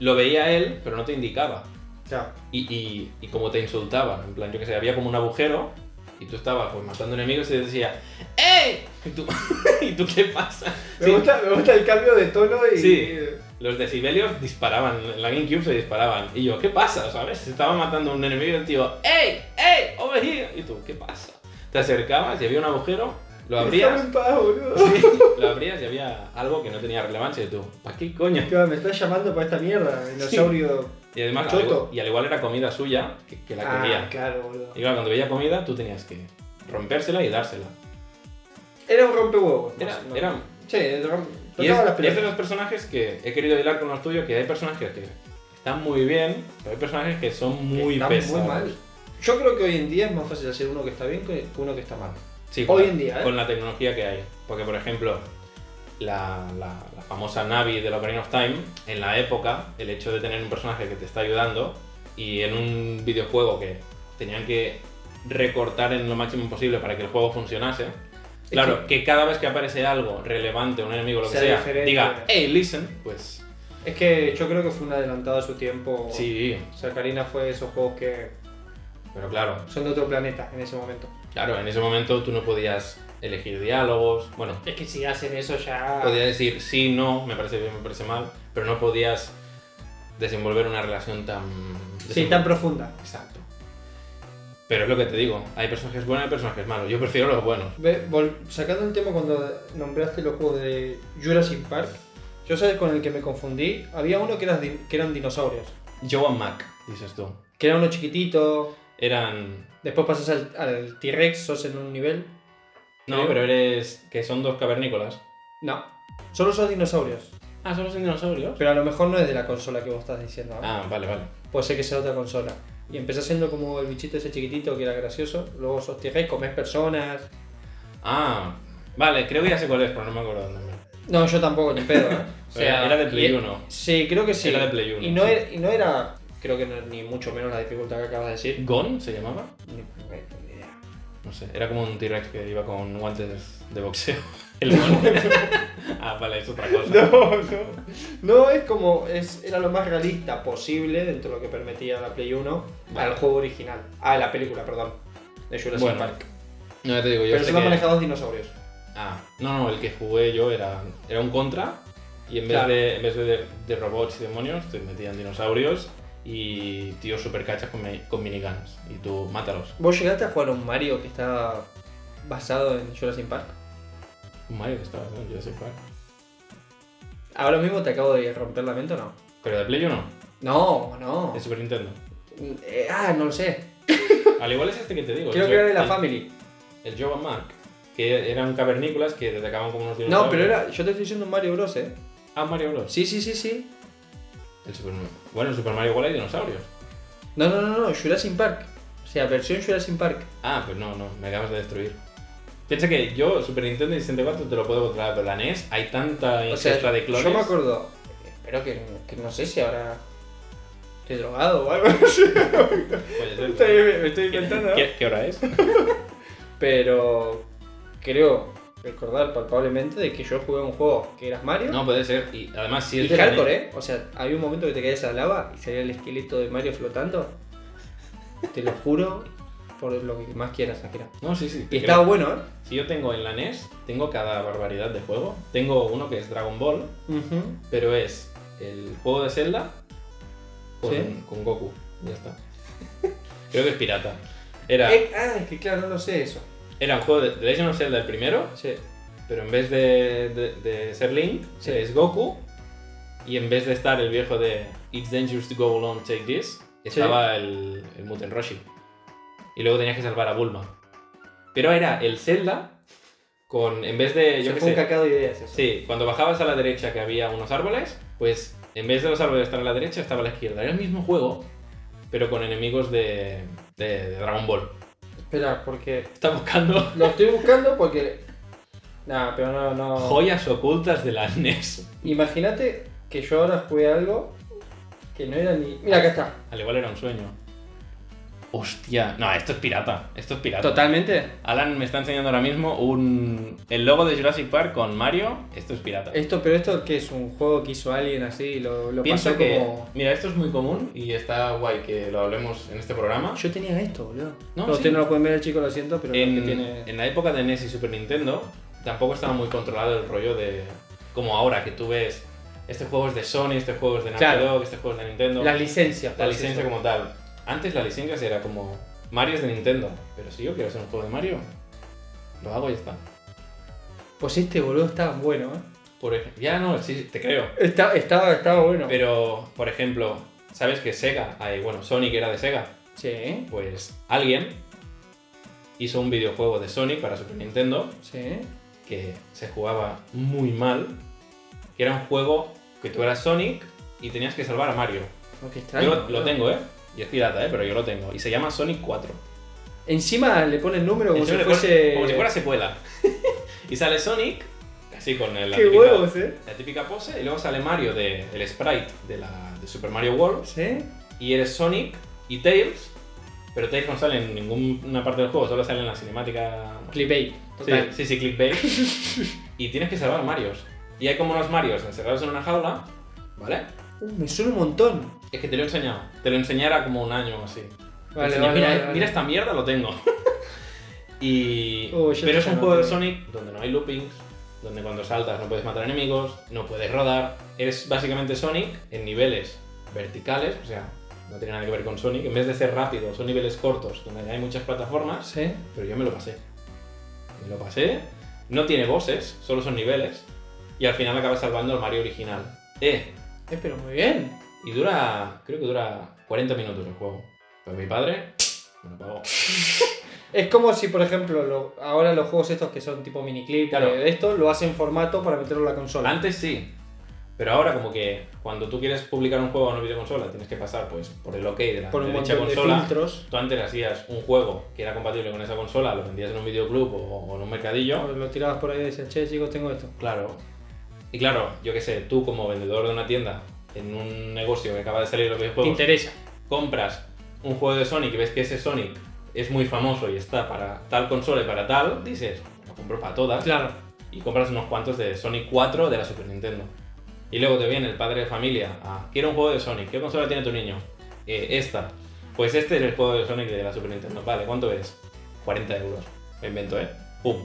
Speaker 2: lo veía él, pero no te indicaba.
Speaker 4: Claro.
Speaker 2: Y, y, y como te insultaba, en plan, yo que sé, había como un agujero y tú estabas pues matando enemigos y te decía, ¡Ey! ¿Y tú, [LAUGHS] ¿y tú qué pasa?
Speaker 4: Me,
Speaker 2: Sí.
Speaker 4: gusta, me gusta el cambio de tono y. eh,
Speaker 2: Sí. Los decibelios disparaban, en la GameCube se disparaban. Y yo, ¿qué pasa? ¿Sabes? Se estaba matando un enemigo y el tío, ¡Ey! ¡Ey! ¡Over here! Y tú, ¿qué pasa? Te acercabas y había un agujero, lo
Speaker 4: Déjame
Speaker 2: abrías,
Speaker 4: en paz, boludo.
Speaker 2: sí, lo abrías y había algo que no tenía relevancia. Y tú, ¿para qué coño?
Speaker 4: Claro, me estás llamando para esta mierda, dinosaurio.
Speaker 2: Y además, al
Speaker 4: Choto.
Speaker 2: igual, y al igual era comida suya, que, que la
Speaker 4: ah,
Speaker 2: comía.
Speaker 4: claro, boludo.
Speaker 2: Y claro, cuando veía comida, tú tenías que rompérsela y dársela.
Speaker 4: Era un rompehuevos.
Speaker 2: Era,
Speaker 4: más o menos.
Speaker 2: era,
Speaker 4: Sí, era un-
Speaker 2: y es,
Speaker 4: tocaba Pues las
Speaker 2: y es de
Speaker 4: pelotas.
Speaker 2: los personajes que he querido hilar con los tuyos, que hay personajes que están muy bien, pero hay personajes que son muy
Speaker 4: Está
Speaker 2: pesados.
Speaker 4: muy mal. Yo creo que hoy en día es más fácil hacer uno que está bien que que uno que está mal.
Speaker 2: Sí,
Speaker 4: Hoy
Speaker 2: la-
Speaker 4: en día, ¿eh?
Speaker 2: Con la tecnología que hay. Porque, por ejemplo, la, la- la famosa Navi de Ocarina of Time, en la época, el hecho de tener un personaje que te está ayudando y en un videojuego que tenían que recortar en lo máximo posible para que el juego funcionase. Claro, que cada vez que aparece algo relevante, un enemigo, lo que
Speaker 4: Sea
Speaker 2: sea,
Speaker 4: diferente.
Speaker 2: diga, hey, listen, pues
Speaker 4: Es que yo creo que fue un adelantado a su tiempo.
Speaker 2: sí,
Speaker 4: O sea, Karina fue de esos juegos que
Speaker 2: pero claro,
Speaker 4: son de otro planeta en ese momento.
Speaker 2: claro, en ese momento tú no podías elegir diálogos, bueno,
Speaker 4: Es que si hacen eso ya.
Speaker 2: Podía decir sí, no, me parece bien, me parece mal, pero no podías desenvolver una relación tan.
Speaker 4: Sí, tan profunda.
Speaker 2: Exacto. Pero es lo que te digo, hay personajes buenos y hay personajes malos. Yo prefiero los buenos.
Speaker 4: Ve, vol- sacando el tema cuando nombraste los juegos de Jurassic Park, yo sabes con el que me confundí. Había uno que, era din- que eran dinosaurios.
Speaker 2: Joe and Mac, dices tú.
Speaker 4: Que era uno chiquitito.
Speaker 2: Eran.
Speaker 4: Después pasas al, al T-Rex, sos en un nivel.
Speaker 2: No,
Speaker 4: Creo.
Speaker 2: pero eres. que son dos cavernícolas.
Speaker 4: No. Solo son dinosaurios.
Speaker 2: Ah, solo son dinosaurios.
Speaker 4: Pero a lo mejor no es de la consola que vos estás diciendo. ¿no?
Speaker 2: Ah, vale, vale.
Speaker 4: Puede ser que sea otra consola. Y empezás siendo como el bichito ese chiquitito que era gracioso. Luego sos T-Rex, comés personas.
Speaker 2: Ah, vale, creo que ya sé cuál es, pero no me acuerdo dónde.
Speaker 4: No, yo tampoco, ni pedo.
Speaker 2: [LAUGHS]
Speaker 4: ¿eh?
Speaker 2: O sea, era de Play
Speaker 4: y-
Speaker 2: 1.
Speaker 4: Sí, creo que sí.
Speaker 2: Era de Play 1,
Speaker 4: Y no,
Speaker 2: sí.
Speaker 4: era, y no era, creo que no, ni mucho menos la dificultad que acabas de decir.
Speaker 2: ¿Gon se llamaba?
Speaker 4: Ni- ni idea.
Speaker 2: No sé, era como un T-Rex que iba con guantes de boxeo. [LAUGHS] El Gon. ah, vale, es otra cosa.
Speaker 4: [LAUGHS]
Speaker 2: [LAUGHS]
Speaker 4: No, no. No, es como. Es, era lo más realista posible dentro de lo que permitía la Play 1
Speaker 2: Vale.
Speaker 4: al juego original. Ah, la película, perdón. De Jurassic
Speaker 2: Bueno,
Speaker 4: Park.
Speaker 2: No, ya te digo, yo
Speaker 4: Pero
Speaker 2: sé
Speaker 4: solo
Speaker 2: que-
Speaker 4: manejados dinosaurios.
Speaker 2: Ah, no, no, el que jugué yo era, era un contra y en vez,
Speaker 4: Claro.
Speaker 2: de, en vez de, de robots y demonios te metían dinosaurios y tíos super cachas con, mi- con miniguns y tú mátalos.
Speaker 4: ¿Vos llegaste a jugar a un Mario que está basado en Jurassic Park?
Speaker 2: Un Mario que estaba en Jurassic Park.
Speaker 4: Ahora mismo te acabo de romper la mente o no?
Speaker 2: Pero de Play uno,
Speaker 4: No, no.
Speaker 2: de Super Nintendo.
Speaker 4: Eh, ah, no lo sé.
Speaker 2: Al igual es este que te digo.
Speaker 4: Creo
Speaker 2: el
Speaker 4: que era de la
Speaker 2: el-
Speaker 4: Family.
Speaker 2: El Joe and Mark, que eran cavernícolas que te atacaban como unos dinosaurios.
Speaker 4: No, pero era. Yo te estoy diciendo un Mario Bros, eh.
Speaker 2: Ah, Mario Bros.
Speaker 4: Sí, sí, sí, sí.
Speaker 2: El Super- Bueno, en Super Mario igual hay dinosaurios.
Speaker 4: No, no, no, no, Jurassic Park. O sea, versión Jurassic Park.
Speaker 2: Ah, pues no, no, me acabas de destruir. Piensa que yo, Super Nintendo y 64 te lo puedo controlar, pero la NES hay tanta
Speaker 4: O
Speaker 2: ingesta
Speaker 4: sea,
Speaker 2: de clones.
Speaker 4: yo me acuerdo. Espero que, que no sé si ahora. Estoy drogado o algo. [LAUGHS]
Speaker 2: Puede ser.
Speaker 4: Estoy- me estoy
Speaker 2: ¿Qué-
Speaker 4: inventando.
Speaker 2: Pues, ¿Qué, qué hora
Speaker 4: [LAUGHS]
Speaker 2: es?
Speaker 4: Pero. Creo recordar palpablemente de que yo jugué un juego que eras Mario.
Speaker 2: No, puede ser. Y además, si es
Speaker 4: Y
Speaker 2: de la E
Speaker 4: hardcore,
Speaker 2: NES-
Speaker 4: ¿eh? O sea, había un momento que te caías a la lava y salía el esqueleto de Mario flotando. Te lo juro, por lo que más quieras, Akira.
Speaker 2: No, sí, sí.
Speaker 4: Y
Speaker 2: te
Speaker 4: estaba
Speaker 2: creo.
Speaker 4: bueno, ¿eh?
Speaker 2: Si yo tengo en la NES, tengo cada barbaridad de juego. Tengo uno que es Dragon Ball, pero es el juego de Zelda con,
Speaker 4: Sí.
Speaker 2: con Goku. Ya está. Creo que es pirata. Era,
Speaker 4: Eh, ah, es que claro, no lo sé eso.
Speaker 2: era un juego de The Legend of Zelda el primero,
Speaker 4: Sí.
Speaker 2: Pero en vez de, de- de ser Link,
Speaker 4: Sí.
Speaker 2: es Goku. Y en vez de estar el viejo de It's dangerous to go alone, take this, estaba el, el Muten Roshi. Y luego tenías que salvar a Bulma. Pero era el Zelda con. En vez de. Eh, Yo
Speaker 4: Se
Speaker 2: qué
Speaker 4: fue un
Speaker 2: sé.
Speaker 4: cacao de ideas eso.
Speaker 2: Sí, cuando bajabas a la derecha que había unos árboles, pues en vez de los árboles estar a la derecha, estaba a la izquierda. Era el mismo juego, pero con enemigos de. de, de Dragon Ball. [LAUGHS]
Speaker 4: Espera, porque
Speaker 2: Está
Speaker 4: [LAUGHS]
Speaker 2: buscando
Speaker 4: lo estoy buscando porque... Nah, pero no, no...
Speaker 2: joyas ocultas de la [LAUGHS] E NES.
Speaker 4: Imagínate que yo ahora jugué algo que no era ni... Mira, acá está.
Speaker 2: Al igual era un sueño. Hostia, no, esto es pirata. Esto es pirata.
Speaker 4: Totalmente.
Speaker 2: Alan me está enseñando ahora mismo un el logo de Jurassic Park con Mario. Esto es pirata.
Speaker 4: Esto, pero esto que es un juego que hizo alguien así y lo, lo
Speaker 2: Pienso
Speaker 4: pasó
Speaker 2: que
Speaker 4: como...
Speaker 2: mira, esto es muy común y está guay que lo hablemos en este programa.
Speaker 4: Yo tenía esto, boludo.
Speaker 2: No,
Speaker 4: No,
Speaker 2: sí.
Speaker 4: Ustedes no lo pueden ver el chico, lo siento, pero es
Speaker 2: en,
Speaker 4: que tiene...
Speaker 2: en la época de NES y Super Nintendo tampoco estaba muy controlado el rollo de como ahora que tú ves este juego es de Sony, este juego es de Naughty
Speaker 4: Claro.
Speaker 2: Dog, este juego es de Nintendo.
Speaker 4: Las licencias.
Speaker 2: La
Speaker 4: por
Speaker 2: licencia
Speaker 4: decirlo.
Speaker 2: como tal. Antes la licencia era como Mario es de Nintendo, pero si yo quiero hacer un juego de Mario, lo hago y ya está.
Speaker 4: Pues este, boludo, estaba bueno, ¿eh?
Speaker 2: Por ejemplo, ya no, sí, te creo.
Speaker 4: Está- estaba, estaba bueno.
Speaker 2: Pero, por ejemplo, ¿sabes que Sega, ay, bueno, Sonic era de Sega?
Speaker 4: Sí,
Speaker 2: Pues alguien hizo un videojuego de Sonic para Super Nintendo
Speaker 4: sí.
Speaker 2: que se jugaba muy mal, que era un juego que tú eras Sonic y tenías que salvar a Mario.
Speaker 4: No, qué
Speaker 2: Yo
Speaker 4: extraño,
Speaker 2: lo, lo
Speaker 4: boludo.
Speaker 2: tengo, ¿eh? Y es pirata, ¿eh? Pero yo lo tengo. Y se llama Sonic 4.
Speaker 4: Encima le pone el número como
Speaker 2: Encima
Speaker 4: si
Speaker 2: le pones-
Speaker 4: fuese...
Speaker 2: como si fuera secuela. [LAUGHS] y sale Sonic, así con el- la,
Speaker 4: ¡Qué
Speaker 2: típica,
Speaker 4: huevos, eh!
Speaker 2: la típica pose, y luego sale Mario de- del sprite de, la, de Super Mario World,
Speaker 4: ¿Sí?
Speaker 2: y eres Sonic y Tails, pero Tails no sale en ninguna parte del juego, solo sale en la cinemática...
Speaker 4: Clickbait.
Speaker 2: Sí,
Speaker 4: Total.
Speaker 2: sí, sí, clickbait. [LAUGHS] y tienes que salvar Marios. Y hay como unos Marios encerrados en una jaula, ¿vale?
Speaker 4: Uh, me suena un montón.
Speaker 2: Es que te lo he enseñado. Te lo enseñara como un año o así. Te
Speaker 4: Vale,
Speaker 2: enseñé,
Speaker 4: vale,
Speaker 2: mira,
Speaker 4: vale,
Speaker 2: eh,
Speaker 4: vale.
Speaker 2: mira esta mierda, lo tengo. [LAUGHS] y.
Speaker 4: Oh, yo
Speaker 2: pero
Speaker 4: te
Speaker 2: es un
Speaker 4: anoté.
Speaker 2: juego de Sonic donde no hay loopings, donde cuando saltas no puedes matar enemigos, no puedes rodar. Eres básicamente Sonic en niveles verticales, o sea, no tiene nada que ver con Sonic. En vez de ser rápido, son niveles cortos donde hay muchas plataformas
Speaker 4: Sí. Eh,
Speaker 2: pero yo me lo pasé. Me lo pasé. No tiene bosses, solo son niveles. Y al final acabas salvando al Mario original. Eh,
Speaker 4: Eh, pero muy bien.
Speaker 2: y dura, creo que dura 40 minutos el juego. Pues mi padre me lo pagó.
Speaker 4: Es como si, por ejemplo, lo- ahora los juegos estos que son tipo miniclip
Speaker 2: Claro.
Speaker 4: de esto, lo hacen formato para meterlo en la consola.
Speaker 2: Antes sí, pero ahora como que cuando tú quieres publicar un juego en una videoconsola tienes que pasar pues por el ok de la
Speaker 4: Por un
Speaker 2: de dicha
Speaker 4: montón de
Speaker 2: consola.
Speaker 4: filtros.
Speaker 2: Tú antes hacías un juego que era compatible con esa consola, lo vendías en un videoclub o, o en un mercadillo.
Speaker 4: O Lo tirabas por ahí y decías, che, chicos, tengo esto.
Speaker 2: Claro. Y claro, yo qué sé, tú como vendedor de una tienda, en un negocio que acaba de salir los
Speaker 4: ¿Te
Speaker 2: videojuegos,
Speaker 4: interesa?
Speaker 2: compras un juego de Sonic y ves que ese Sonic es muy famoso y está para tal consola y para tal, dices, lo compro para todas.
Speaker 4: Claro.
Speaker 2: [LAUGHS] Y compras unos cuantos de Sonic 4 de la Super Nintendo. Y luego te viene el padre de familia a, quiero un juego de Sonic, ¿qué consola tiene tu niño? "Eh, esta. Pues este es el juego de Sonic de la Super Nintendo. Vale, ¿cuánto es? 40 euros. Me invento, ¿eh? ¡Pum!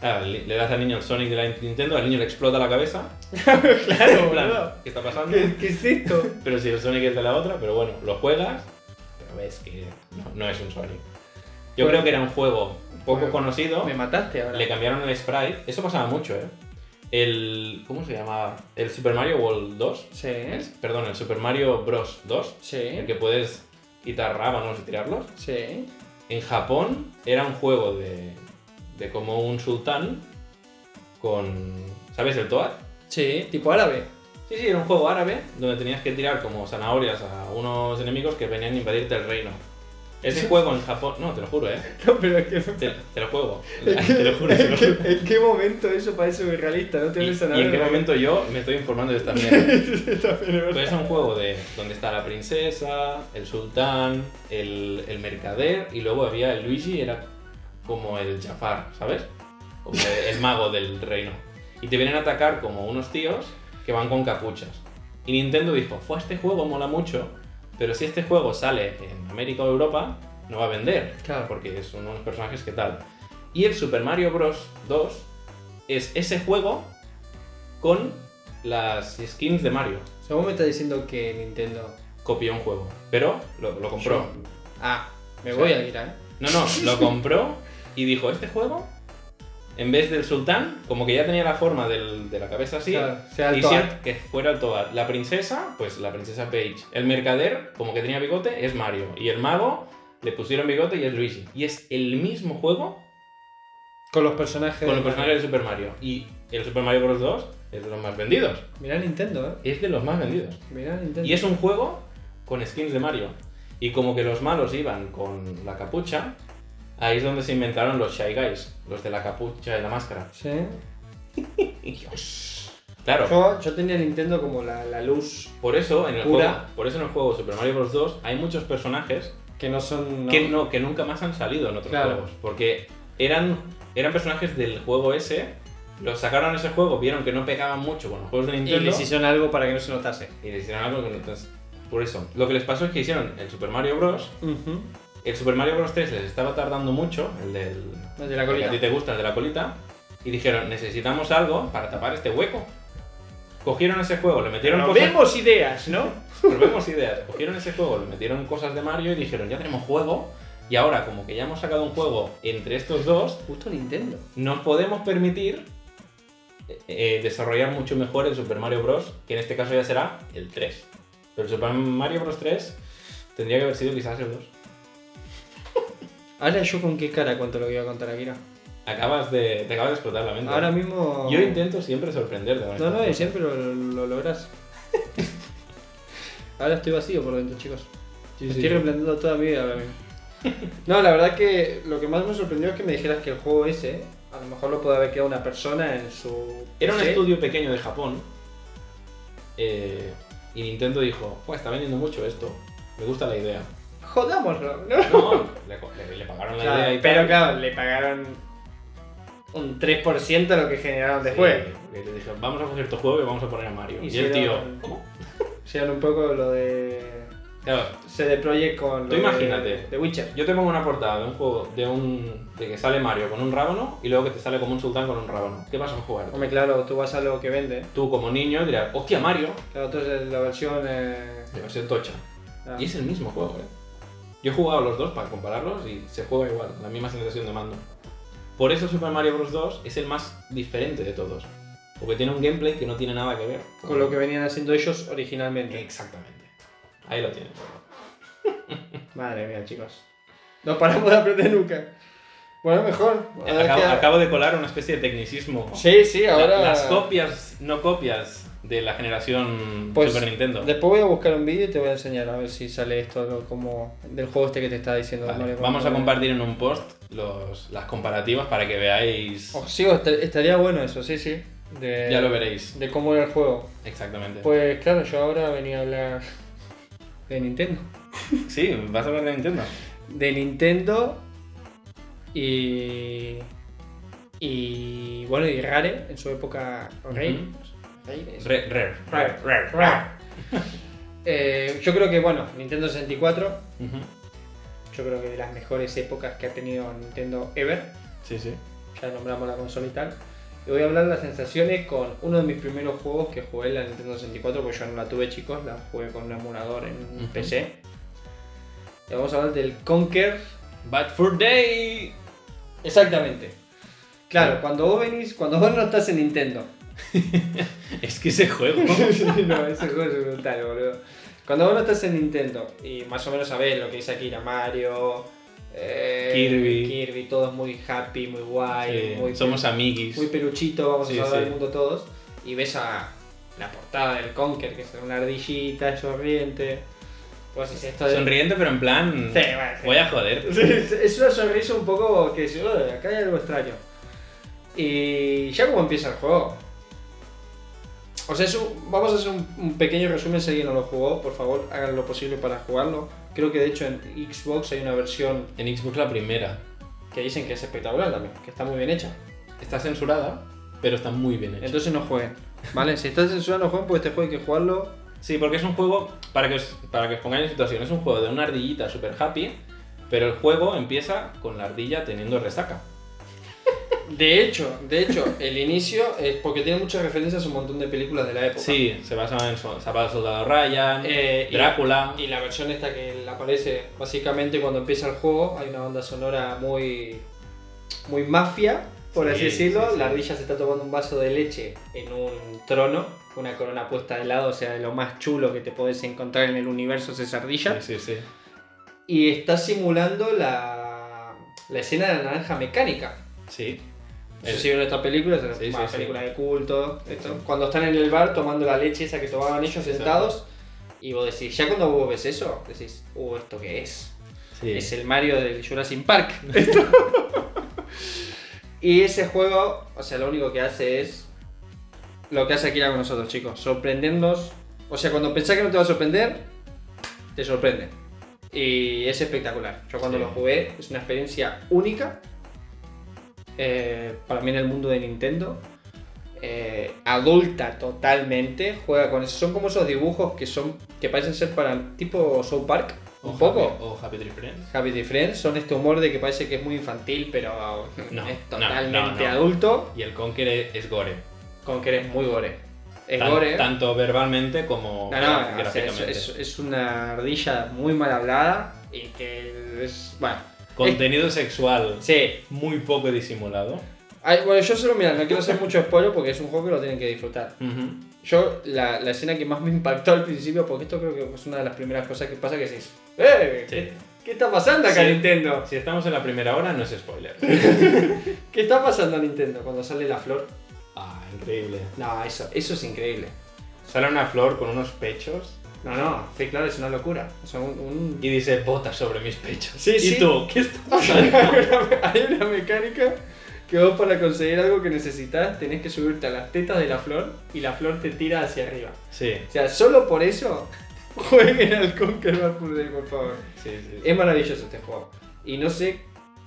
Speaker 2: Claro, le le das al niño el Sonic de la Nintendo, al niño le explota la cabeza. En plan,
Speaker 4: boludo.
Speaker 2: ¿Qué está pasando?
Speaker 4: ¿Qué, qué es esto?
Speaker 2: Pero si el Sonic es de la otra, pero bueno, lo juegas, pero ves que no, no es un Sonic. Yo
Speaker 4: Bueno.
Speaker 2: creo que era un juego poco
Speaker 4: Bueno,
Speaker 2: conocido,
Speaker 4: Me mataste ahora.
Speaker 2: le cambiaron el sprite, eso pasaba mucho, ¿eh? El... ¿Cómo se llamaba? El Super Mario World 2.
Speaker 4: Sí.
Speaker 2: El- perdón, el Super Mario Bros. 2,
Speaker 4: Sí.
Speaker 2: en que puedes quitar rábanos y tirarlos.
Speaker 4: Sí.
Speaker 2: En Japón era un juego de, de como un sultán con... ¿Sabes el Toad?
Speaker 4: Sí, tipo árabe.
Speaker 2: Sí, sí, era un juego árabe donde tenías que tirar como zanahorias a unos enemigos que venían a invadirte el reino. Ese juego en Japón, no, te lo juro, eh.
Speaker 4: [LAUGHS] No, pero es que...
Speaker 2: Te, te lo juego. Te lo
Speaker 4: [LAUGHS]
Speaker 2: juro, te lo juro.
Speaker 4: ¿En qué momento eso parece muy realista? No te
Speaker 2: Y,
Speaker 4: ves a
Speaker 2: y en qué momento yo me estoy informando de esta mierda. Pero es un juego de donde está la princesa, el sultán, el, el mercader y luego había el Luigi, era como el Jafar, ¿sabes? Como el, el mago del reino. Y te vienen a atacar como unos tíos que van con capuchas. Y Nintendo dijo, fue este juego mola mucho, pero si este juego sale en América o Europa, no va a vender.
Speaker 4: Claro.
Speaker 2: Porque son unos personajes que tal. Y el Super Mario Bros. 2 es ese juego con las skins de Mario.
Speaker 4: O sea, vos me estás diciendo que Nintendo...
Speaker 2: Copió un juego, pero lo, lo compró.
Speaker 4: Ah, me
Speaker 2: O sea,
Speaker 4: voy a ir, ¿eh?
Speaker 2: No, no, lo compró y dijo, este juego, en vez del sultán, como que ya tenía la forma del- de la cabeza así,
Speaker 4: Claro, sea ¿eh? el
Speaker 2: hicieron
Speaker 4: Toad.
Speaker 2: que fuera el Toad. La princesa, pues la princesa Peach. El mercader, como que tenía bigote, es Mario. Y el mago, le pusieron bigote y es Luigi. Y es el mismo juego
Speaker 4: Con los personajes...
Speaker 2: con
Speaker 4: de
Speaker 2: los
Speaker 4: Mario.
Speaker 2: personajes de Super Mario. Y el Super Mario Bros. 2 es de los más vendidos.
Speaker 4: Mirá Nintendo, ¿eh?
Speaker 2: Es de los más vendidos.
Speaker 4: Mirá Nintendo.
Speaker 2: Y es un juego con skins de Mario. Y como que los malos iban con la capucha, ahí es donde se inventaron los Shy Guys, los de la capucha y la máscara.
Speaker 4: Sí.
Speaker 2: Claro,
Speaker 4: Yo, yo tenía Nintendo como la, la luz
Speaker 2: por eso, en el
Speaker 4: Pura.
Speaker 2: juego, por eso en el juego Super Mario Bros. 2 hay muchos personajes
Speaker 4: que no son.
Speaker 2: que no que nunca más han salido en otros
Speaker 4: Claro.
Speaker 2: juegos porque eran eran personajes del juego ese los sacaron a ese juego vieron que no pegaban mucho con los juegos de
Speaker 6: Y
Speaker 2: Nintendo
Speaker 6: les hicieron algo para que no se notase.
Speaker 2: y les hicieron algo que no- entonces, por eso lo que les pasó es que hicieron el Super Mario Bros
Speaker 4: Ujú.
Speaker 2: el Super Mario Bros 3 les estaba tardando mucho el del
Speaker 4: Los de la
Speaker 2: el que a
Speaker 4: colita.
Speaker 2: ti te gusta el de la colita y dijeron necesitamos algo para tapar este hueco cogieron ese juego le metieron
Speaker 6: Pero
Speaker 2: cosas
Speaker 6: vemos ideas, ¿no?
Speaker 2: Volvemos ideas. Cogieron ese juego, le metieron cosas de Mario y dijeron, ya tenemos juego. Y ahora, como que ya hemos sacado un juego entre estos dos,
Speaker 4: Justo Nintendo.
Speaker 2: nos podemos permitir eh, desarrollar mucho mejor el Super Mario Bros. Que en este caso ya será el 3. Pero el Super Mario Bros. 3 tendría que haber sido quizás el 2.
Speaker 4: Ahora yo con qué cara cuento lo que iba a contar Akira.
Speaker 2: Acabas de, te acabas de explotar la mente.
Speaker 4: Ahora mismo.
Speaker 2: Yo intento siempre sorprenderte. con
Speaker 4: No,
Speaker 2: estas
Speaker 4: no, y
Speaker 2: cosas.
Speaker 4: siempre lo, lo
Speaker 2: [LAUGHS]
Speaker 4: logras. ahora estoy vacío por dentro, chicos.
Speaker 2: Sí,
Speaker 4: Me
Speaker 2: sí.
Speaker 4: Estoy replanteando toda mi vida ahora mismo. [LAUGHS] No, la verdad que lo que más me sorprendió es que me dijeras que el juego ese, a lo mejor lo puede haber creado una persona en su.
Speaker 2: Era un
Speaker 4: PC.
Speaker 2: estudio pequeño de Japón. eh, y Nintendo dijo, pues está vendiendo mucho esto. Me gusta la idea.
Speaker 4: Jodámoslo, ¿no?
Speaker 2: No, [LAUGHS] le, le- le pagaron la
Speaker 4: Claro,
Speaker 2: idea y
Speaker 4: pero
Speaker 2: tal.
Speaker 4: claro, le pagaron un 3% de lo que generaron después.
Speaker 2: Sí, porque le dijeron, vamos a coger tu juego y vamos a poner a Mario. Y, el
Speaker 4: Hicieron-
Speaker 2: tío, ¿cómo?
Speaker 4: Hicieron un poco lo de
Speaker 2: Claro,
Speaker 4: CD Projekt con lo
Speaker 2: Tú
Speaker 4: de-
Speaker 2: imagínate.
Speaker 4: de Witcher.
Speaker 2: yo te pongo una portada de un juego de un de que sale Mario con un rábano y luego que te sale como un sultán con un rábano. ¿Qué vas a jugar?
Speaker 4: Hombre, claro, tú vas a lo que vende.
Speaker 2: Tú como niño dirás, hostia Mario,
Speaker 4: Claro, tú es la versión... eh,
Speaker 2: de versión tocha.
Speaker 4: ah.
Speaker 2: Y es el mismo juego, eh. Yo he jugado los dos para compararlos y se juega igual, la misma sensación de mando. Por eso Super Mario Bros. 2 es el más diferente de todos. Porque tiene un gameplay que no tiene nada que ver
Speaker 4: Con lo que venían haciendo ellos originalmente.
Speaker 2: Exactamente. Ahí lo tienes.
Speaker 4: Madre mía, chicos. No paramos de aprender nunca. Bueno, mejor. Ahora
Speaker 2: Acabo,
Speaker 4: queda-
Speaker 2: acabo de colar una especie de tecnicismo.
Speaker 4: Sí, sí,
Speaker 2: La-
Speaker 4: ahora...
Speaker 2: Las copias, no copias de la generación
Speaker 4: Pues,
Speaker 2: Super Nintendo.
Speaker 4: Después voy a buscar un vídeo y te voy a enseñar a ver si sale esto ¿no? como del juego este que te estaba diciendo.
Speaker 2: Vale,
Speaker 4: Mario Kart.
Speaker 2: Vamos a compartir en un post los, las comparativas para que veáis.
Speaker 4: Oh, sí, o est- estaría bueno eso, sí, sí. De,
Speaker 2: ya lo veréis.
Speaker 4: De cómo era el juego.
Speaker 2: Exactamente.
Speaker 4: eh, Pues claro, yo ahora venía a hablar de Nintendo.
Speaker 2: sí, vas a hablar de Nintendo.
Speaker 4: De Nintendo y... Y bueno, y Rare en su época... Rare. Rare es-
Speaker 2: Re- Rare.
Speaker 4: Rare.
Speaker 2: Rare.
Speaker 4: Rare. [LAUGHS] Eh, yo creo que, bueno, Nintendo 64,
Speaker 2: Ujú.
Speaker 4: yo creo que de las mejores épocas que ha tenido Nintendo ever.
Speaker 2: Sí, sí.
Speaker 4: ya nombramos la consola y tal. Y voy a hablar de las sensaciones con uno de mis primeros juegos que jugué en la Nintendo 64, porque yo no la tuve chicos, la jugué con un emulador en un
Speaker 2: Ujú.
Speaker 4: PC. Y vamos a hablar del Conquer.
Speaker 2: But for Day.
Speaker 4: Exactamente. Claro, cuando vos venís, cuando vos no estás en [LAUGHS] Nintendo.
Speaker 2: [LAUGHS] Es que ese juego. [LAUGHS]
Speaker 4: no, ese juego es brutal, boludo. Cuando vos no estás en Nintendo y más o menos sabés lo que dice aquí, Mario, eh,
Speaker 2: Kirby.
Speaker 4: Kirby, todo es muy happy, muy guay,
Speaker 2: eh,
Speaker 4: muy
Speaker 2: somos amiguis.
Speaker 4: muy peluchito, vamos
Speaker 2: Sí,
Speaker 4: a salvar
Speaker 2: sí.
Speaker 4: el mundo todos. Y ves a la portada del Conker, que es una ardillita sonriente. Pues es esto de.
Speaker 2: Sonriente, pero en plan.
Speaker 4: Sí, bueno, sí.
Speaker 2: Voy a joder.
Speaker 4: Es- es una sonrisa un poco que se acá hay algo extraño. Y ya como empieza el juego. O sea, es un- vamos a hacer un, un pequeño resumen si alguien no lo jugó. Por favor, hagan lo posible para jugarlo. Creo que de hecho en Xbox hay una versión
Speaker 2: En Xbox la primera.
Speaker 4: que dicen que es espectacular también, que está muy bien hecha.
Speaker 2: Está censurada, pero está muy bien hecha.
Speaker 4: Entonces no jueguen. Vale, si estás censurado no jueguen, pues este juego hay que jugarlo
Speaker 2: Sí, porque es un juego, para que os, para que os pongáis en situación, es un juego de una ardillita super happy, pero el juego empieza con la ardilla teniendo resaca.
Speaker 4: De hecho, de hecho, el inicio es porque tiene muchas referencias a un montón de películas de la época.
Speaker 2: Sí, se basa en so- se basa en Soldado Ryan,
Speaker 4: Eh, y, la,
Speaker 2: Drácula.
Speaker 4: y la versión esta que le aparece básicamente cuando empieza el juego, hay una banda sonora muy muy mafia, por
Speaker 2: Sí,
Speaker 4: así decirlo.
Speaker 2: sí, sí.
Speaker 4: La ardilla se está tomando un vaso de leche en un trono, una corona puesta de lado, o sea, de lo más chulo que te podés encontrar en el universo es esa ardilla.
Speaker 2: Sí, sí, sí.
Speaker 4: Y está simulando la, la escena de la naranja mecánica.
Speaker 2: Sí.
Speaker 4: No sé
Speaker 2: El-
Speaker 4: si vieron esta película, es una
Speaker 2: Sí, sí, sí.
Speaker 4: película de culto. esto. Cuando están en el bar tomando la leche esa que tomaban ellos
Speaker 2: Exacto.
Speaker 4: sentados, Y vos decís, ya cuando vos ves eso, decís, uh, ¿esto qué es?
Speaker 2: Sí.
Speaker 4: Es el Mario del Jurassic Park.
Speaker 2: [LAUGHS]
Speaker 4: y ese juego, o sea, lo único que hace es lo que hace Akira con nosotros, chicos. Sorprendernos. O sea, cuando pensás que no te va a sorprender, te sorprende. Y es espectacular. Yo cuando
Speaker 2: Sí.
Speaker 4: lo jugué, es una experiencia única. eh, para mí en el mundo de Nintendo. eh, adulta totalmente. Juega con eso. Son como esos dibujos que son. que parecen ser para. tipo South Park.
Speaker 2: O
Speaker 4: Un
Speaker 2: Happy-
Speaker 4: poco.
Speaker 2: O Happy Tree Friends.
Speaker 4: Happy Tree Friends son este humor de que parece que es muy infantil, pero
Speaker 2: No,
Speaker 4: es
Speaker 2: no,
Speaker 4: totalmente
Speaker 2: no, no.
Speaker 4: adulto,
Speaker 2: Y el Conquer es, es gore.
Speaker 4: con que eres muy gore. Es
Speaker 2: Tan-
Speaker 4: gore.
Speaker 2: Tanto verbalmente como
Speaker 4: no, no, o sea, es,
Speaker 2: gráficamente.
Speaker 4: es- es una ardilla muy mal hablada y que es. Bueno,
Speaker 2: Contenido sexual
Speaker 4: sí.
Speaker 2: muy poco disimulado.
Speaker 4: Ay, bueno, yo solo, mira, no quiero hacer mucho spoiler porque es un juego que lo tienen que disfrutar. Yo, la, la escena que más me impactó al principio, porque esto creo que es una de las primeras cosas que pasa que decís, ¡Eh!
Speaker 2: Sí.
Speaker 4: ¿Qué está pasando acá,
Speaker 2: Sí.
Speaker 4: Nintendo?
Speaker 2: Si estamos en la primera hora, no es spoiler.
Speaker 4: [LAUGHS] ¿Qué está pasando, Nintendo? Cuando sale la flor.
Speaker 2: ah, increíble.
Speaker 4: No, eso, eso es increíble.
Speaker 2: Sale una flor con unos pechos
Speaker 4: No, no, sí, claro, es una locura. O sea, un, un-
Speaker 2: y dice botas sobre mis pechos.
Speaker 4: Sí,
Speaker 2: ¿Y
Speaker 4: sí.
Speaker 2: tú? ¿Qué está
Speaker 4: [LAUGHS] [LAUGHS] hay,
Speaker 2: pasando?
Speaker 4: una, hay una mecánica que vos para conseguir algo que necesitas tenés que subirte a las tetas de la flor y la flor te tira hacia arriba.
Speaker 2: sí,
Speaker 4: O sea, solo por eso [LAUGHS] jueguen al Conquer Bad Fur Day, por favor.
Speaker 2: sí, sí.
Speaker 4: Es maravilloso este juego. Y no sé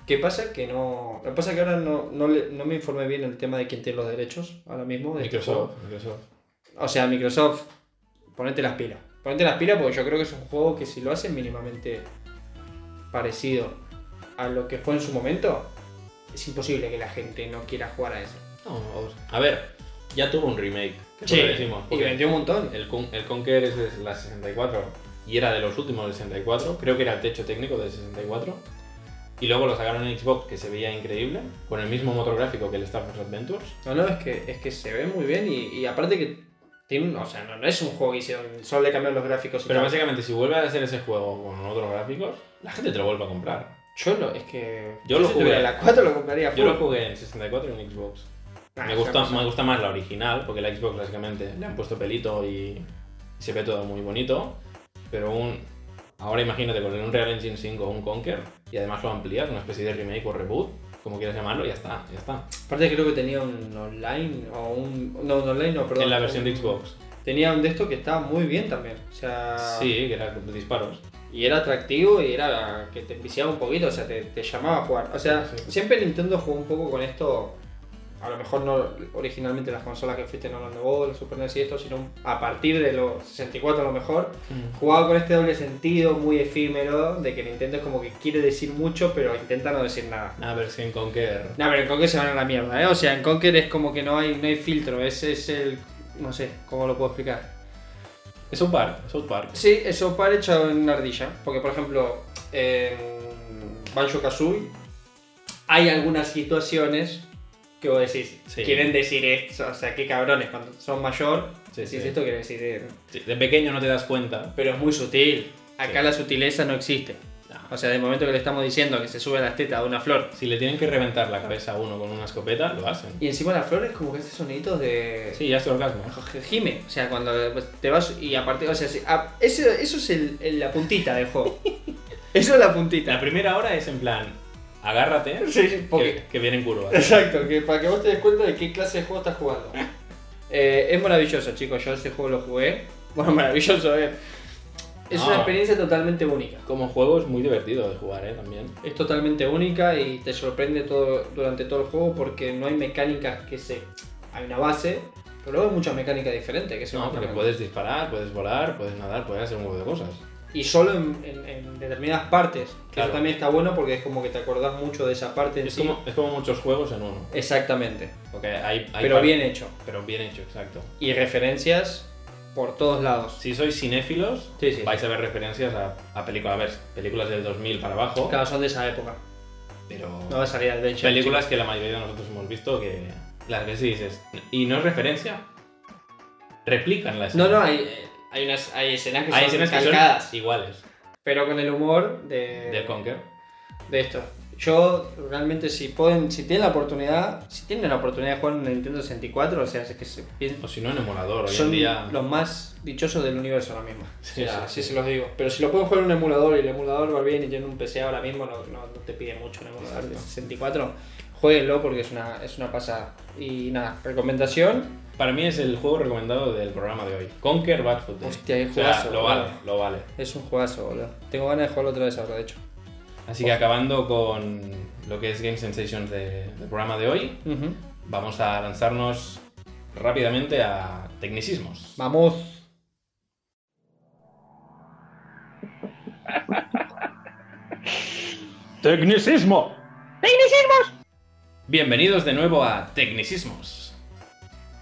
Speaker 4: qué pasa que no... Lo que pasa es que ahora no, no, le- no me informé bien el tema de quién tiene los derechos ahora mismo de este juego.
Speaker 2: Microsoft, Microsoft.
Speaker 4: O sea, Microsoft, ponete las pilas. Ponete las pilas porque yo creo que es un juego que si lo hacen mínimamente parecido a lo que fue en su momento, es imposible que la gente no quiera jugar a eso.
Speaker 2: No, vamos. A ver, ya tuvo un remake. que es lo que decimos.
Speaker 4: y
Speaker 2: porque
Speaker 4: vendió un montón.
Speaker 2: El, Con- el Conquer es de la 64 y era de los últimos del 64. Creo que era el techo técnico del 64. Y luego lo sacaron en Xbox, que se veía increíble, con el mismo motor gráfico que el Star Wars Adventures.
Speaker 4: No, no, es que, es que se ve muy bien y, y aparte que tiene un- o sea, no, no es un juego que hicieron, solo le cambiaron los gráficos y
Speaker 2: Pero
Speaker 4: tal.
Speaker 2: básicamente, si vuelve a hacer ese juego con otros gráficos, la gente te lo vuelve a comprar.
Speaker 4: Yo lo, es que...
Speaker 2: Yo lo
Speaker 4: si
Speaker 2: jugué.
Speaker 4: tuviera la 4 lo
Speaker 2: Yo
Speaker 4: compraría. full.
Speaker 2: lo jugué en 64 y en Xbox.
Speaker 4: Ah,
Speaker 2: Me
Speaker 4: es una
Speaker 2: gusta,
Speaker 4: cosa.
Speaker 2: me gusta más la original, porque la Xbox básicamente le han puesto pelito y se ve todo muy bonito. Pero un. Ahora imagínate con un Real Engine 5 o un Conquer y además lo amplías, una especie de remake o reboot, como quieras llamarlo, y ya está, ya está.
Speaker 4: Aparte creo que tenía un online o un... No, un online no, perdón.
Speaker 2: en la versión de
Speaker 4: un-
Speaker 2: Xbox.
Speaker 4: tenía un de estos que estaba muy bien también. O sea,
Speaker 2: Sí, que era de disparos.
Speaker 4: y era atractivo y era que te enviciaba un poquito, o sea, te, te llamaba a jugar. O sea,
Speaker 2: Sí.
Speaker 4: siempre Nintendo jugó un poco con esto. A lo mejor no originalmente las consolas que fuiste hablando vos, los Super NES y esto, sino a partir de los 64 a lo mejor.
Speaker 2: Hmm.
Speaker 4: Jugaba con este doble sentido muy efímero de que Nintendo es como que quiere decir mucho, pero intenta no decir nada.
Speaker 2: A ver si en Conquer.
Speaker 4: No, pero en Conquer se van a la mierda, ¿eh? O sea, en Conquer es como que no hay, no hay filtro, ese es el... no sé, ¿cómo lo puedo explicar?
Speaker 2: Es South Park, South Park.
Speaker 4: Sí, eso par hecho en ardilla. Porque, por ejemplo, en Banjo Kazooie hay algunas situaciones que vos decís,
Speaker 2: Sí.
Speaker 4: quieren decir esto. O sea, qué cabrones, cuando son mayor,
Speaker 2: Sí,
Speaker 4: decís
Speaker 2: sí.
Speaker 4: esto, quiere decir. eh,
Speaker 2: Sí, de pequeño no te das cuenta.
Speaker 4: Pero es muy sutil. Acá
Speaker 2: Sí.
Speaker 4: la sutileza no existe.
Speaker 2: No.
Speaker 4: O sea, del momento que le estamos diciendo que se sube a las tetas de una flor.
Speaker 2: Si le tienen que reventar la cabeza a uno con una escopeta, lo hacen.
Speaker 4: Y encima la flor es como que hace soniditos de.
Speaker 2: Sí, ya es orgasmo.
Speaker 4: Jime, o sea, cuando te vas y aparte, o sea, sí, ah, eso, eso es el- el- la puntita
Speaker 2: [LAUGHS]
Speaker 4: del juego. Eso es la puntita.
Speaker 2: La primera hora es en plan, agárrate,
Speaker 4: Sí, sí, porque-
Speaker 2: que, que vienen curvas.
Speaker 4: Exacto, que para que vos te des cuenta de qué clase de juego estás jugando. Eh, es maravilloso, chicos. Yo ese juego lo jugué. Bueno, [LAUGHS] maravilloso, eh. Es
Speaker 2: No.
Speaker 4: una experiencia totalmente única.
Speaker 2: [LAUGHS] Como juego es muy divertido de jugar, ¿eh? También.
Speaker 4: Es totalmente única y te sorprende todo durante todo el juego porque no hay mecánicas que se. Hay una base, pero luego hay muchas mecánicas diferentes. Que se
Speaker 2: No,
Speaker 4: van
Speaker 2: porque
Speaker 4: cambiando.
Speaker 2: puedes disparar, puedes volar, puedes nadar, puedes hacer un huevo de cosas.
Speaker 4: Y solo en, en- en determinadas partes. Que
Speaker 2: Claro.
Speaker 4: eso también está bueno porque es como que te acordás mucho de esa parte en
Speaker 2: Es,
Speaker 4: sí.
Speaker 2: como, es como muchos juegos en uno.
Speaker 4: Exactamente.
Speaker 2: Porque hay, hay
Speaker 4: pero
Speaker 2: par-
Speaker 4: bien hecho.
Speaker 2: pero bien hecho, exacto.
Speaker 4: Y referencias por todos lados.
Speaker 2: Si sois cinéfilos,
Speaker 4: Sí, sí.
Speaker 2: vais a ver referencias a, a películas, a ver, películas del 2000 para abajo,
Speaker 4: Claro, son de esa época.
Speaker 2: pero
Speaker 4: No va a salir Adventure.
Speaker 2: películas que la mayoría de nosotros hemos visto que las ves y dices, y no es referencia, replican las
Speaker 4: chicos. No, no, hay, hay, unas, hay escenas que
Speaker 2: hay
Speaker 4: son
Speaker 2: escenas que
Speaker 4: calcadas. Eh,
Speaker 2: son iguales
Speaker 4: Pero con el humor de,
Speaker 2: del Conquer.
Speaker 4: de esto. Yo realmente si pueden, si tienen la oportunidad, si tienen la oportunidad de jugar en el Nintendo 64, o sea, es que se piensan,
Speaker 2: O si no, en emulador. Hoy en
Speaker 4: son
Speaker 2: día.
Speaker 4: los más dichosos del universo ahora mismo.
Speaker 2: Sí,
Speaker 4: O sea,
Speaker 2: sí,
Speaker 4: así se los digo. Pero si lo pueden jugar en un emulador y el emulador va bien y tienen un PC ahora mismo, no, no- no te pide mucho el emulador de 64, jueguenlo porque es una, es una pasada. Y nada, recomendación.
Speaker 2: Para mí es el juego recomendado del programa de hoy. Conquer Bad Food Day.
Speaker 4: Hostia, qué
Speaker 2: O sea,
Speaker 4: juegazo,
Speaker 2: lo
Speaker 4: boludo.
Speaker 2: vale, lo vale.
Speaker 4: Es un juegazo, boludo. Tengo ganas de jugarlo otra vez ahora, de hecho.
Speaker 2: Así que acabando con lo que es Game Sensations de- del programa de hoy, vamos a lanzarnos rápidamente a tecnicismos.
Speaker 4: Vamos.
Speaker 5: Tecnicismo.
Speaker 2: Bienvenidos de nuevo a Tecnicismos.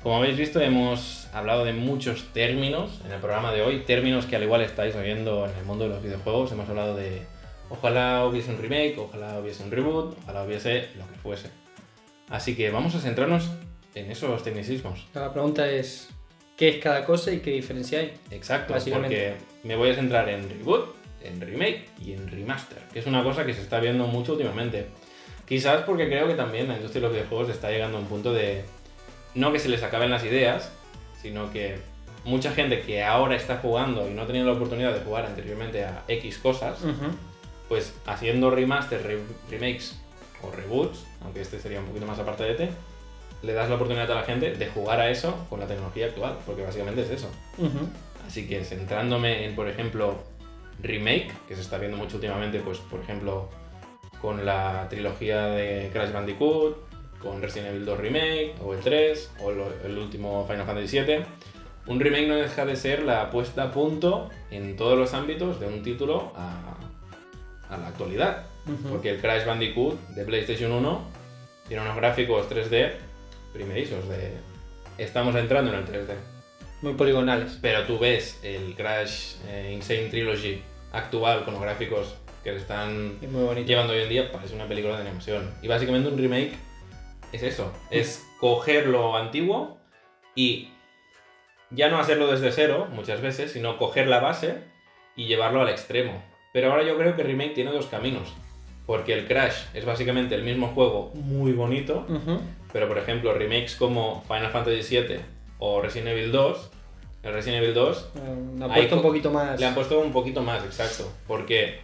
Speaker 2: Como habéis visto, hemos hablado de muchos términos en el programa de hoy, términos que al igual estáis oyendo en el mundo de los videojuegos. Hemos hablado de ojalá hubiese un remake, ojalá hubiese un reboot, ojalá hubiese lo que fuese. Así que vamos a centrarnos en esos tecnicismos.
Speaker 4: La pregunta es, ¿qué es cada cosa y qué diferencia hay?
Speaker 2: Exacto, porque
Speaker 4: Básicamente.
Speaker 2: me voy a centrar en reboot, en remake y en remaster, que es una cosa que se está viendo mucho últimamente. Quizás porque creo que también la industria de los videojuegos está llegando a un punto de no que se les acaben las ideas, sino que mucha gente que ahora está jugando y no ha tenido la oportunidad de jugar anteriormente a X cosas,
Speaker 4: Mm.
Speaker 2: pues haciendo remaster, re- remakes o reboots, aunque este sería un poquito más aparte de T, le das la oportunidad a la gente de jugar a eso con la tecnología actual, porque básicamente es eso. Así que centrándome en, por ejemplo, remake, que se está viendo mucho últimamente, pues, por ejemplo, con la trilogía de Crash Bandicoot, con Resident Evil 2 Remake, o el 3, o lo- el último Final Fantasy VII. Un remake no deja de ser la puesta a punto en todos los ámbitos de un título a, a la actualidad. Porque el Crash Bandicoot de PlayStation 1 tiene unos gráficos 3D primerizos de... Estamos entrando en el 3D.
Speaker 4: Muy poligonales.
Speaker 2: Pero tú ves el Crash eh, Insane Trilogy actual con los gráficos que le están
Speaker 4: Es muy bonito.
Speaker 2: llevando hoy en día, parece una película de animación. Y básicamente un remake es eso, es coger lo antiguo y ya no hacerlo desde cero muchas veces, sino coger la base y llevarlo al extremo. Pero ahora yo creo que remake tiene dos caminos. Porque el Crash es básicamente el mismo juego muy bonito,
Speaker 4: Ujú. Eh,
Speaker 2: pero por ejemplo, remakes como Final Fantasy VII o Resident Evil 2, el Resident Evil 2
Speaker 4: Eh,
Speaker 2: Ahí
Speaker 4: Apuesta un
Speaker 2: co-
Speaker 4: poquito más.
Speaker 2: le han puesto un poquito más, exacto, porque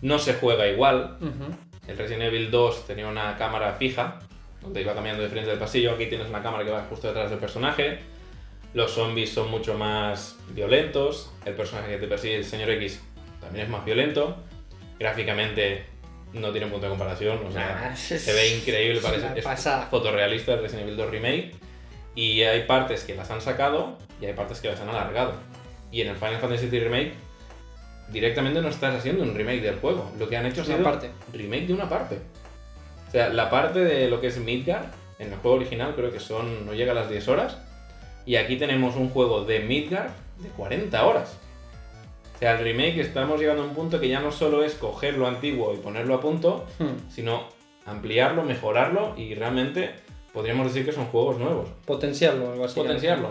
Speaker 2: no se juega igual.
Speaker 4: Ujú.
Speaker 2: El Resident Evil 2 tenía una cámara fija, donde iba cambiando de frente del pasillo, aquí tienes una cámara que va justo detrás del personaje. Los zombies son mucho más violentos, el personaje que te persigue, el señor X, también es más violento. Gráficamente no tiene punto de comparación, o sea,
Speaker 4: Nah, es-
Speaker 2: se ve increíble,
Speaker 4: es
Speaker 2: parece
Speaker 4: una
Speaker 2: es
Speaker 4: pasada.
Speaker 2: fotorrealista de Resident Evil 2 Remake. Y hay partes que las han sacado y hay partes que las han alargado. Y en el Final Fantasy VII Remake directamente no estás haciendo un remake del juego. Lo que han hecho es
Speaker 4: Una
Speaker 2: una
Speaker 4: parte.
Speaker 2: remake de una parte. O sea, la parte de lo que es Midgar en el juego original creo que son no llega a las 10 horas. Y aquí tenemos un juego de Midgar de 40 horas. O sea, el remake estamos llegando a un punto que ya no solo es coger lo antiguo y ponerlo a punto,
Speaker 4: Hmm.
Speaker 2: sino ampliarlo, mejorarlo y realmente podríamos decir que son juegos nuevos.
Speaker 4: Potenciarlo, algo así.
Speaker 2: Potenciarlo.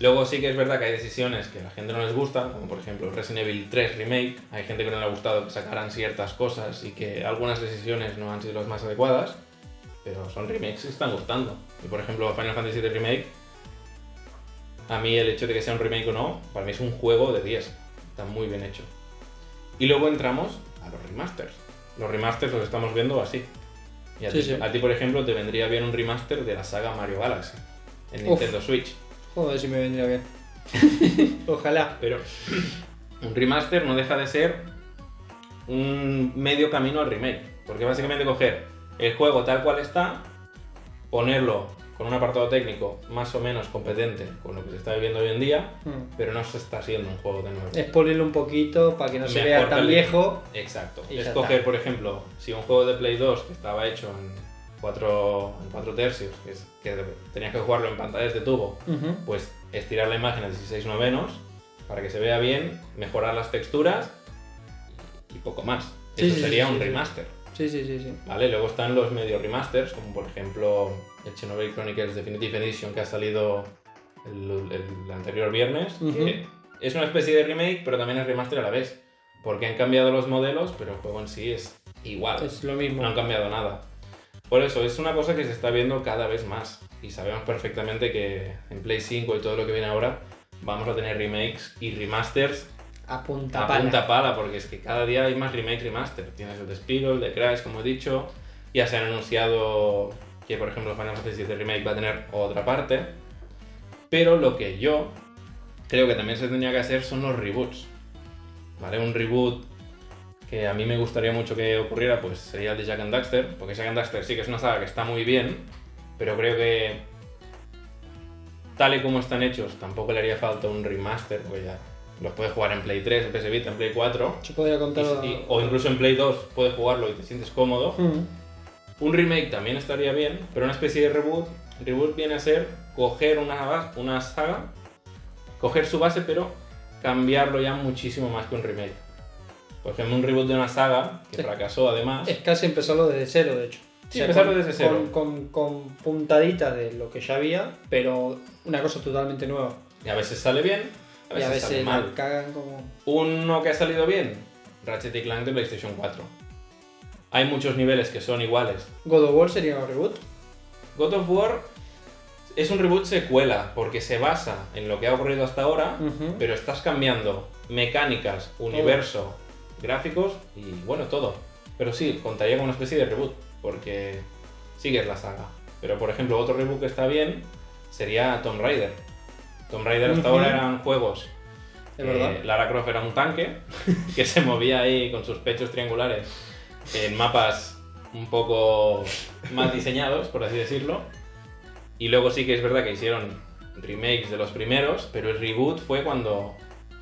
Speaker 2: Luego sí que es verdad que hay decisiones que a la gente no les gusta, como por ejemplo Resident Evil 3 Remake. Hay gente que no le ha gustado que sacaran ciertas cosas y que algunas decisiones no han sido las más adecuadas, pero son remakes que están gustando. Y por ejemplo Final Fantasy VII Remake, a mí el hecho de que sea un remake o no, para mí es un juego de 10. Está muy bien hecho. Y luego entramos a los remasters. Los remasters los estamos viendo así. Y a,
Speaker 4: Sí,
Speaker 2: ti,
Speaker 4: sí.
Speaker 2: a ti, por ejemplo, te vendría bien un remaster de la saga Mario Galaxy en
Speaker 4: Uf.
Speaker 2: Nintendo Switch.
Speaker 4: Joder, si me vendría bien.
Speaker 2: [LAUGHS]
Speaker 4: Ojalá.
Speaker 2: Pero [CLEARS THROAT] un remaster no deja de ser un medio camino al remake. Porque básicamente coger el juego tal cual está, ponerlo con un apartado técnico más o menos competente con lo que se está viviendo hoy en día,
Speaker 4: Hmm.
Speaker 2: pero no se está haciendo un juego de nuevo.
Speaker 4: Es pulirlo un poquito para que no se
Speaker 2: Mejor
Speaker 4: vea tan
Speaker 2: calidad.
Speaker 4: viejo.
Speaker 2: Exacto.
Speaker 4: Y
Speaker 2: es
Speaker 4: ya
Speaker 2: coger,
Speaker 4: está.
Speaker 2: por ejemplo, si un juego de Play 2 que estaba hecho en 4 en cuatro tercios, que, es- que tenías que jugarlo en pantallas de tubo,
Speaker 4: Ujú.
Speaker 2: pues estirar la imagen a 16 novenos para que se vea bien, mejorar las texturas y poco más.
Speaker 4: Sí,
Speaker 2: Eso
Speaker 4: sí,
Speaker 2: sería
Speaker 4: sí,
Speaker 2: un
Speaker 4: sí, sí.
Speaker 2: remaster,
Speaker 4: Sí, sí, sí, sí.
Speaker 2: ¿vale? Luego están los medio remasters, como por ejemplo el Xenoblade Chronicles Definitive Edition que ha salido el, el anterior viernes,
Speaker 4: Ujú.
Speaker 2: que es una especie de remake, pero también es remaster a la vez, porque han cambiado los modelos, pero el juego en sí es igual.
Speaker 6: Es lo mismo.
Speaker 2: Ah. No han cambiado nada. Por eso, es una cosa que se está viendo cada vez más. Y sabemos perfectamente que en Play 5 y todo lo que viene ahora, vamos a tener remakes y remasters
Speaker 7: A punta
Speaker 2: a
Speaker 7: pala.
Speaker 2: punta pala, porque es que cada día hay más remake remaster. Tienes el de Spiro, el de Crash, como he dicho. Ya se han anunciado que, por ejemplo, Final Fantasy VII Remake va a tener otra parte. Pero lo que yo creo que también se tenía que hacer son los reboots. ¿Vale? Un reboot que a mí me gustaría mucho que ocurriera, pues sería el de Jack and Daxter, porque Jack and Daxter sí que es una saga que está muy bien, pero creo que tal y como están hechos, tampoco le haría falta un remaster, porque ya los puedes jugar en Play 3, en PS Vita, en Play 4,
Speaker 7: Yo podría
Speaker 2: y-
Speaker 7: contar.
Speaker 2: y- o incluso en Play 2 puedes jugarlo y te sientes cómodo.
Speaker 7: Mm.
Speaker 2: Un remake también estaría bien, pero una especie de reboot. Reboot viene a ser coger una, bas- una saga, coger su base, pero cambiarlo ya muchísimo más que un remake. Por ejemplo, un reboot de una saga que
Speaker 7: Sí.
Speaker 2: fracasó además.
Speaker 7: Es casi empezarlo desde cero, de hecho.
Speaker 2: Sí, empezarlo
Speaker 7: con-
Speaker 2: desde cero.
Speaker 7: Con, con, con puntaditas de lo que ya había, pero una cosa totalmente nueva.
Speaker 2: Y a veces sale bien, a
Speaker 7: y
Speaker 2: veces,
Speaker 7: a
Speaker 2: sale
Speaker 7: veces la
Speaker 2: mal.
Speaker 7: cagan como.
Speaker 2: Uno que ha salido bien, Ratchet y Clank de PlayStation 4. Hay muchos niveles que son iguales,
Speaker 7: God of War sería un reboot.
Speaker 2: God of War es un reboot secuela porque se basa en lo que ha ocurrido hasta ahora,
Speaker 7: Ujú.
Speaker 2: pero estás cambiando mecánicas, universo, gráficos y bueno, todo. Pero sí, contaría con una especie de reboot porque sigues la saga. Pero por ejemplo, otro reboot que está bien sería Tomb Raider. Tomb Raider hasta ahora eran juegos.
Speaker 7: Es
Speaker 2: que
Speaker 7: verdad.
Speaker 2: Eh, Lara Croft era un tanque [LAUGHS] que se movía ahí con sus pechos triangulares en mapas un poco más diseñados, por así decirlo. Y luego sí que es verdad que hicieron remakes de los primeros, pero el reboot fue cuando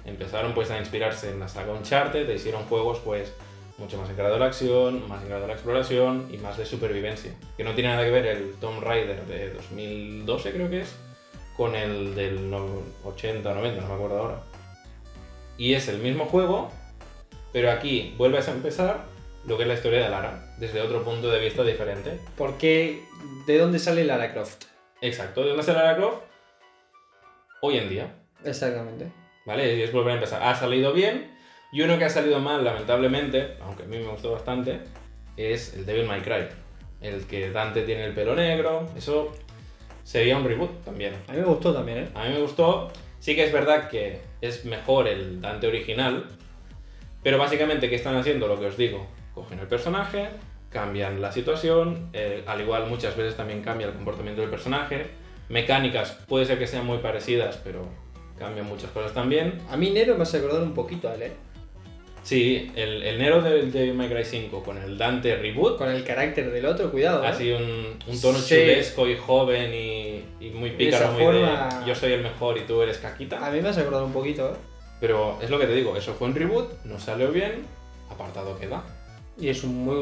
Speaker 2: empezaron pues a inspirarse en la saga Uncharted, e hicieron juegos pues mucho más encargados a la acción, más encargados a la exploración y más de supervivencia. Que no tiene nada que ver el Tomb Raider de 2012 creo que es, con el del no- 80 o 90, no me acuerdo ahora. Y es el mismo juego, pero aquí vuelves a empezar lo que es la historia de Lara, desde otro punto de vista diferente.
Speaker 7: ¿Por qué? ¿De dónde sale Lara Croft?
Speaker 2: Exacto, ¿de dónde sale Lara Croft? Hoy en día,
Speaker 7: Exactamente.
Speaker 2: ¿vale? Y es volver a empezar. Ha salido bien, y uno que ha salido mal, lamentablemente, aunque a mí me gustó bastante, es el Devil May Cry. El que Dante tiene el pelo negro, eso sería un reboot también.
Speaker 7: A mí me gustó también, ¿eh?
Speaker 2: A mí me gustó. Sí que es verdad que es mejor el Dante original, pero básicamente que están haciendo lo que os digo. Cogen el personaje, cambian la situación, eh, al igual muchas veces también cambia el comportamiento del personaje. Mecánicas puede ser que sean muy parecidas, pero cambian muchas cosas también.
Speaker 7: A mí Nero me hace acordar un poquito a él, ¿eh?
Speaker 2: Sí, el, el Nero del de My Cry 5 con el Dante reboot
Speaker 7: Con el carácter del otro, cuidado. ¿eh?
Speaker 2: ha sido un, un tono
Speaker 7: Sí.
Speaker 2: chulesco y joven y, y muy
Speaker 7: De
Speaker 2: pícaro,
Speaker 7: esa
Speaker 2: muy
Speaker 7: forma-
Speaker 2: de yo soy el mejor y tú eres caquita.
Speaker 7: A mí me hace acordar un poquito, ¿eh?
Speaker 2: Pero es lo que te digo, eso fue un reboot, no salió bien, apartado queda.
Speaker 7: Y es un muy.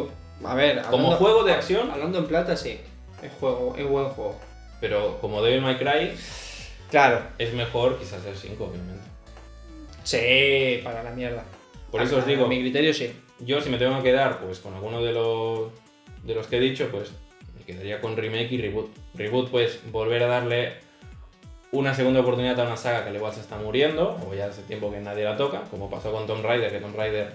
Speaker 7: A ver, hablando,
Speaker 2: Como juego de acción,
Speaker 7: hablando en plata, sí. Es juego, es buen juego.
Speaker 2: pero como Devil May Cry,
Speaker 7: Claro.
Speaker 2: es mejor quizás el 5, obviamente.
Speaker 7: Sí, para la mierda.
Speaker 2: Por
Speaker 7: A-
Speaker 2: eso os
Speaker 7: a
Speaker 2: digo,
Speaker 7: Mi criterio sí.
Speaker 2: yo si me tengo que quedar pues con alguno de los, de los que he dicho, pues me quedaría con remake y reboot. Reboot, pues volver a darle una segunda oportunidad a una saga que al igual se está muriendo, o ya hace tiempo que nadie la toca, como pasó con Tomb Raider, que Tomb Raider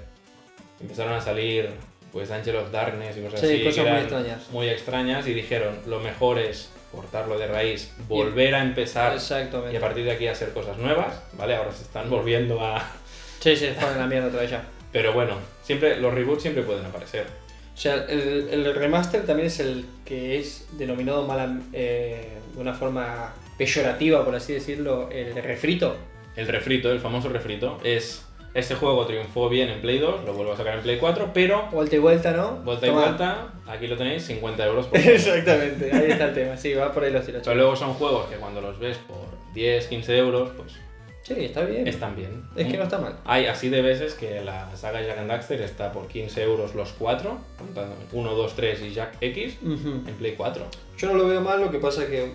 Speaker 2: empezaron a salir pues Angel of Darkness y cosas
Speaker 7: Sí,
Speaker 2: así. que
Speaker 7: cosas muy
Speaker 2: eran
Speaker 7: extrañas.
Speaker 2: muy extrañas y dijeron, lo mejor es cortarlo de raíz, volver a empezar y a
Speaker 7: Exactamente.
Speaker 2: partir de aquí hacer cosas nuevas, ¿vale? Ahora se están volviendo a... [LAUGHS]
Speaker 7: Sí, sí, para la mierda otra vez ya.
Speaker 2: Pero bueno, siempre los reboots siempre pueden aparecer.
Speaker 7: O sea, el, el remaster también es el que es denominado mala, eh, de una forma peyorativa, por así decirlo, el refrito.
Speaker 2: El refrito, el famoso refrito, es... Este juego triunfó bien en Play 2, lo vuelvo a sacar en Play 4, pero...
Speaker 7: Vuelta y vuelta, ¿no?
Speaker 2: Vuelta y
Speaker 7: Toma.
Speaker 2: vuelta, aquí lo tenéis, 50
Speaker 7: [LAUGHS]
Speaker 2: euros
Speaker 4: [LAUGHS]
Speaker 2: por juego.
Speaker 7: Exactamente, ahí está el tema. Sí, va por ahí los tiros.
Speaker 2: Pero luego son juegos que cuando los ves por 10, 15 euros, pues
Speaker 7: Sí, está bien.
Speaker 2: están bien.
Speaker 7: Es que no está mal.
Speaker 2: Hay así de veces que la saga Jack and Daxter está por 15 euros los cuatro, contando 1, 2, 3 y Jack X, en Play 4.
Speaker 4: Yo no lo veo mal, lo que pasa es que,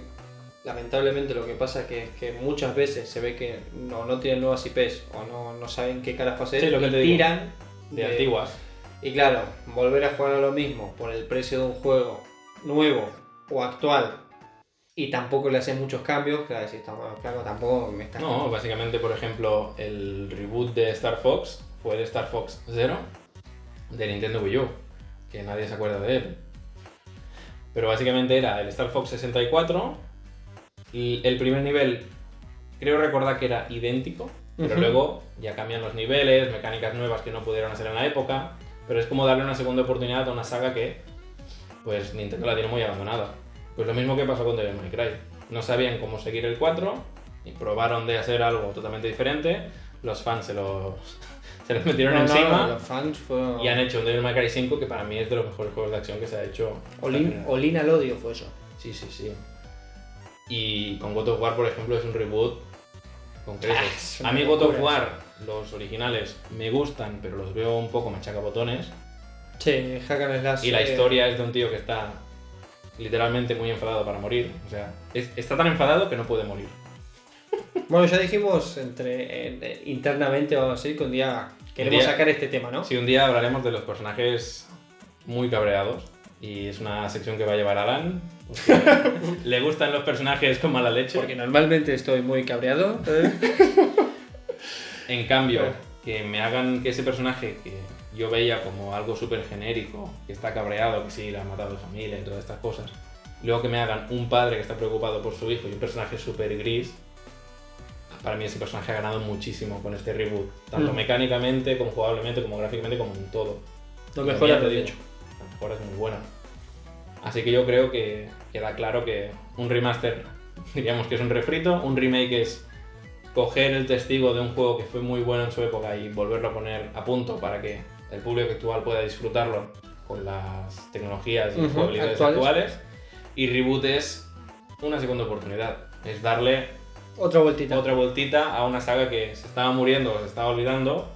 Speaker 4: lamentablemente, lo que pasa es que, que muchas veces se ve que no, no tienen nuevas IPs o no, no saben qué caras hacer
Speaker 2: Sí, lo que
Speaker 4: y
Speaker 2: te digo,
Speaker 4: tiran
Speaker 2: De antiguas.
Speaker 4: Y claro, volver a jugar a lo mismo por el precio de un juego nuevo o actual y tampoco le hacen muchos cambios, claro, si estamos claro, tampoco me está...
Speaker 2: No, básicamente, por ejemplo, el reboot de Star Fox fue el Star Fox Zero de Nintendo Wii U. que nadie se acuerda de él. Pero básicamente era el Star Fox 64. y El primer nivel, creo recordar que era idéntico, pero
Speaker 4: Ujú.
Speaker 2: luego ya cambian los niveles, mecánicas nuevas que no pudieron hacer en la época. Pero es como darle una segunda oportunidad a una saga que, pues, Nintendo la tiene muy abandonada. Pues lo mismo que pasó con Devil May Cry. No sabían cómo seguir el 4 y probaron de hacer algo totalmente diferente. Los fans se los, [LAUGHS] se les metieron
Speaker 4: No, no,
Speaker 2: encima.
Speaker 4: los fans fueron.
Speaker 2: Y han hecho un Devil May Cry 5 que para mí es de los mejores juegos de acción que se ha hecho.
Speaker 4: Olin, Olin al odio fue eso.
Speaker 2: Sí, sí, sí. Y con God of War, por ejemplo, es un reboot concreto.
Speaker 4: Ah, [LAUGHS] es una
Speaker 2: A mí God of
Speaker 4: locura.
Speaker 2: War, los originales, me gustan, pero los veo un poco machacabotones.
Speaker 4: Sí, hack and slash.
Speaker 2: Y la
Speaker 4: eh,
Speaker 2: historia es de un tío que está literalmente muy enfadado para morir. O sea, es- está tan enfadado que no puede morir.
Speaker 4: Bueno, ya dijimos entre en- eh, internamente, vamos a decir, que un día queremos
Speaker 2: día-
Speaker 4: sacar este tema, ¿no?
Speaker 2: Si un día hablaremos de los personajes muy cabreados. Y es una sección que va a llevar Alan. porque le gustan los personajes con mala leche.
Speaker 4: Porque normalmente estoy muy cabreado. ¿eh?
Speaker 2: [LAUGHS] En cambio, que me hagan que ese personaje que yo veía como algo súper genérico, que está cabreado, que sí, le han matado a la familia y todas estas cosas, luego que me hagan un padre que está preocupado por su hijo y un personaje súper gris, para mí ese personaje ha ganado muchísimo con este reboot, tanto
Speaker 4: Mm.
Speaker 2: mecánicamente, como jugablemente, como gráficamente, como en todo.
Speaker 4: Lo
Speaker 2: Y
Speaker 4: mejor
Speaker 2: ya
Speaker 4: es
Speaker 2: te
Speaker 4: lo
Speaker 2: digo,
Speaker 4: dicho.
Speaker 2: La mejora es muy buena. Así que yo creo que queda claro que un remaster, [LAUGHS] diríamos que es un refrito, un remake es coger el testigo de un juego que fue muy bueno en su época y volverlo a poner a punto para que el público actual pueda disfrutarlo con las tecnologías y
Speaker 4: Ujú,
Speaker 2: jugabilidades
Speaker 4: actuales.
Speaker 2: actuales. Y reboot es una segunda oportunidad, es darle
Speaker 4: Otra vueltita.
Speaker 2: otra vueltita a una saga que se estaba muriendo o se estaba olvidando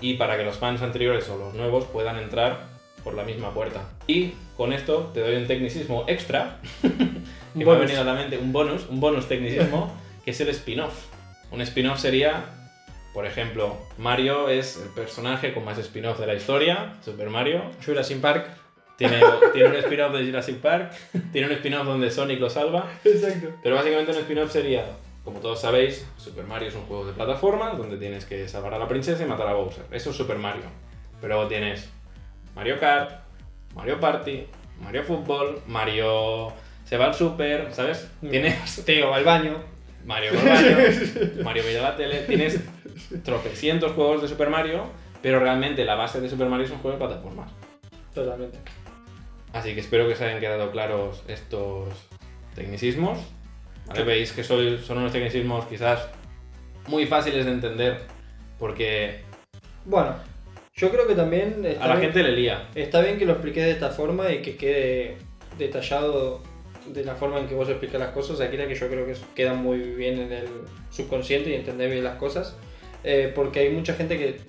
Speaker 2: y para que los fans anteriores o los nuevos puedan entrar por la misma puerta. Y con esto te doy un tecnicismo extra que me ha
Speaker 4: bonus.
Speaker 2: venido a la mente, un bonus, un bonus
Speaker 4: [LAUGHS]
Speaker 2: tecnicismo que es el spin-off. Un spin-off sería, por ejemplo, Mario es el personaje con más spin-off de la historia, Super Mario,
Speaker 4: Jurassic Park.
Speaker 2: tiene, tiene
Speaker 4: [LAUGHS]
Speaker 2: un spin-off de Jurassic Park, [LAUGHS] tiene un spin-off donde Sonic lo salva. Exacto. Pero básicamente un spin-off sería, como todos sabéis, Super Mario es un juego de plataformas donde tienes que salvar a la princesa y matar a Bowser. Eso es Super Mario. Pero luego tienes Mario Kart, Mario Party, Mario Fútbol, Mario se va al super, ¿sabes?
Speaker 4: Mm.
Speaker 2: Tienes
Speaker 4: Te digo, al baño.
Speaker 2: Mario Mario, Mario mira la tele, tienes tropecientos juegos de Super Mario, pero realmente la base de Super Mario es un juego de plataformas.
Speaker 4: Totalmente.
Speaker 2: Así que espero que os hayan quedado claros estos tecnicismos. ¿vale? Veis que soy- son unos tecnicismos quizás muy fáciles de entender porque
Speaker 4: Bueno, yo creo que también está,
Speaker 2: a la
Speaker 4: bien,
Speaker 2: gente le lía.
Speaker 4: está bien que lo expliques de esta forma y que quede detallado de la forma en que vos explicas las cosas, Akira, que yo creo que queda muy bien en el subconsciente y entender bien las cosas, eh, porque hay mucha gente que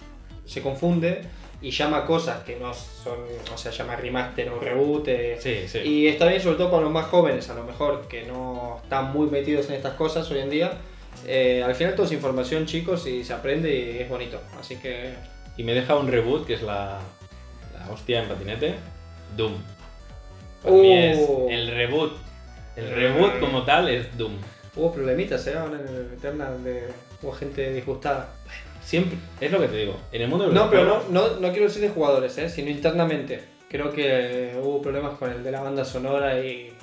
Speaker 4: se confunde y llama cosas que no son, o sea, llama remaster o reboot, eh,
Speaker 2: Sí, sí.
Speaker 4: y está bien, sobre todo para los más jóvenes, a lo mejor, que no están muy metidos en estas cosas hoy en día. Eh, al final todo es información, chicos, y se aprende y es bonito. Así que...
Speaker 2: Y me deja un reboot que es la, la hostia en patinete. Doom. Para
Speaker 4: Uh.
Speaker 2: mí es el reboot. El reboot como tal es Doom.
Speaker 4: Hubo problemitas, ¿eh? Ahora en el Eternal de... hubo gente disgustada.
Speaker 2: Siempre, es lo que te digo. En el mundo de los
Speaker 4: No, pero no,
Speaker 2: juegos-
Speaker 4: no, no quiero decir de jugadores, ¿eh? Sino internamente. Creo que eh, hubo problemas con el de la banda sonora y...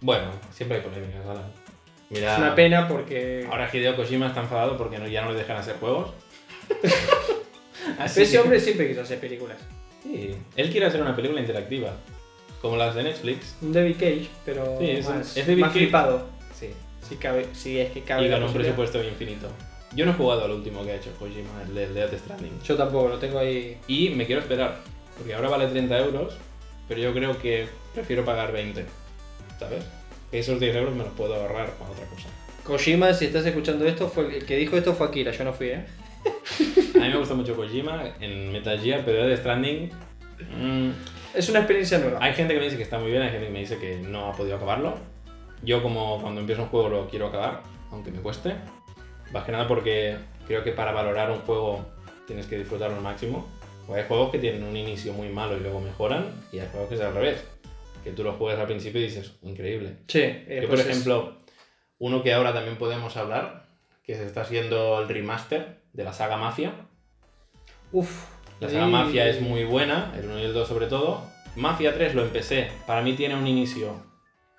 Speaker 2: Bueno, siempre hay polémicas, Alan. Mira,
Speaker 4: Es una pena porque...
Speaker 2: Ah. ahora Hideo Kojima está enfadado porque no- ya no le dejan hacer
Speaker 4: [LAUGHS]
Speaker 2: juegos. Así
Speaker 4: Ese
Speaker 2: que-
Speaker 4: hombre siempre quiso hacer películas.
Speaker 2: Sí, él quiere hacer una película interactiva, como las de Netflix.
Speaker 4: Un David Cage, pero
Speaker 2: Sí, es un-
Speaker 4: más,
Speaker 2: es David
Speaker 4: más
Speaker 2: Cage.
Speaker 4: flipado.
Speaker 2: Sí.
Speaker 4: Si, cabe, si es que cabe
Speaker 2: Y
Speaker 4: la
Speaker 2: con un
Speaker 4: posibilidad.
Speaker 2: presupuesto infinito. Yo no he jugado al último que ha hecho Kojima, el de el de Death Stranding.
Speaker 4: Yo tampoco, lo tengo ahí
Speaker 2: Y me quiero esperar, porque ahora vale 30 euros, pero yo creo que prefiero pagar 20, ¿sabes? Esos 10 euros me los puedo ahorrar para otra cosa.
Speaker 4: Kojima, si estás escuchando esto, fue el que dijo esto fue Akira, yo no fui, ¿eh?
Speaker 2: A mí me gusta mucho Kojima en Metal Gear, pero Death Stranding... mm,
Speaker 4: Es una experiencia nueva.
Speaker 2: Hay gente que me dice que está muy bien, hay gente que me dice que no ha podido acabarlo. Yo como cuando empiezo un juego lo quiero acabar, aunque me cueste. Más que nada porque creo que para valorar un juego tienes que disfrutarlo al máximo. O hay juegos que tienen un inicio muy malo y luego mejoran, y hay juegos que es al revés. Que tú lo juegas al principio y dices, increíble.
Speaker 4: Sí, eh,
Speaker 2: Yo, por
Speaker 4: pues es-
Speaker 2: ejemplo, uno que ahora también podemos hablar, que se está haciendo el remaster de la saga Mafia.
Speaker 4: Uf,
Speaker 2: La
Speaker 4: Sí.
Speaker 2: saga Mafia es muy buena, el 1 y el 2 sobre todo. Mafia 3 lo empecé. Para mí tiene un inicio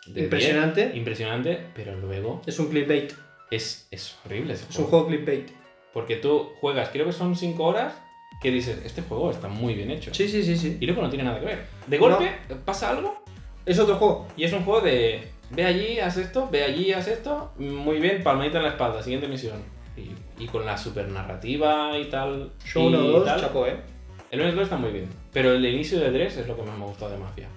Speaker 2: de
Speaker 4: Impresionante.
Speaker 2: 10, impresionante, pero luego
Speaker 4: Es un clickbait.
Speaker 2: es, es horrible. ese
Speaker 4: Es un juego clickbait.
Speaker 2: Porque tú juegas, creo que son 5 horas, que dices, este juego está muy bien hecho.
Speaker 4: Sí, sí, sí, sí.
Speaker 2: Y luego no tiene nada que ver. De
Speaker 4: No.
Speaker 2: golpe pasa algo
Speaker 4: Es otro juego.
Speaker 2: y es un juego de ve allí, haz esto, ve allí, haz esto. Muy bien, palmadita en la espalda, siguiente misión. Y, y con la super narrativa y tal.
Speaker 4: Yo
Speaker 2: y
Speaker 4: uno, dos,
Speaker 2: tal.
Speaker 4: chapo, eh.
Speaker 2: El 1 y el 2 está muy bien. Pero el inicio de 3 es lo que más me ha gustado de Mafia.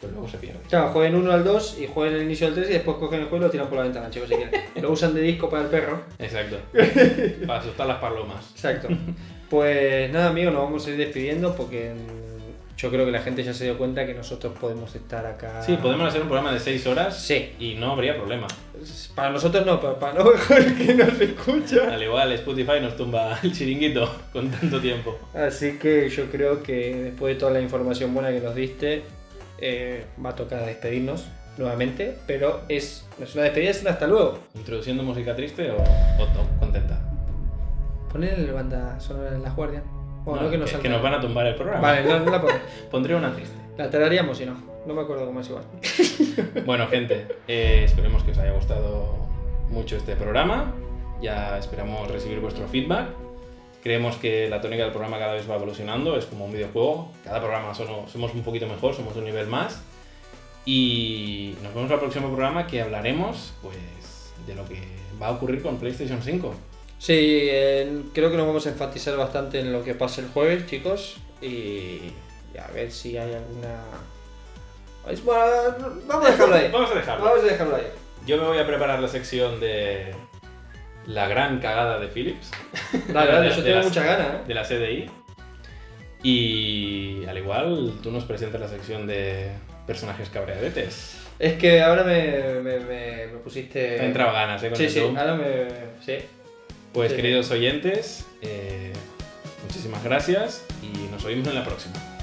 Speaker 2: Pero luego se pierde.
Speaker 4: Claro, jueguen uno al 2 y jueguen el inicio del 3 y después cogen el juego y lo tiran por la ventana, chicos, si quieren. lo usan de disco para el perro.
Speaker 2: [LAUGHS] Exacto. Para asustar las palomas. [LAUGHS]
Speaker 4: Exacto. Pues nada, amigos, nos vamos a ir despidiendo porque mm, yo creo que la gente ya se dio cuenta que nosotros podemos estar acá.
Speaker 2: Sí, podemos hacer un programa de 6 horas
Speaker 4: Sí.
Speaker 2: y no habría problema.
Speaker 4: Para nosotros no, [LAUGHS] para, para lo mejor que nos escucha.
Speaker 2: Al igual, Spotify nos tumba [LAUGHS] el chiringuito con tanto tiempo.
Speaker 4: Así que yo creo que después de toda la información buena que nos diste, eh, va a tocar despedirnos nuevamente. Pero es, no es una despedida, es un hasta luego.
Speaker 2: ¿Introduciendo música triste o, o to- contenta?
Speaker 4: Poner el banda sonora en las guardias. Bueno, no, que nos
Speaker 2: es
Speaker 4: salga.
Speaker 2: que nos van a tumbar el programa.
Speaker 4: Vale, no, no la pongo.
Speaker 2: Pondré una triste.
Speaker 4: La tararíamos si no. No me acuerdo cómo es igual.
Speaker 2: Bueno, gente, eh, esperemos que os haya gustado mucho este programa. Ya esperamos recibir vuestro feedback. Creemos que la tónica del programa cada vez va evolucionando, es como un videojuego. Cada programa somos, somos un poquito mejor, somos un nivel más. Y nos vemos al próximo programa que hablaremos pues, de lo que va a ocurrir con PlayStation 5.
Speaker 4: Sí, eh, creo que nos vamos a enfatizar bastante en lo que pasa el jueves, chicos. Y, y a ver si hay alguna. Es- bueno, vamos a dejarlo ahí.
Speaker 2: Vamos a dejarlo.
Speaker 4: Vamos a dejarlo ahí.
Speaker 2: Yo me voy a preparar la sección de la gran cagada de Philips,
Speaker 4: Dale, dale, yo
Speaker 2: De
Speaker 4: tengo
Speaker 2: las-
Speaker 4: muchas ganas. ¿eh?
Speaker 2: de la CDI. Y al igual, tú nos presentas la sección de personajes cabreadetes.
Speaker 4: Es que ahora me, me, me- me pusiste.
Speaker 2: Te han entrado ganas, ¿eh? Con
Speaker 4: Sí,
Speaker 2: el
Speaker 4: sí,
Speaker 2: Zoom.
Speaker 4: ahora me. Sí.
Speaker 2: Pues
Speaker 4: sí.
Speaker 2: queridos oyentes, eh, muchísimas gracias y nos oímos en la próxima.